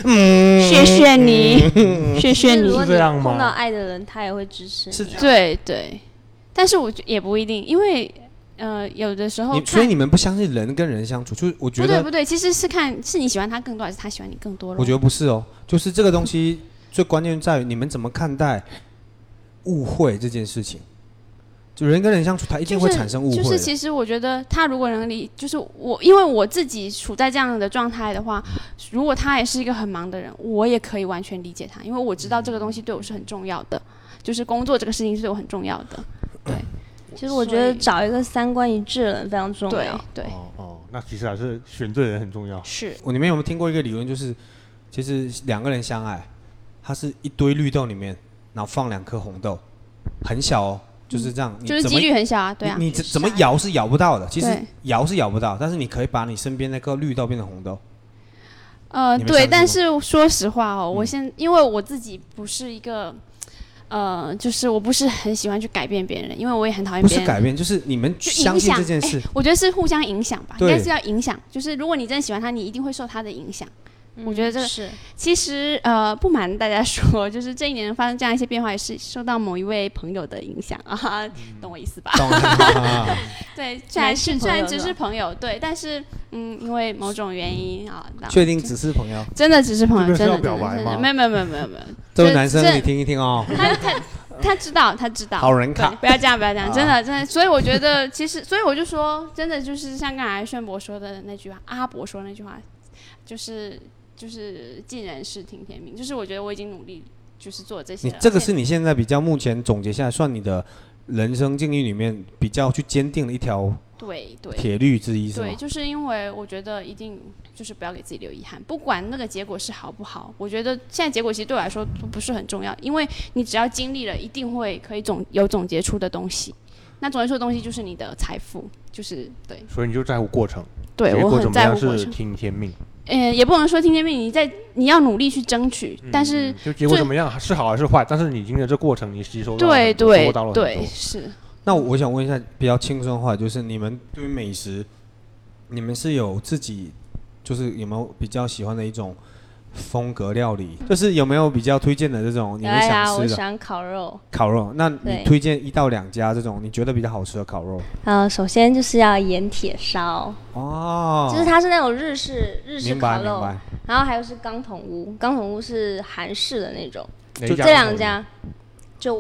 [SPEAKER 3] 谢谢
[SPEAKER 2] 嗯
[SPEAKER 3] 你，谢谢
[SPEAKER 4] 如
[SPEAKER 3] 你
[SPEAKER 4] 果。
[SPEAKER 1] 是这
[SPEAKER 4] 你
[SPEAKER 1] 样吗
[SPEAKER 4] 碰到爱的人，他也会支持
[SPEAKER 2] 是
[SPEAKER 4] 你啊。
[SPEAKER 3] 对对，但是我觉也不一定，因为呃，有的时候
[SPEAKER 2] 你所以
[SPEAKER 3] 看
[SPEAKER 2] 你们不相信人跟人相处，就是我觉
[SPEAKER 3] 不对
[SPEAKER 2] 得，
[SPEAKER 3] 不对，其实是看是你喜欢他更多，还是他喜欢你更多了。
[SPEAKER 2] 我觉得不是哦，就是这个东西最关键在于你们怎么看待误会这件事情。就人跟人相处，他一定会产生误会的。
[SPEAKER 3] 就是其实我觉得他如果能理，就是我，因为我自己处在这样的状态的话，如果他也是一个很忙的人，我也可以完全理解他，因为我知道这个东西对我是很重要的，就是工作这个事情是对我很重要的。
[SPEAKER 4] 其实我觉得
[SPEAKER 3] 所以
[SPEAKER 4] 找一个三观一致的人非常重
[SPEAKER 3] 对
[SPEAKER 4] 要。
[SPEAKER 3] 对，
[SPEAKER 1] 哦哦，那其实还是选对人很重要。
[SPEAKER 3] 是
[SPEAKER 2] 我你们有没有听过一个理论，就是其实两个人相爱，它是一堆绿豆里面，然后放两颗红豆，很小哦，就是这样。你
[SPEAKER 3] 嗯就是
[SPEAKER 2] 怎么
[SPEAKER 3] 几率很小啊，对啊。
[SPEAKER 2] 你你怎怎么摇是摇不到的，其实
[SPEAKER 3] 对
[SPEAKER 2] 摇是摇不到，但是你可以把你身边那颗绿豆变成红豆。
[SPEAKER 3] 呃，
[SPEAKER 2] 你们
[SPEAKER 3] 对，
[SPEAKER 2] 相信
[SPEAKER 3] 但
[SPEAKER 2] 吗
[SPEAKER 3] 是说实话哦，我
[SPEAKER 2] 嗯
[SPEAKER 3] 现因为我自己不是一个，呃，就是我不是很喜欢去改变别人，因为我也很讨厌
[SPEAKER 2] 不
[SPEAKER 3] 别
[SPEAKER 2] 是
[SPEAKER 3] 人。
[SPEAKER 2] 改变，就是你们
[SPEAKER 3] 就
[SPEAKER 2] 相
[SPEAKER 3] 影
[SPEAKER 2] 信
[SPEAKER 3] 响
[SPEAKER 2] 这件事
[SPEAKER 3] 哎。我觉得是互相影响吧，应
[SPEAKER 2] 对
[SPEAKER 3] 该是要影响。就是如果你真的喜欢他，你一定会受他的影响。我觉得
[SPEAKER 4] 嗯
[SPEAKER 3] 这个
[SPEAKER 5] 是
[SPEAKER 3] 其实呃，不瞒大家说， 就是这一年发生这样一些变化，也是受到某一位朋友的影响
[SPEAKER 2] 嗯
[SPEAKER 3] 啊，懂我意思吧？
[SPEAKER 2] 懂了
[SPEAKER 3] 对，虽然
[SPEAKER 5] 男性
[SPEAKER 3] 是
[SPEAKER 5] 朋友
[SPEAKER 3] 虽然只
[SPEAKER 5] 是吧
[SPEAKER 3] 是朋友，对，但是嗯，因为某种原因啊，那
[SPEAKER 2] 确定只是朋友，
[SPEAKER 3] 真的只是朋友，
[SPEAKER 1] 这边
[SPEAKER 3] 真
[SPEAKER 1] 是要
[SPEAKER 3] 的真
[SPEAKER 1] 表白
[SPEAKER 3] 的真的，
[SPEAKER 1] 吗
[SPEAKER 3] 没有没有没有没有没有，
[SPEAKER 2] 这位
[SPEAKER 3] 这
[SPEAKER 2] 男生
[SPEAKER 3] 这
[SPEAKER 2] 你听一听哦，
[SPEAKER 3] 他他他知道，他知道，
[SPEAKER 2] 好人
[SPEAKER 3] 对
[SPEAKER 2] 卡，，
[SPEAKER 3] 不要这样，不要这样，
[SPEAKER 2] 啊
[SPEAKER 3] 真的，真的，所以我觉得，其实，所以我就说，真的就是像刚才炫博说的那句话，阿伯说那句话，就是就是尽人事，听天命，就是我觉得我已经努力，就是做这些
[SPEAKER 2] 你
[SPEAKER 3] 了。
[SPEAKER 2] 这个
[SPEAKER 3] 而且
[SPEAKER 2] 是你现在比较目前总结下来，算你的人生境遇里面比较去坚定的一条
[SPEAKER 3] 对对
[SPEAKER 2] 铁律之一，是吗
[SPEAKER 3] 对，？就是因为我觉得一定就是不要给自己留遗憾，不管那个结果是好不好，我觉得现在结果其实对我来说都不是很重要，因为你只要经历了，一定会可以总有总结出的东西。那总结出的东西就是你的财富，就是对
[SPEAKER 1] 所以你就在乎过程，
[SPEAKER 3] 对，
[SPEAKER 1] 结
[SPEAKER 3] 我
[SPEAKER 1] 果
[SPEAKER 3] 很
[SPEAKER 1] 怎么
[SPEAKER 3] 在
[SPEAKER 1] 样
[SPEAKER 3] 乎过
[SPEAKER 1] 是
[SPEAKER 3] 程。
[SPEAKER 1] 听天命。
[SPEAKER 3] 嗯，也不能说听天命，你在你要努力去争取，但是
[SPEAKER 1] 嗯就结果
[SPEAKER 3] 最
[SPEAKER 1] 怎么样是好还是坏，但是你经历了这过程，你吸收到了
[SPEAKER 3] 对
[SPEAKER 1] 很多收
[SPEAKER 3] 对
[SPEAKER 1] 获到了很
[SPEAKER 3] 对
[SPEAKER 1] 多
[SPEAKER 3] 是，
[SPEAKER 2] 那我想问一下，比较轻松的话，就是你们对于美食，你们是有自己，就是有没有比较喜欢的一种风格料理？就是有没有比较推荐的这种你
[SPEAKER 4] 有
[SPEAKER 2] 们哎想
[SPEAKER 4] 呀，我
[SPEAKER 2] 吃
[SPEAKER 4] 喜
[SPEAKER 2] 的
[SPEAKER 4] 欢烤肉。
[SPEAKER 2] 烤肉？那你
[SPEAKER 4] 对
[SPEAKER 2] 推荐一到两家这种你觉得比较好吃的烤肉？
[SPEAKER 4] 呃，首先就是要盐铁烧，
[SPEAKER 2] 哦，
[SPEAKER 4] 就是它是那种日式日式
[SPEAKER 2] 明
[SPEAKER 4] 烤
[SPEAKER 2] 白
[SPEAKER 4] 肉
[SPEAKER 2] 明，白。
[SPEAKER 4] 然后还有是钢筒屋，钢筒屋是韩式的那种，
[SPEAKER 1] 哪
[SPEAKER 4] 就
[SPEAKER 1] 一家
[SPEAKER 4] 这
[SPEAKER 1] 更
[SPEAKER 4] 两
[SPEAKER 1] 好呢。
[SPEAKER 4] 家，就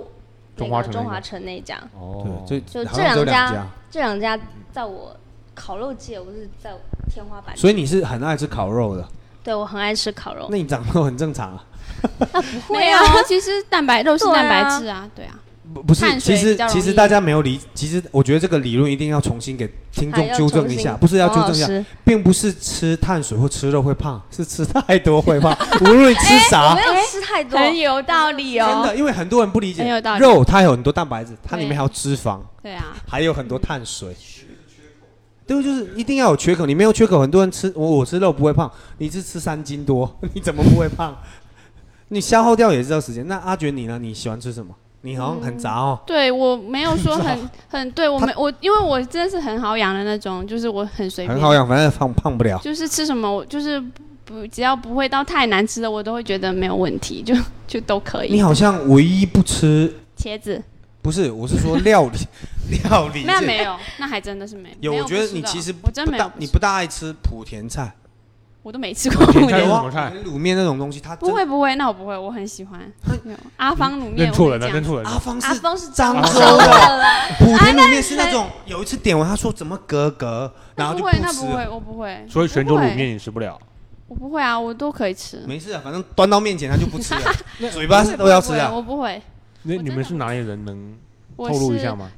[SPEAKER 1] 中
[SPEAKER 4] 那
[SPEAKER 1] 华
[SPEAKER 4] 个
[SPEAKER 1] 城
[SPEAKER 4] 中
[SPEAKER 1] 那
[SPEAKER 4] 华
[SPEAKER 1] 个
[SPEAKER 4] 城那一家，
[SPEAKER 1] 哦，
[SPEAKER 2] 对，
[SPEAKER 4] 就
[SPEAKER 2] 这好
[SPEAKER 4] 这
[SPEAKER 2] 像只有
[SPEAKER 4] 两家
[SPEAKER 2] 两家，
[SPEAKER 4] 这两家在我烤肉界我是在天花板，
[SPEAKER 2] 所以你是很爱吃烤肉的，
[SPEAKER 4] 对我很爱吃烤
[SPEAKER 3] 哦
[SPEAKER 4] 肉，
[SPEAKER 2] 那你长肉很正常啊。
[SPEAKER 4] 不
[SPEAKER 3] 没有，其实蛋白肉是
[SPEAKER 4] 对啊
[SPEAKER 3] 蛋白质啊，对啊，
[SPEAKER 2] 不不是，
[SPEAKER 3] 碳
[SPEAKER 2] 其
[SPEAKER 3] 水
[SPEAKER 2] 实
[SPEAKER 3] 比较容
[SPEAKER 2] 其
[SPEAKER 3] 易
[SPEAKER 2] 实大家没有理，其实我觉得这个理论一定要重新给听众
[SPEAKER 4] 还要
[SPEAKER 2] 纠正
[SPEAKER 4] 重
[SPEAKER 2] 一
[SPEAKER 3] 哦
[SPEAKER 4] 新哦
[SPEAKER 2] 下，不是要纠正一下，
[SPEAKER 4] 冯老师
[SPEAKER 2] 并不是吃碳水或吃肉会胖， 是吃太多会 胖，无论你吃
[SPEAKER 4] 我
[SPEAKER 2] 啥
[SPEAKER 4] 没。有吃太多，
[SPEAKER 3] 很哎有道理
[SPEAKER 2] 真
[SPEAKER 3] 哦，
[SPEAKER 2] 的，因为很多人不理解
[SPEAKER 3] 很有道，理
[SPEAKER 2] 肉它有很多蛋白质，它里面
[SPEAKER 3] 对
[SPEAKER 2] 还有脂肪，
[SPEAKER 3] 对啊，
[SPEAKER 2] 还有很多碳水。对，就是一定要有缺口，你没有缺口，很多人吃我我吃肉不会胖，你是吃三斤多， 你怎么不会胖？你消耗掉也是要时间。那阿觉你呢？你喜欢吃什么？你好像很杂哦。
[SPEAKER 3] 对我没有 说很很对我没我，因为我真的是很好养的那种，就是我很随
[SPEAKER 2] 很好
[SPEAKER 3] 便，
[SPEAKER 2] 养，反正胖胖不了。
[SPEAKER 3] 就是吃什么我就是不只要不会到太难吃的，我都会觉得没有问题，就就都可
[SPEAKER 2] 你
[SPEAKER 3] 以。
[SPEAKER 2] 好像唯一不吃，
[SPEAKER 3] 茄子
[SPEAKER 2] 不是，我是说料理， 料理
[SPEAKER 3] 那
[SPEAKER 2] 这
[SPEAKER 3] 没有，那还真的是没
[SPEAKER 2] 有，
[SPEAKER 3] 没
[SPEAKER 2] 我
[SPEAKER 3] 不
[SPEAKER 2] 觉得
[SPEAKER 3] 吃
[SPEAKER 2] 你
[SPEAKER 3] 的
[SPEAKER 2] 其实
[SPEAKER 3] 我真
[SPEAKER 2] 不
[SPEAKER 3] 没
[SPEAKER 2] 大
[SPEAKER 3] 有，不
[SPEAKER 2] 你
[SPEAKER 3] 吃
[SPEAKER 2] 不大爱吃莆田菜，
[SPEAKER 3] 我都没吃过，我
[SPEAKER 1] 菜
[SPEAKER 3] 连
[SPEAKER 1] 是
[SPEAKER 2] 有啊
[SPEAKER 1] 什么菜
[SPEAKER 2] 莆田卤面那种东西，它真
[SPEAKER 3] 不会不会，那我不会，我很喜欢。没有阿芳卤面，
[SPEAKER 1] 认错人
[SPEAKER 3] 我
[SPEAKER 1] 了，
[SPEAKER 3] 跟你
[SPEAKER 1] 认
[SPEAKER 3] 讲
[SPEAKER 1] 错人
[SPEAKER 2] 阿
[SPEAKER 1] 了。
[SPEAKER 2] 芳
[SPEAKER 4] 阿
[SPEAKER 2] 是
[SPEAKER 4] 峰是
[SPEAKER 2] 漳州
[SPEAKER 4] 漳州
[SPEAKER 2] 的
[SPEAKER 4] 的啦，
[SPEAKER 2] 莆田卤面是那种，有一次点完他说怎么格格，然后就
[SPEAKER 3] 那不会，那
[SPEAKER 2] 吃
[SPEAKER 3] 不
[SPEAKER 2] 了。
[SPEAKER 3] 会，我不会。
[SPEAKER 1] 所以
[SPEAKER 3] 不
[SPEAKER 1] 泉州
[SPEAKER 3] 会
[SPEAKER 1] 卤面，你吃不了，
[SPEAKER 3] 我不会啊，我都可以吃。
[SPEAKER 2] 没事啊，反正端到面前他就不吃了， 嘴巴是都要吃
[SPEAKER 3] 不会
[SPEAKER 2] 啊。
[SPEAKER 3] 我不会，
[SPEAKER 1] 那
[SPEAKER 3] 我
[SPEAKER 1] 你
[SPEAKER 3] 真
[SPEAKER 1] 们
[SPEAKER 3] 的
[SPEAKER 1] 是哪里人？能
[SPEAKER 3] 我
[SPEAKER 1] 透露一下
[SPEAKER 3] 是
[SPEAKER 1] 吗？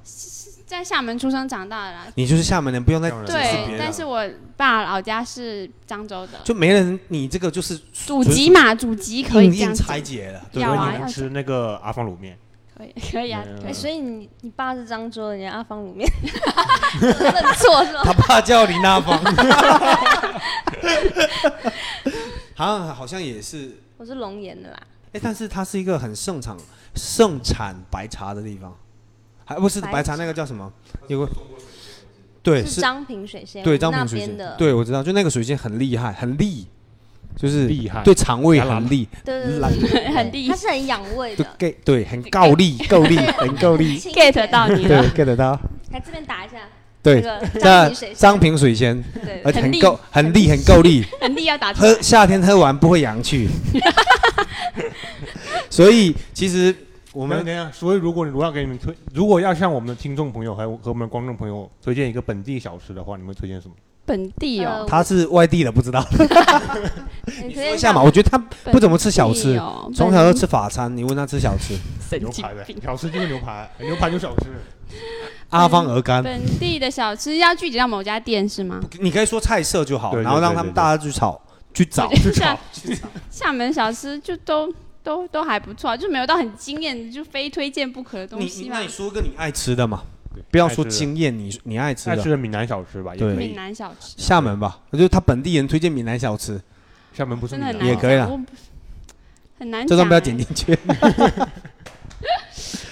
[SPEAKER 3] 在厦门出生长大的啦。
[SPEAKER 2] 你就是厦门人，不用再
[SPEAKER 1] 当然
[SPEAKER 2] 解释
[SPEAKER 1] 是
[SPEAKER 2] 别
[SPEAKER 3] 对，
[SPEAKER 2] 人啊
[SPEAKER 3] 但
[SPEAKER 2] 了
[SPEAKER 3] 是我爸老家是漳州的，
[SPEAKER 2] 就没人，你这个就是
[SPEAKER 3] 祖籍嘛，祖籍可以
[SPEAKER 2] 硬
[SPEAKER 3] 这样
[SPEAKER 2] 硬
[SPEAKER 3] 子，
[SPEAKER 2] 拆解了。
[SPEAKER 1] 对，
[SPEAKER 3] 要
[SPEAKER 1] 所以
[SPEAKER 3] 啊
[SPEAKER 1] 你能
[SPEAKER 3] 要
[SPEAKER 1] 吃那个阿芳卤面，
[SPEAKER 3] 可以可以啊。
[SPEAKER 1] 嗯
[SPEAKER 4] 哎，所以你你爸是漳州的，人家阿芳卤面， 认错是吧？
[SPEAKER 2] 他爸叫林大方，好像好像也是，
[SPEAKER 4] 我是龙岩的啦，
[SPEAKER 2] 哎、但是它是一个很盛产盛产白茶的地方，还不是
[SPEAKER 4] 白
[SPEAKER 2] 白茶那个叫什么？有个对
[SPEAKER 4] 是
[SPEAKER 2] 是，
[SPEAKER 4] 漳平水仙，
[SPEAKER 2] 对
[SPEAKER 4] 我
[SPEAKER 2] 张
[SPEAKER 4] 们
[SPEAKER 2] 平
[SPEAKER 4] 那
[SPEAKER 2] 水
[SPEAKER 4] 边
[SPEAKER 2] 仙
[SPEAKER 4] 的，，
[SPEAKER 2] 对我知道，就那个水仙很厉害，很利，就是
[SPEAKER 1] 厉害
[SPEAKER 2] 对肠胃
[SPEAKER 1] 拉拉
[SPEAKER 2] 很利，
[SPEAKER 4] 对对
[SPEAKER 2] 拉
[SPEAKER 4] 对对对，
[SPEAKER 3] 很厉
[SPEAKER 4] 它是很养胃
[SPEAKER 2] 对
[SPEAKER 4] 的
[SPEAKER 2] 给对很够力，够力，很够 力，
[SPEAKER 4] 清甜
[SPEAKER 3] get 到你
[SPEAKER 2] 对
[SPEAKER 3] 了，
[SPEAKER 2] get 得到，
[SPEAKER 4] 来这边打一下，
[SPEAKER 2] 对
[SPEAKER 4] 这，个漳
[SPEAKER 2] 那
[SPEAKER 4] 平水仙，
[SPEAKER 2] 张平水仙，
[SPEAKER 4] 对
[SPEAKER 2] 而且很
[SPEAKER 3] 很
[SPEAKER 2] 够，很利，很够力。
[SPEAKER 3] 很厉要打出来
[SPEAKER 2] 喝夏天喝完不会阳 去，所以其实我
[SPEAKER 1] 我
[SPEAKER 2] 们
[SPEAKER 1] 等一下。所以如果你如果要给你们推，如果要向我们的听众朋友还有和我们的观众朋友推荐一个本地小吃的话，你们会推荐什么？
[SPEAKER 3] 本地哦，
[SPEAKER 2] 他是外地的，不知道。
[SPEAKER 4] 嗯你
[SPEAKER 2] 你
[SPEAKER 4] 可
[SPEAKER 2] 说
[SPEAKER 4] 以
[SPEAKER 2] 一下嘛，我觉得他
[SPEAKER 3] 本
[SPEAKER 2] 不怎么吃小
[SPEAKER 3] 地
[SPEAKER 2] 吃，
[SPEAKER 3] 哦
[SPEAKER 2] 从小就吃法餐。你问他吃小吃，
[SPEAKER 3] 本哦
[SPEAKER 1] 牛
[SPEAKER 3] 神经
[SPEAKER 1] 排呗，
[SPEAKER 3] 病。
[SPEAKER 1] 小吃就是牛排，牛排就是小吃。
[SPEAKER 2] 阿芳鹅肝，
[SPEAKER 3] 本地的小吃要具体到某家店是吗？
[SPEAKER 2] 你可以说菜色就好，
[SPEAKER 1] 对对
[SPEAKER 2] 然后让他
[SPEAKER 1] 对对
[SPEAKER 2] 们
[SPEAKER 1] 对
[SPEAKER 2] 大家去炒去找。
[SPEAKER 3] 去找厦门小吃就都都都还不错啊，就没有到很惊艳，就非推荐不可的东
[SPEAKER 2] 你
[SPEAKER 3] 西
[SPEAKER 2] 你
[SPEAKER 3] 嘛
[SPEAKER 2] 那。你说个你爱吃的嘛，
[SPEAKER 1] 对
[SPEAKER 2] 不要说
[SPEAKER 1] 爱吃的
[SPEAKER 2] 惊艳，你你爱吃
[SPEAKER 1] 爱
[SPEAKER 2] 的
[SPEAKER 1] 吃的闽南小吃吧，也
[SPEAKER 2] 对
[SPEAKER 1] 可
[SPEAKER 3] 闽
[SPEAKER 1] 以。
[SPEAKER 3] 南小吃
[SPEAKER 2] 厦门吧，就是他本地人推荐闽南小吃，
[SPEAKER 1] 厦门不是
[SPEAKER 3] 真
[SPEAKER 1] 闽
[SPEAKER 2] 啊
[SPEAKER 3] 的
[SPEAKER 1] 南
[SPEAKER 3] 很难，
[SPEAKER 2] 也
[SPEAKER 1] 吗
[SPEAKER 2] 可以啦，
[SPEAKER 3] 我不很难。欸
[SPEAKER 2] 这段不要
[SPEAKER 3] 讲
[SPEAKER 2] 剪
[SPEAKER 3] 哎
[SPEAKER 2] 进去。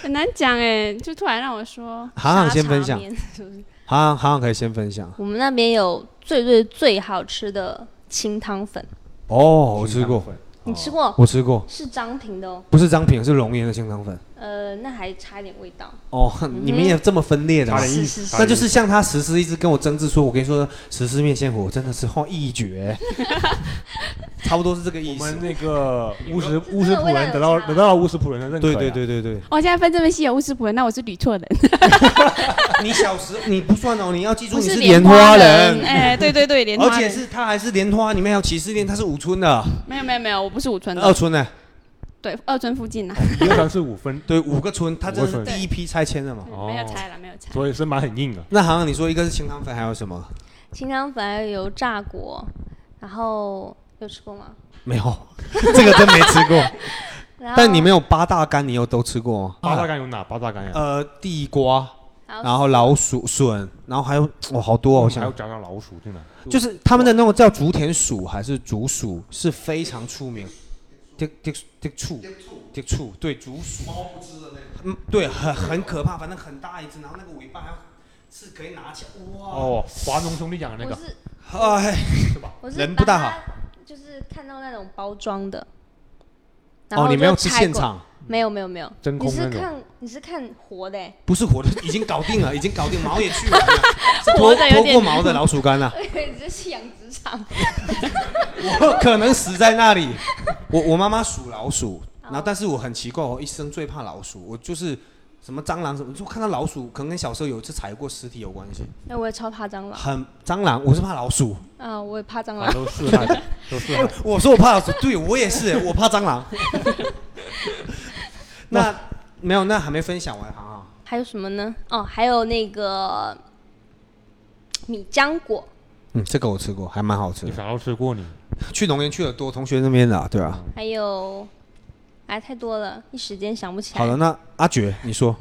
[SPEAKER 3] 很难讲哎，就突然让我说，
[SPEAKER 2] 航航先分享
[SPEAKER 4] 沙茶，面
[SPEAKER 2] 航航航航可以先分享。
[SPEAKER 4] 我们那边有最最最好吃的清汤粉，
[SPEAKER 2] 哦，我吃过，
[SPEAKER 4] 你
[SPEAKER 1] 哦
[SPEAKER 4] 吃过？
[SPEAKER 2] 我吃过，
[SPEAKER 4] 是张平的哦。
[SPEAKER 2] 不是张品，是龙岩的清汤粉。
[SPEAKER 4] 呃，那还差一点味道。
[SPEAKER 2] 哦，
[SPEAKER 3] 嗯
[SPEAKER 2] 你们也这么分裂的
[SPEAKER 1] 差
[SPEAKER 2] 吗？
[SPEAKER 1] 点意
[SPEAKER 4] 是是
[SPEAKER 1] 思，
[SPEAKER 4] 是
[SPEAKER 1] 差
[SPEAKER 2] 那
[SPEAKER 1] 点
[SPEAKER 2] 就
[SPEAKER 1] 意思
[SPEAKER 2] 是像他实施一直跟我争执说，我跟你说，实施面线糊真的是画一绝，欸 差不多是这个
[SPEAKER 1] 我
[SPEAKER 2] 意
[SPEAKER 1] 们
[SPEAKER 2] 思。
[SPEAKER 1] 那个乌石
[SPEAKER 4] 真的
[SPEAKER 1] 乌石普
[SPEAKER 4] 味道
[SPEAKER 1] 人
[SPEAKER 4] 有
[SPEAKER 1] 得到
[SPEAKER 4] 差
[SPEAKER 1] 得到了乌石普人的认可
[SPEAKER 2] 对
[SPEAKER 1] 呀，
[SPEAKER 2] 对对对对，
[SPEAKER 3] 哦，现在分这么细有乌斯普人，那我是捋错人，
[SPEAKER 2] 你小时你不算哦，你要记住
[SPEAKER 3] 不
[SPEAKER 2] 你是
[SPEAKER 3] 莲
[SPEAKER 2] 莲花
[SPEAKER 3] 人，
[SPEAKER 2] 人，
[SPEAKER 3] 哎，对对对，莲
[SPEAKER 2] 而
[SPEAKER 3] 花
[SPEAKER 2] 且
[SPEAKER 3] 人，
[SPEAKER 2] 是他还是莲花里面还有歧视恋，他是五村的，
[SPEAKER 3] 没有没有没有，我不是五村
[SPEAKER 2] 二
[SPEAKER 3] 的，
[SPEAKER 2] 村的，
[SPEAKER 3] 对，二村附近的，啊
[SPEAKER 1] 一二三四五分，
[SPEAKER 2] 对，五个村，他这
[SPEAKER 1] 五
[SPEAKER 2] 是
[SPEAKER 1] 个村
[SPEAKER 2] 第一批拆迁的嘛。
[SPEAKER 1] 哦
[SPEAKER 3] 没有拆了，没有拆。
[SPEAKER 1] 所以身板很硬啊。
[SPEAKER 2] 那好像你说一个是清汤粉，还有什么？
[SPEAKER 4] 清汤粉还有油炸果，然后有吃过吗？
[SPEAKER 2] 没有，这个真没吃 过。
[SPEAKER 4] 然后
[SPEAKER 2] 但你们有八大干，你有都吃过吗？
[SPEAKER 1] 八大干有哪八大干呀？
[SPEAKER 2] 呃，地瓜，
[SPEAKER 4] 然后
[SPEAKER 2] 然后老鼠笋，然后还有哇，好多哦，我
[SPEAKER 1] 还要
[SPEAKER 2] 想
[SPEAKER 1] 加上老鼠进来，
[SPEAKER 2] 就是他们的那种叫竹田鼠还是竹鼠是非常出名。蝶蝶蝶醋，蝶醋，对竹鼠，猫不吃的那嗯，对，很很可怕，反正很大一只，然后那个尾巴还要是可以拿起来，哇，
[SPEAKER 1] 哦，华农兄弟养的那
[SPEAKER 4] 我
[SPEAKER 1] 个，
[SPEAKER 4] 是
[SPEAKER 2] 哎，
[SPEAKER 4] 我是
[SPEAKER 2] 人不大好
[SPEAKER 4] 把它，就是看到那种包装的。然
[SPEAKER 2] 哦，
[SPEAKER 4] 后
[SPEAKER 2] 你没有
[SPEAKER 4] 就
[SPEAKER 2] 吃
[SPEAKER 4] 拆
[SPEAKER 2] 现
[SPEAKER 4] 过？
[SPEAKER 2] 场，
[SPEAKER 4] 没有没有没有，
[SPEAKER 1] 真
[SPEAKER 4] 你
[SPEAKER 1] 空
[SPEAKER 4] 是
[SPEAKER 1] 那种啊
[SPEAKER 4] 看你是看活的欸，
[SPEAKER 2] 不是活的，已经搞定了，已经搞定，毛也去 完了，是脱
[SPEAKER 3] 活的有
[SPEAKER 2] 脱
[SPEAKER 3] 点
[SPEAKER 2] 过毛的老鼠干了。啊
[SPEAKER 4] 你这是养殖场。
[SPEAKER 2] 我 可能死在那 里。我我妈妈属老鼠，然后
[SPEAKER 4] 哦
[SPEAKER 2] 但是我很奇怪，我一生最怕老鼠，我就是什么蟑螂什么，就看到老鼠，可能跟小时候有一次踩过尸体有关系。
[SPEAKER 4] 哎，我也超怕蟑螂
[SPEAKER 2] 很蟑螂，我是怕老鼠。
[SPEAKER 4] 啊，我也怕蟑
[SPEAKER 1] 啊
[SPEAKER 4] 螂。
[SPEAKER 1] 都是害，都是啊
[SPEAKER 3] 哎
[SPEAKER 1] 害。
[SPEAKER 2] 我说我怕老鼠，对我也 是，我怕蟑螂。那没有，那还没分享完啊。
[SPEAKER 4] 还有什么呢？哦，还有那个米浆果，
[SPEAKER 2] 嗯，这个我吃过，还蛮好吃
[SPEAKER 1] 你
[SPEAKER 2] 的。
[SPEAKER 1] 啥时候吃过你？
[SPEAKER 2] 去农园去的多，同学那边的、对啊。
[SPEAKER 4] 还有，哎，太多了，一时间想不起来。
[SPEAKER 2] 好了，那阿珏你说，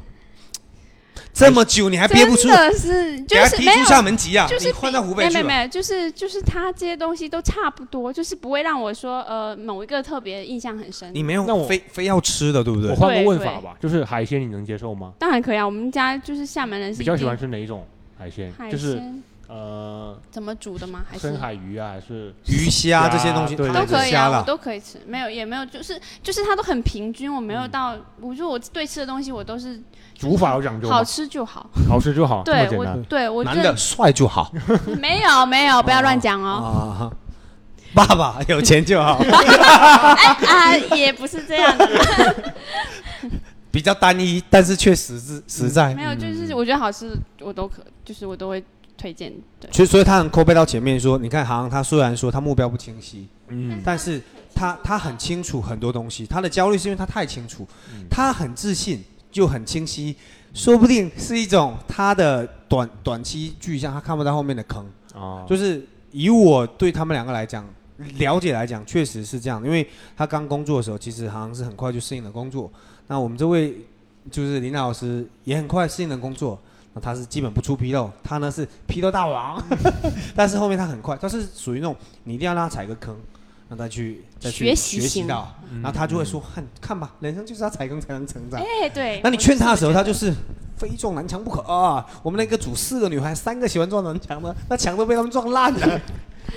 [SPEAKER 2] 这么久你还憋不出
[SPEAKER 3] 哎真，的是就
[SPEAKER 2] 给他
[SPEAKER 3] 是
[SPEAKER 2] 踢
[SPEAKER 3] 没有
[SPEAKER 2] 出，厦门籍 啊！
[SPEAKER 3] 就是
[SPEAKER 2] 你换到湖北
[SPEAKER 3] 没
[SPEAKER 2] 去
[SPEAKER 3] 有
[SPEAKER 2] 吧
[SPEAKER 3] 没。有，就是就是他这些东西都差不多，就是不会让我说呃某一个特别印象很深。
[SPEAKER 2] 你没有
[SPEAKER 1] 那我
[SPEAKER 2] 非非要吃的，对不
[SPEAKER 1] 我
[SPEAKER 2] 对？
[SPEAKER 1] 换个
[SPEAKER 3] 对
[SPEAKER 1] 问
[SPEAKER 3] 对
[SPEAKER 1] 法吧，就是海鲜你能接受吗？
[SPEAKER 3] 当然可以啊，我们家就是厦门人是
[SPEAKER 1] 比
[SPEAKER 3] 一
[SPEAKER 1] 较
[SPEAKER 3] 定
[SPEAKER 1] 喜欢吃哪一种海鲜？
[SPEAKER 3] 海
[SPEAKER 1] 就是
[SPEAKER 3] 鲜，
[SPEAKER 1] 呃，
[SPEAKER 3] 怎么煮的吗？还是
[SPEAKER 1] 深海鱼啊，还是
[SPEAKER 2] 鱼虾这些东西
[SPEAKER 1] 对
[SPEAKER 2] 它
[SPEAKER 3] 都
[SPEAKER 2] 还是
[SPEAKER 3] 可以
[SPEAKER 2] 虾
[SPEAKER 3] 啊，我
[SPEAKER 2] 啦。
[SPEAKER 3] 都可以吃，没有也没有，就是就是它都很平均，我没有到，我说我对吃的东西我都是
[SPEAKER 1] 嗯煮法有讲究吗
[SPEAKER 3] 好？吃就好，
[SPEAKER 1] 好吃就好，这么
[SPEAKER 3] 对
[SPEAKER 1] 简
[SPEAKER 3] 我
[SPEAKER 2] 嗯
[SPEAKER 1] 单。
[SPEAKER 3] 对啊我
[SPEAKER 2] 男
[SPEAKER 3] 真
[SPEAKER 2] 的帅就好
[SPEAKER 3] 没有没有，不要乱讲哦，
[SPEAKER 2] 啊，爸爸有钱就 好，
[SPEAKER 3] 啊也不是这样的啦，
[SPEAKER 2] 比较单一，但是却实质实在
[SPEAKER 3] 没。有
[SPEAKER 1] 嗯
[SPEAKER 3] 就是我觉得好吃我都可，就是我都会推荐，对，
[SPEAKER 2] 所以，所以他很扣背到前面说，你看，航他虽然说他目标不清晰，
[SPEAKER 1] 嗯，
[SPEAKER 2] 但是他他很清楚很多东西，他的焦虑是因为他太清楚，
[SPEAKER 1] 嗯
[SPEAKER 2] 他很自信又很清晰，说不定是一种他的短短期具象，他看不到后面的坑。
[SPEAKER 1] 啊，
[SPEAKER 2] 就是以我对他们两个来讲，了解来讲，确实是这样。因为他刚工作的时候，其实好像是很快就适应了工作。那我们这位就是林老师也很快适应了工作。那他是基本不出纰漏，他呢是纰漏大 王，但是后面他很快，他是属于那种你一定要让他踩个坑，让他去再去
[SPEAKER 3] 学
[SPEAKER 2] 习
[SPEAKER 3] 习
[SPEAKER 2] 习
[SPEAKER 3] 型嗯
[SPEAKER 2] 到，
[SPEAKER 1] 嗯
[SPEAKER 2] 然后他就会说：“看看吧，人生就是要踩坑才能成长。”
[SPEAKER 3] 哎对，
[SPEAKER 2] 那你
[SPEAKER 3] 我
[SPEAKER 2] 劝他的时候，
[SPEAKER 3] 是
[SPEAKER 2] 他
[SPEAKER 3] 这么觉得
[SPEAKER 2] 就是非撞南墙不可啊！我们那个组四个女孩，三个喜欢撞南墙的，那墙都被他们撞烂了。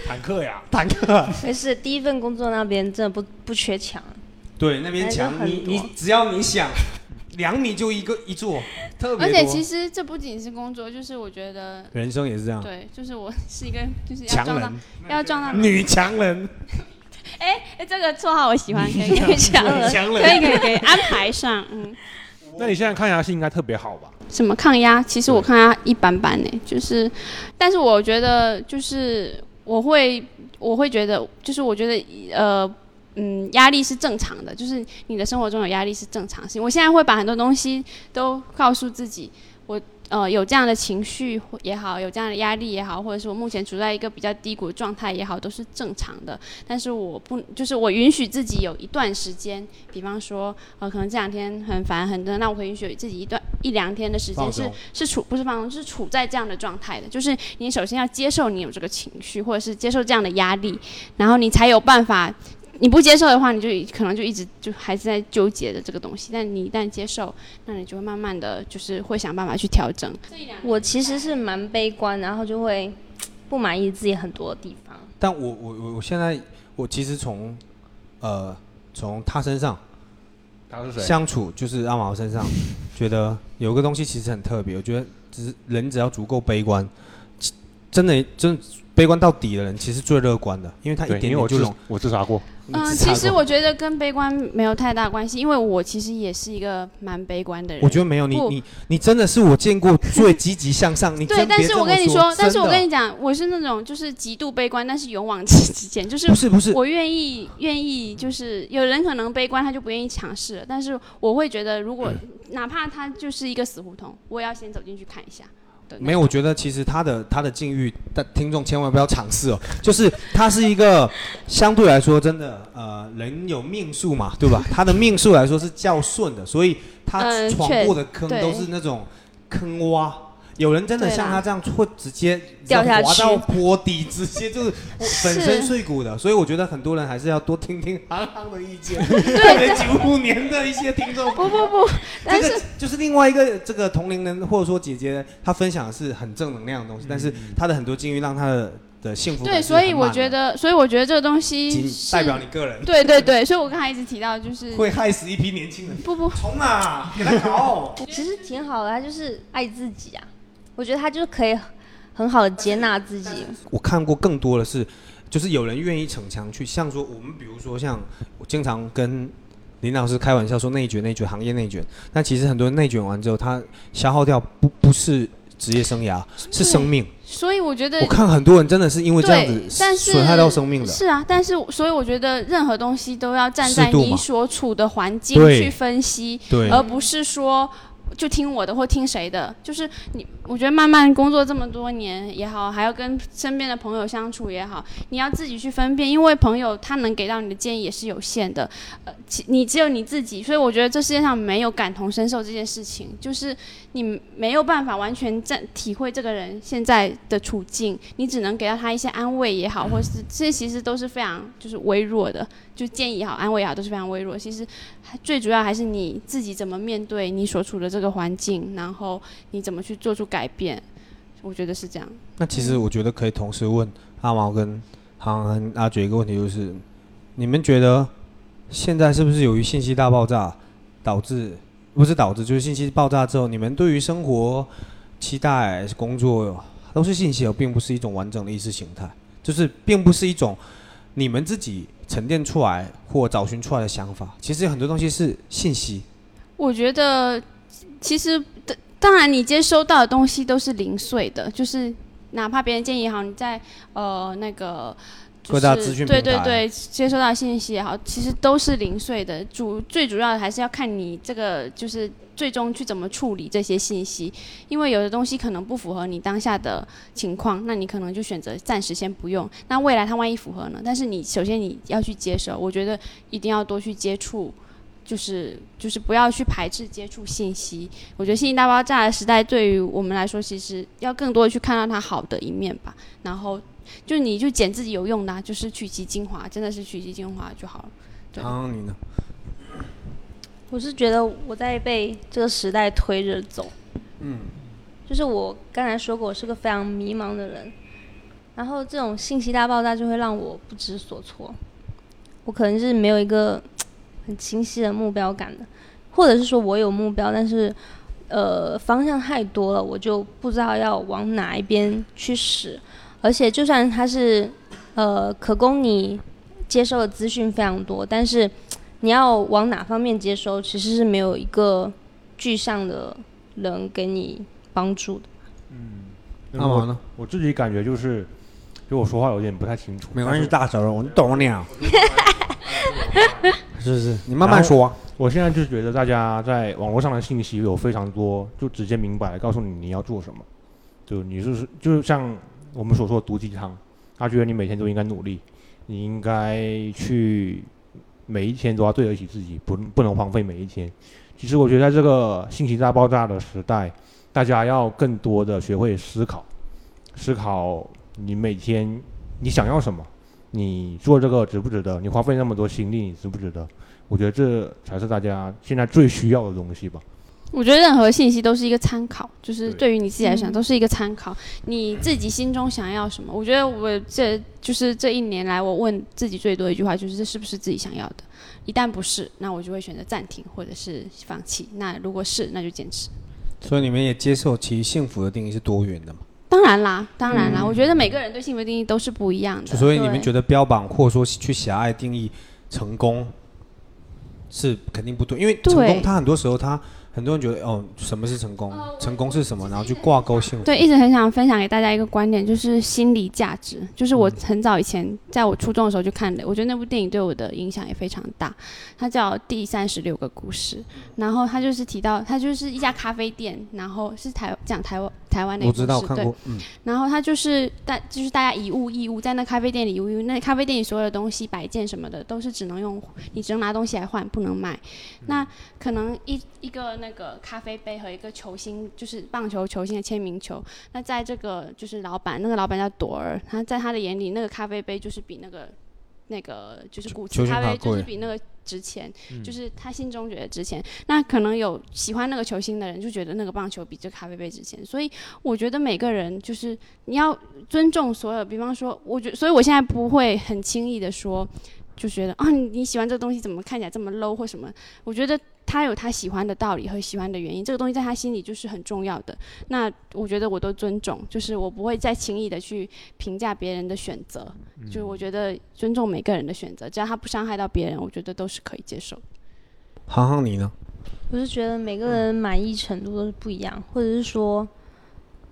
[SPEAKER 1] 坦克呀，
[SPEAKER 2] 坦克，
[SPEAKER 4] 没事，第一份工作那边真的不不缺墙，
[SPEAKER 2] 对，那边墙
[SPEAKER 4] 哎这很
[SPEAKER 2] 你
[SPEAKER 4] 多
[SPEAKER 2] 你只要你想，两米就一个一座，特别
[SPEAKER 3] 而
[SPEAKER 2] 多。
[SPEAKER 3] 且其实这不仅是工作，就是我觉得。
[SPEAKER 2] 人生也是这样，
[SPEAKER 3] 对，就是我是一个，就是要
[SPEAKER 2] 啊强
[SPEAKER 3] 撞到
[SPEAKER 2] 人，
[SPEAKER 3] 要撞到，
[SPEAKER 2] 女强 人，
[SPEAKER 3] 哎，这个绰号我喜欢，可 以可以讲了，
[SPEAKER 2] 强
[SPEAKER 3] 呃可以可以可以安排上，嗯。
[SPEAKER 1] 那你现在抗压性应该特别好吧？
[SPEAKER 3] 什么抗压？其实我抗压一般般呢、就是，但是我觉得就是我会我会觉得就是我觉得呃嗯压力是正常的，就是你的生活中有压力是正常性。我现在会把很多东西都告诉自己，我呃有这样的情绪也好，有这样的压力也好，或者是我目前处在一个比较低谷的状态也好，都是正常的。但是我不就是我允许自己有一段时间，比方说呃可能这两天很烦很闷，那我会允许自己一段一两天的时间
[SPEAKER 2] 放
[SPEAKER 3] 是
[SPEAKER 2] 松。
[SPEAKER 3] 是处不是放松，是处在这样的状态的。就是你首先要接受你有这个情绪，或者是接受这样的压力，然后你才有办法你不接受的话，你就可能就一直就还是在纠结着这个东西。但你一旦接受，那你就会慢慢的就是会想办法去调整。
[SPEAKER 4] 我其实是蛮悲观，然后就会不满意自己很多地方。
[SPEAKER 2] 但我我我我现在我其实从呃从他身上
[SPEAKER 1] 他是？
[SPEAKER 2] 相处，就是阿毛身上，觉得有个东西其实很特别。我觉得只是人只要足够悲观，其真的真悲观到底的人，其实最乐观的，因为他一
[SPEAKER 1] 对，
[SPEAKER 2] 点
[SPEAKER 1] 因为
[SPEAKER 2] 点
[SPEAKER 1] 我
[SPEAKER 2] 就
[SPEAKER 1] 自
[SPEAKER 2] 融。
[SPEAKER 1] 我自杀过，
[SPEAKER 2] 你
[SPEAKER 3] 嗯，
[SPEAKER 2] 自
[SPEAKER 3] 其
[SPEAKER 2] 查
[SPEAKER 3] 实
[SPEAKER 2] 过
[SPEAKER 3] 我觉得跟悲观没有太大关系，因为我其实也是一个蛮悲观的人。
[SPEAKER 2] 我觉得没有你，
[SPEAKER 3] 不
[SPEAKER 2] 你你真的是我见过最积极向上。你
[SPEAKER 3] 对，
[SPEAKER 2] 真
[SPEAKER 3] 但
[SPEAKER 2] 别
[SPEAKER 3] 是
[SPEAKER 2] 这么
[SPEAKER 3] 我跟你说，但是
[SPEAKER 2] 真
[SPEAKER 3] 我
[SPEAKER 2] 的
[SPEAKER 3] 跟你讲，我是那种就是极度悲观，但是勇往直直前，就是
[SPEAKER 2] 不是不是，
[SPEAKER 3] 我愿意愿意，就是有人可能悲观，他就不愿意尝试了，但是我会觉得，如
[SPEAKER 2] 嗯
[SPEAKER 3] 果、哪怕他就是一个死胡同，我也要先走进去看一下。的那
[SPEAKER 2] 没有，我觉得其实他的他的境遇，但听众千万不要尝试哦。 就是他是一个相对来说真的，呃，人有命数嘛，对吧？他的命数来说是较顺的，所以他
[SPEAKER 3] 嗯
[SPEAKER 2] 闯
[SPEAKER 3] 确
[SPEAKER 2] 过的坑
[SPEAKER 3] 对
[SPEAKER 2] 都是那种坑洼。有人真的
[SPEAKER 3] 对
[SPEAKER 2] 像
[SPEAKER 3] 啦
[SPEAKER 2] 他这样，会直接
[SPEAKER 4] 掉下
[SPEAKER 2] 滑
[SPEAKER 4] 去
[SPEAKER 2] 到坡底，直接就是粉身
[SPEAKER 3] 是
[SPEAKER 2] 碎骨的。所以我觉得很多人还是要多听听行行的意见，特
[SPEAKER 3] 对，
[SPEAKER 2] 别 九五年的一些听众
[SPEAKER 3] 不不不，但
[SPEAKER 2] 这
[SPEAKER 3] 是
[SPEAKER 2] 个就是另外一个这个同龄人或者说姐姐，她分享的是很正能量的东西，但是她的很多境遇让她的的幸福感
[SPEAKER 3] 对，
[SPEAKER 2] 是
[SPEAKER 3] 所以
[SPEAKER 2] 很
[SPEAKER 3] 我
[SPEAKER 2] 满
[SPEAKER 3] 觉
[SPEAKER 2] 的
[SPEAKER 3] 得，所以我觉得这个东西
[SPEAKER 2] 仅
[SPEAKER 3] 是
[SPEAKER 2] 代表你个人
[SPEAKER 3] 对对对，所以我刚才一直提到就是
[SPEAKER 2] 会害死一批年轻人。
[SPEAKER 3] 不不，
[SPEAKER 2] 冲啊，给他搞！
[SPEAKER 4] 其实挺好的，他就是爱自己啊。我觉得他就可以很好的接纳自己。
[SPEAKER 2] 我看过更多的是，就是有人愿意逞强去，像说我们比如说像我经常跟林老师开玩笑说内卷内卷行业内卷，但其实很多人内卷完之后，他消耗掉不不是职业生涯，是生命。
[SPEAKER 3] 所以我觉得
[SPEAKER 2] 我看很多人真的是因为这样
[SPEAKER 3] 对，但
[SPEAKER 2] 子
[SPEAKER 3] 是
[SPEAKER 2] 损害到生命的。
[SPEAKER 3] 是啊，但是所以我觉得任何东西都要站在
[SPEAKER 2] 适度
[SPEAKER 3] 你
[SPEAKER 2] 嘛
[SPEAKER 3] 所处的环境
[SPEAKER 2] 对
[SPEAKER 3] 去分析，
[SPEAKER 2] 对
[SPEAKER 3] 而不是说就听我的或听谁的。就是你，我觉得慢慢工作这么多年也好，还要跟身边的朋友相处也好，你要自己去分辨，因为朋友他能给到你的建议也是有限的。呃，其你只有你自己，所以我觉得这世界上没有感同身受这件事情，就是你没有办法完全站体会这个人现在的处境，你只能给到他一些安慰也好，或是这其实都是非常就是微弱的，就建议也好，安慰也好，都是非常微弱。其实还最主要还是你自己怎么面对你所处的这个环境，然后你怎么去做出改变，我觉得是这样。
[SPEAKER 2] 那其实我觉得可以同时问阿毛跟航跟阿珏一个问题，就是你们觉得现在是不是由于信息大爆炸导致，不是导致，就是信息爆炸之后，你们对于生活期待、工作都是信息，而并不是一种完整的意识形态，就是并不是一种你们自己沉淀出来或找寻出来的想法。其实有很多东西是信息，
[SPEAKER 3] 我觉得其实当然你接收到的东西都是零碎的，就是哪怕别人建议也好，你在呃那个。就是
[SPEAKER 2] 各大资讯
[SPEAKER 3] 对
[SPEAKER 2] 平
[SPEAKER 3] 对
[SPEAKER 2] 台
[SPEAKER 3] 对，接收到信息也好，其实都是零碎的。主最主要的还是要看你这个就是最终去怎么处理这些信息，因为有的东西可能不符合你当下的情况，那你可能就选择暂时先不用。那未来它万一符合呢？但是你首先你要去接受，我觉得一定要多去接触，就是就是不要去排斥接触信息。我觉得信息大爆炸的时代对于我们来说，其实要更多的去看到它好的一面吧。然后就你就捡自己有用的啊、就是取其精华，真的是取其精华就好了。对
[SPEAKER 2] 航航你呢？
[SPEAKER 4] 我是觉得我在被这个时代推着走。嗯，就是我刚才说过，我是个非常迷茫的人，然后这种信息大爆炸就会让我不知所措。我可能是没有一个很清晰的目标感的，或者是说我有目标，但是呃方向太多了，我就不知道要往哪一边去使。而且就算它是呃可供你接受的资讯非常多，但是你要往哪方面接收，其实是没有一个具象的人给你帮助的。
[SPEAKER 2] 阿毛呢？
[SPEAKER 1] 我自己感觉就是，就我说话有点不太清楚，
[SPEAKER 2] 没关系，大小人，我懂你 啊。是是，你慢
[SPEAKER 1] 然
[SPEAKER 2] 慢
[SPEAKER 1] 后
[SPEAKER 2] 说啊。
[SPEAKER 1] 我现在就觉得大家在网络上的信息有非常多，就直接明白的告诉你你要做什么，就你就是就是像我们所说的毒鸡汤，他觉得你每天都应该努力，你应该去每一天都要对得起自己，不不能荒废每一天。其实我觉得在这个信息大爆炸的时代，大家要更多的学会思考，思考你每天你想要什么，你做这个值不值得？你花费那么多心力，你值不值得？我觉得这才是大家现在最需要的东西吧。
[SPEAKER 3] 我觉得任何信息都是一个参考，就是
[SPEAKER 1] 对
[SPEAKER 3] 对于你自己来讲
[SPEAKER 4] 嗯
[SPEAKER 3] 都是一个参考，你自己心中想要什么。我觉得我这就是这一年来我问自己最多的一句话就是这是不是自己想要的？一旦不是，那我就会选择暂停或者是放弃。那如果是，那就坚持。
[SPEAKER 2] 所以你们也接受，其实幸福的定义是多元的嘛。
[SPEAKER 3] 当然啦，当然啦，我觉得每个人对幸福的定义都是不一样的。
[SPEAKER 2] 嗯所以你们
[SPEAKER 3] 对
[SPEAKER 2] 觉得标榜或者说去狭隘定义成功是肯定不对，因为成
[SPEAKER 3] 对
[SPEAKER 2] 功它很多时候它很多人觉得哦，什么是成功？
[SPEAKER 3] 呃
[SPEAKER 2] 成功是什么？然后去挂钩幸福。
[SPEAKER 3] 对，一直很想分享给大家一个观点，就是心理价值。就是
[SPEAKER 2] 嗯
[SPEAKER 3] 我很早以前，在我初中的时候就看的，我觉得那部电影对我的影响也非常大。它叫《第三十六个故事》，然后它就是提到，它就是一家咖啡店，然后是台讲台湾台湾的
[SPEAKER 2] 我
[SPEAKER 3] 一个
[SPEAKER 2] 知道，我
[SPEAKER 3] 故事，
[SPEAKER 2] 看
[SPEAKER 3] 对。
[SPEAKER 2] 过，嗯，
[SPEAKER 3] 然后他就是大，就是大家一物一物在那咖啡店里一物一物，那咖啡店里所有的东西摆件什么的都是只能用，你只能拿东西来换，不能卖。
[SPEAKER 2] 嗯
[SPEAKER 3] 那可能一一个那个咖啡杯和一个球星，就是棒球球星的签名球。那在这个就是老板，那个老板叫朵儿，他在他的眼里，那个咖啡杯就是比那个那个就是古
[SPEAKER 2] 球
[SPEAKER 3] 驰
[SPEAKER 2] 星
[SPEAKER 3] 咖
[SPEAKER 2] 卡
[SPEAKER 3] 啡就
[SPEAKER 2] 贵
[SPEAKER 3] 是
[SPEAKER 2] 嗯
[SPEAKER 3] 比那个值钱，就是他心中觉得值钱。那可能有喜欢那个球星的人就觉得那个棒球比这咖啡杯值钱，所以我觉得每个人就是你要尊重所有，比方说，我觉所以我现在不会很轻易的说，就觉得啊你你喜欢这个东西怎么看起来这么 low 或什么，我觉得他有他喜欢的道理和喜欢的原因，这个东西在他心里就是很重要的。那我觉得我都尊重，就是我不会再轻易的去评价别人的选择，就是我觉得尊重每个人的选择，只要他不伤害到别人，我觉得都是可以接受的。
[SPEAKER 2] 航航你呢？
[SPEAKER 4] 我是觉得每个人满意程度都是不一样，或者是说，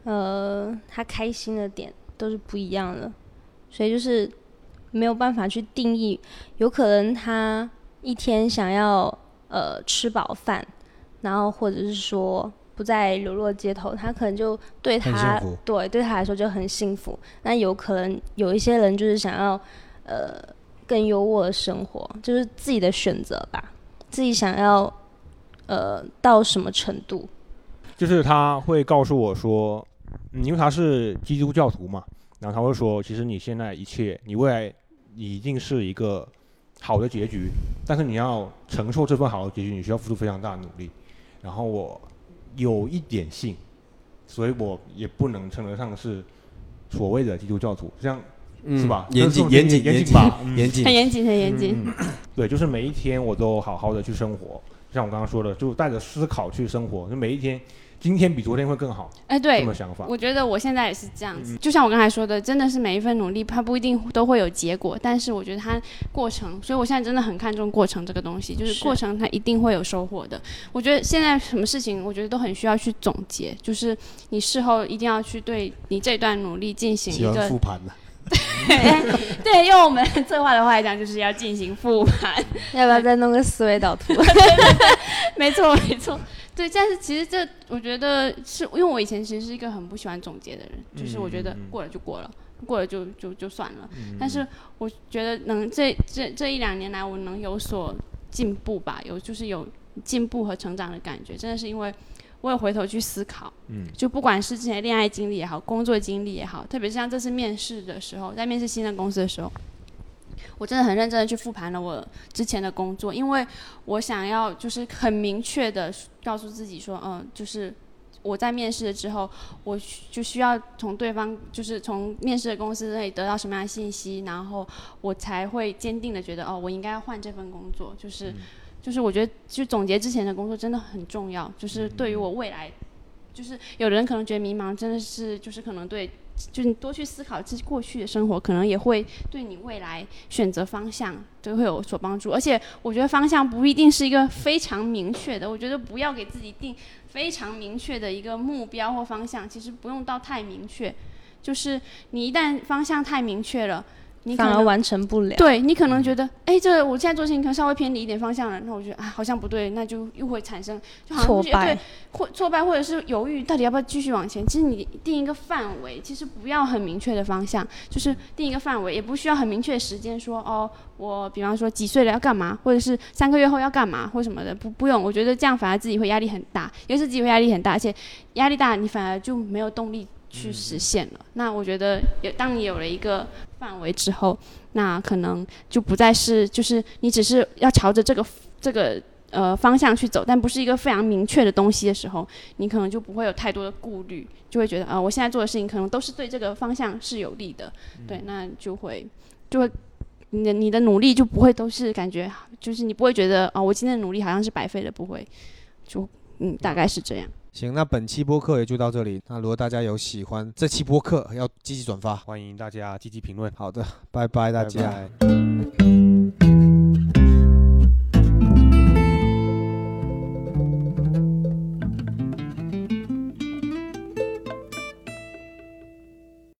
[SPEAKER 4] 呃，他开心的点都是不一样的，所以就是没有办法去定义。有可能他一天想要呃吃饱饭，然后或者是说不再流落街头，他可能就对
[SPEAKER 2] 很
[SPEAKER 4] 他
[SPEAKER 2] 幸福
[SPEAKER 4] 对对他来说就很幸福。那有可能有一些人就是想要呃更优渥的生活，就是自己的选择吧，自己想要呃到什么程度。
[SPEAKER 1] 就是他会告诉我说，嗯因为他是基督教徒嘛，然后他会说，其实你现在一切，你未来你一定是一个好的结局，但是你要承受这份好的结局，你需要付出非常大的努力。然后我有一点信，所以我也不能称得上是所谓的基督教徒，像
[SPEAKER 2] 嗯
[SPEAKER 1] 是吧
[SPEAKER 2] 严
[SPEAKER 1] 这
[SPEAKER 2] 谨，
[SPEAKER 1] 种
[SPEAKER 2] 严谨，
[SPEAKER 1] 严
[SPEAKER 2] 严
[SPEAKER 1] 谨
[SPEAKER 2] 谨
[SPEAKER 1] 吧嗯
[SPEAKER 2] 严谨
[SPEAKER 3] 很。严谨，很严谨。
[SPEAKER 1] 对，就是每一天我都好好的去生活，就像我刚刚说的，就带着思考去生活，就每一天，今天比昨天会更好，
[SPEAKER 3] 哎，
[SPEAKER 1] 这
[SPEAKER 3] 对
[SPEAKER 1] 么，想法。
[SPEAKER 3] 我觉得我现在也是这样子，就像我刚才说的，真的是每一份努力，它不一定都会有结果，但是我觉得它过程，所以我现在真的很看重过程这个东西，就是
[SPEAKER 4] 是
[SPEAKER 3] 过程它一定会有收获的。我觉得现在什么事情，我觉得都很需要去总结，就是你事后一定要去对你这段努力进行
[SPEAKER 2] 喜
[SPEAKER 3] 一
[SPEAKER 2] 欢
[SPEAKER 3] 个
[SPEAKER 2] 复盘的，
[SPEAKER 3] 对，用我们策划的话来讲，就是要进行复盘。
[SPEAKER 4] 要不要再弄个思维导 图？
[SPEAKER 3] 没错，没错，对。但是其实这，我觉得是因为我以前其实是一个很不喜欢总结的人，就是我觉得过了就过了，过了就就就算了。但是我觉得能这这这一两年来，我能有所进步吧，有就是有进步和成长的感觉，真的是因为。我有回头去思考，嗯，就不管是之前恋爱经历也好，工作经历也好，特别是像这次面试的时候，在面试新的公司的时候，我真的很认真的去复盘了我之前的工作，因为我想要就是很明确的告诉自己说，嗯，就是我在面试了之后，我需就需要从对方，就是从面试的公司那里得到什么样的信息，然后我才会坚定的觉得，哦，我应该要换这份工作。就是，就是我觉得，就总结之前的工作真的很重要，就是对于我未来，就是有的人可能觉得迷茫，真的是就是可能对。就是你多去思考自己过去的生活，可能也会对你未来选择方向都会有所帮助。而且我觉得方向不一定是一个非常明确的，我觉得不要给自己定非常明确的一个目标或方向，其实不用到太明确，就是你一旦方向太明确了，你可
[SPEAKER 4] 反而
[SPEAKER 3] 能
[SPEAKER 4] 完成不了。嗯
[SPEAKER 3] 对你可能觉得，哎、这个我现在做事情可能稍微偏离一点方向了，那我觉得啊好像不对，那就又会产生就好像
[SPEAKER 4] 挫
[SPEAKER 3] 就觉得
[SPEAKER 4] 败
[SPEAKER 3] 对，或挫败或者是犹豫，到底要不要继续往前。其实你定一个范围，其实不要很明确的方向，就是定一个范围，也不需要很明确的时间说哦，我比方说几岁了要干嘛，或者是三个月后要干嘛或什么的，不不用。我觉得这样反而自己会压力很大，尤其是自己会压力很大，而且压力大你反而就没有动力去实现了。那我觉得有当你有了一个范围之后，那可能就不再是就是你只是要朝着这个这个呃方向去走，但不是一个非常明确的东西的时候，你可能就不会有太多的顾虑，就会觉得啊、呃我现在做的事情可能都是对这个方向是有利的，对，那就会就会。你的你的努力就不会都是感觉，就是你不会觉得啊、我今天的努力好像是白费了，不会，就嗯，大概是这样。
[SPEAKER 2] 行，那本期播客也就到这里。那如果大家有喜欢这期播客，要积极转发。
[SPEAKER 1] 欢迎大家积极评论。
[SPEAKER 2] 好的，拜拜大家。
[SPEAKER 1] 拜拜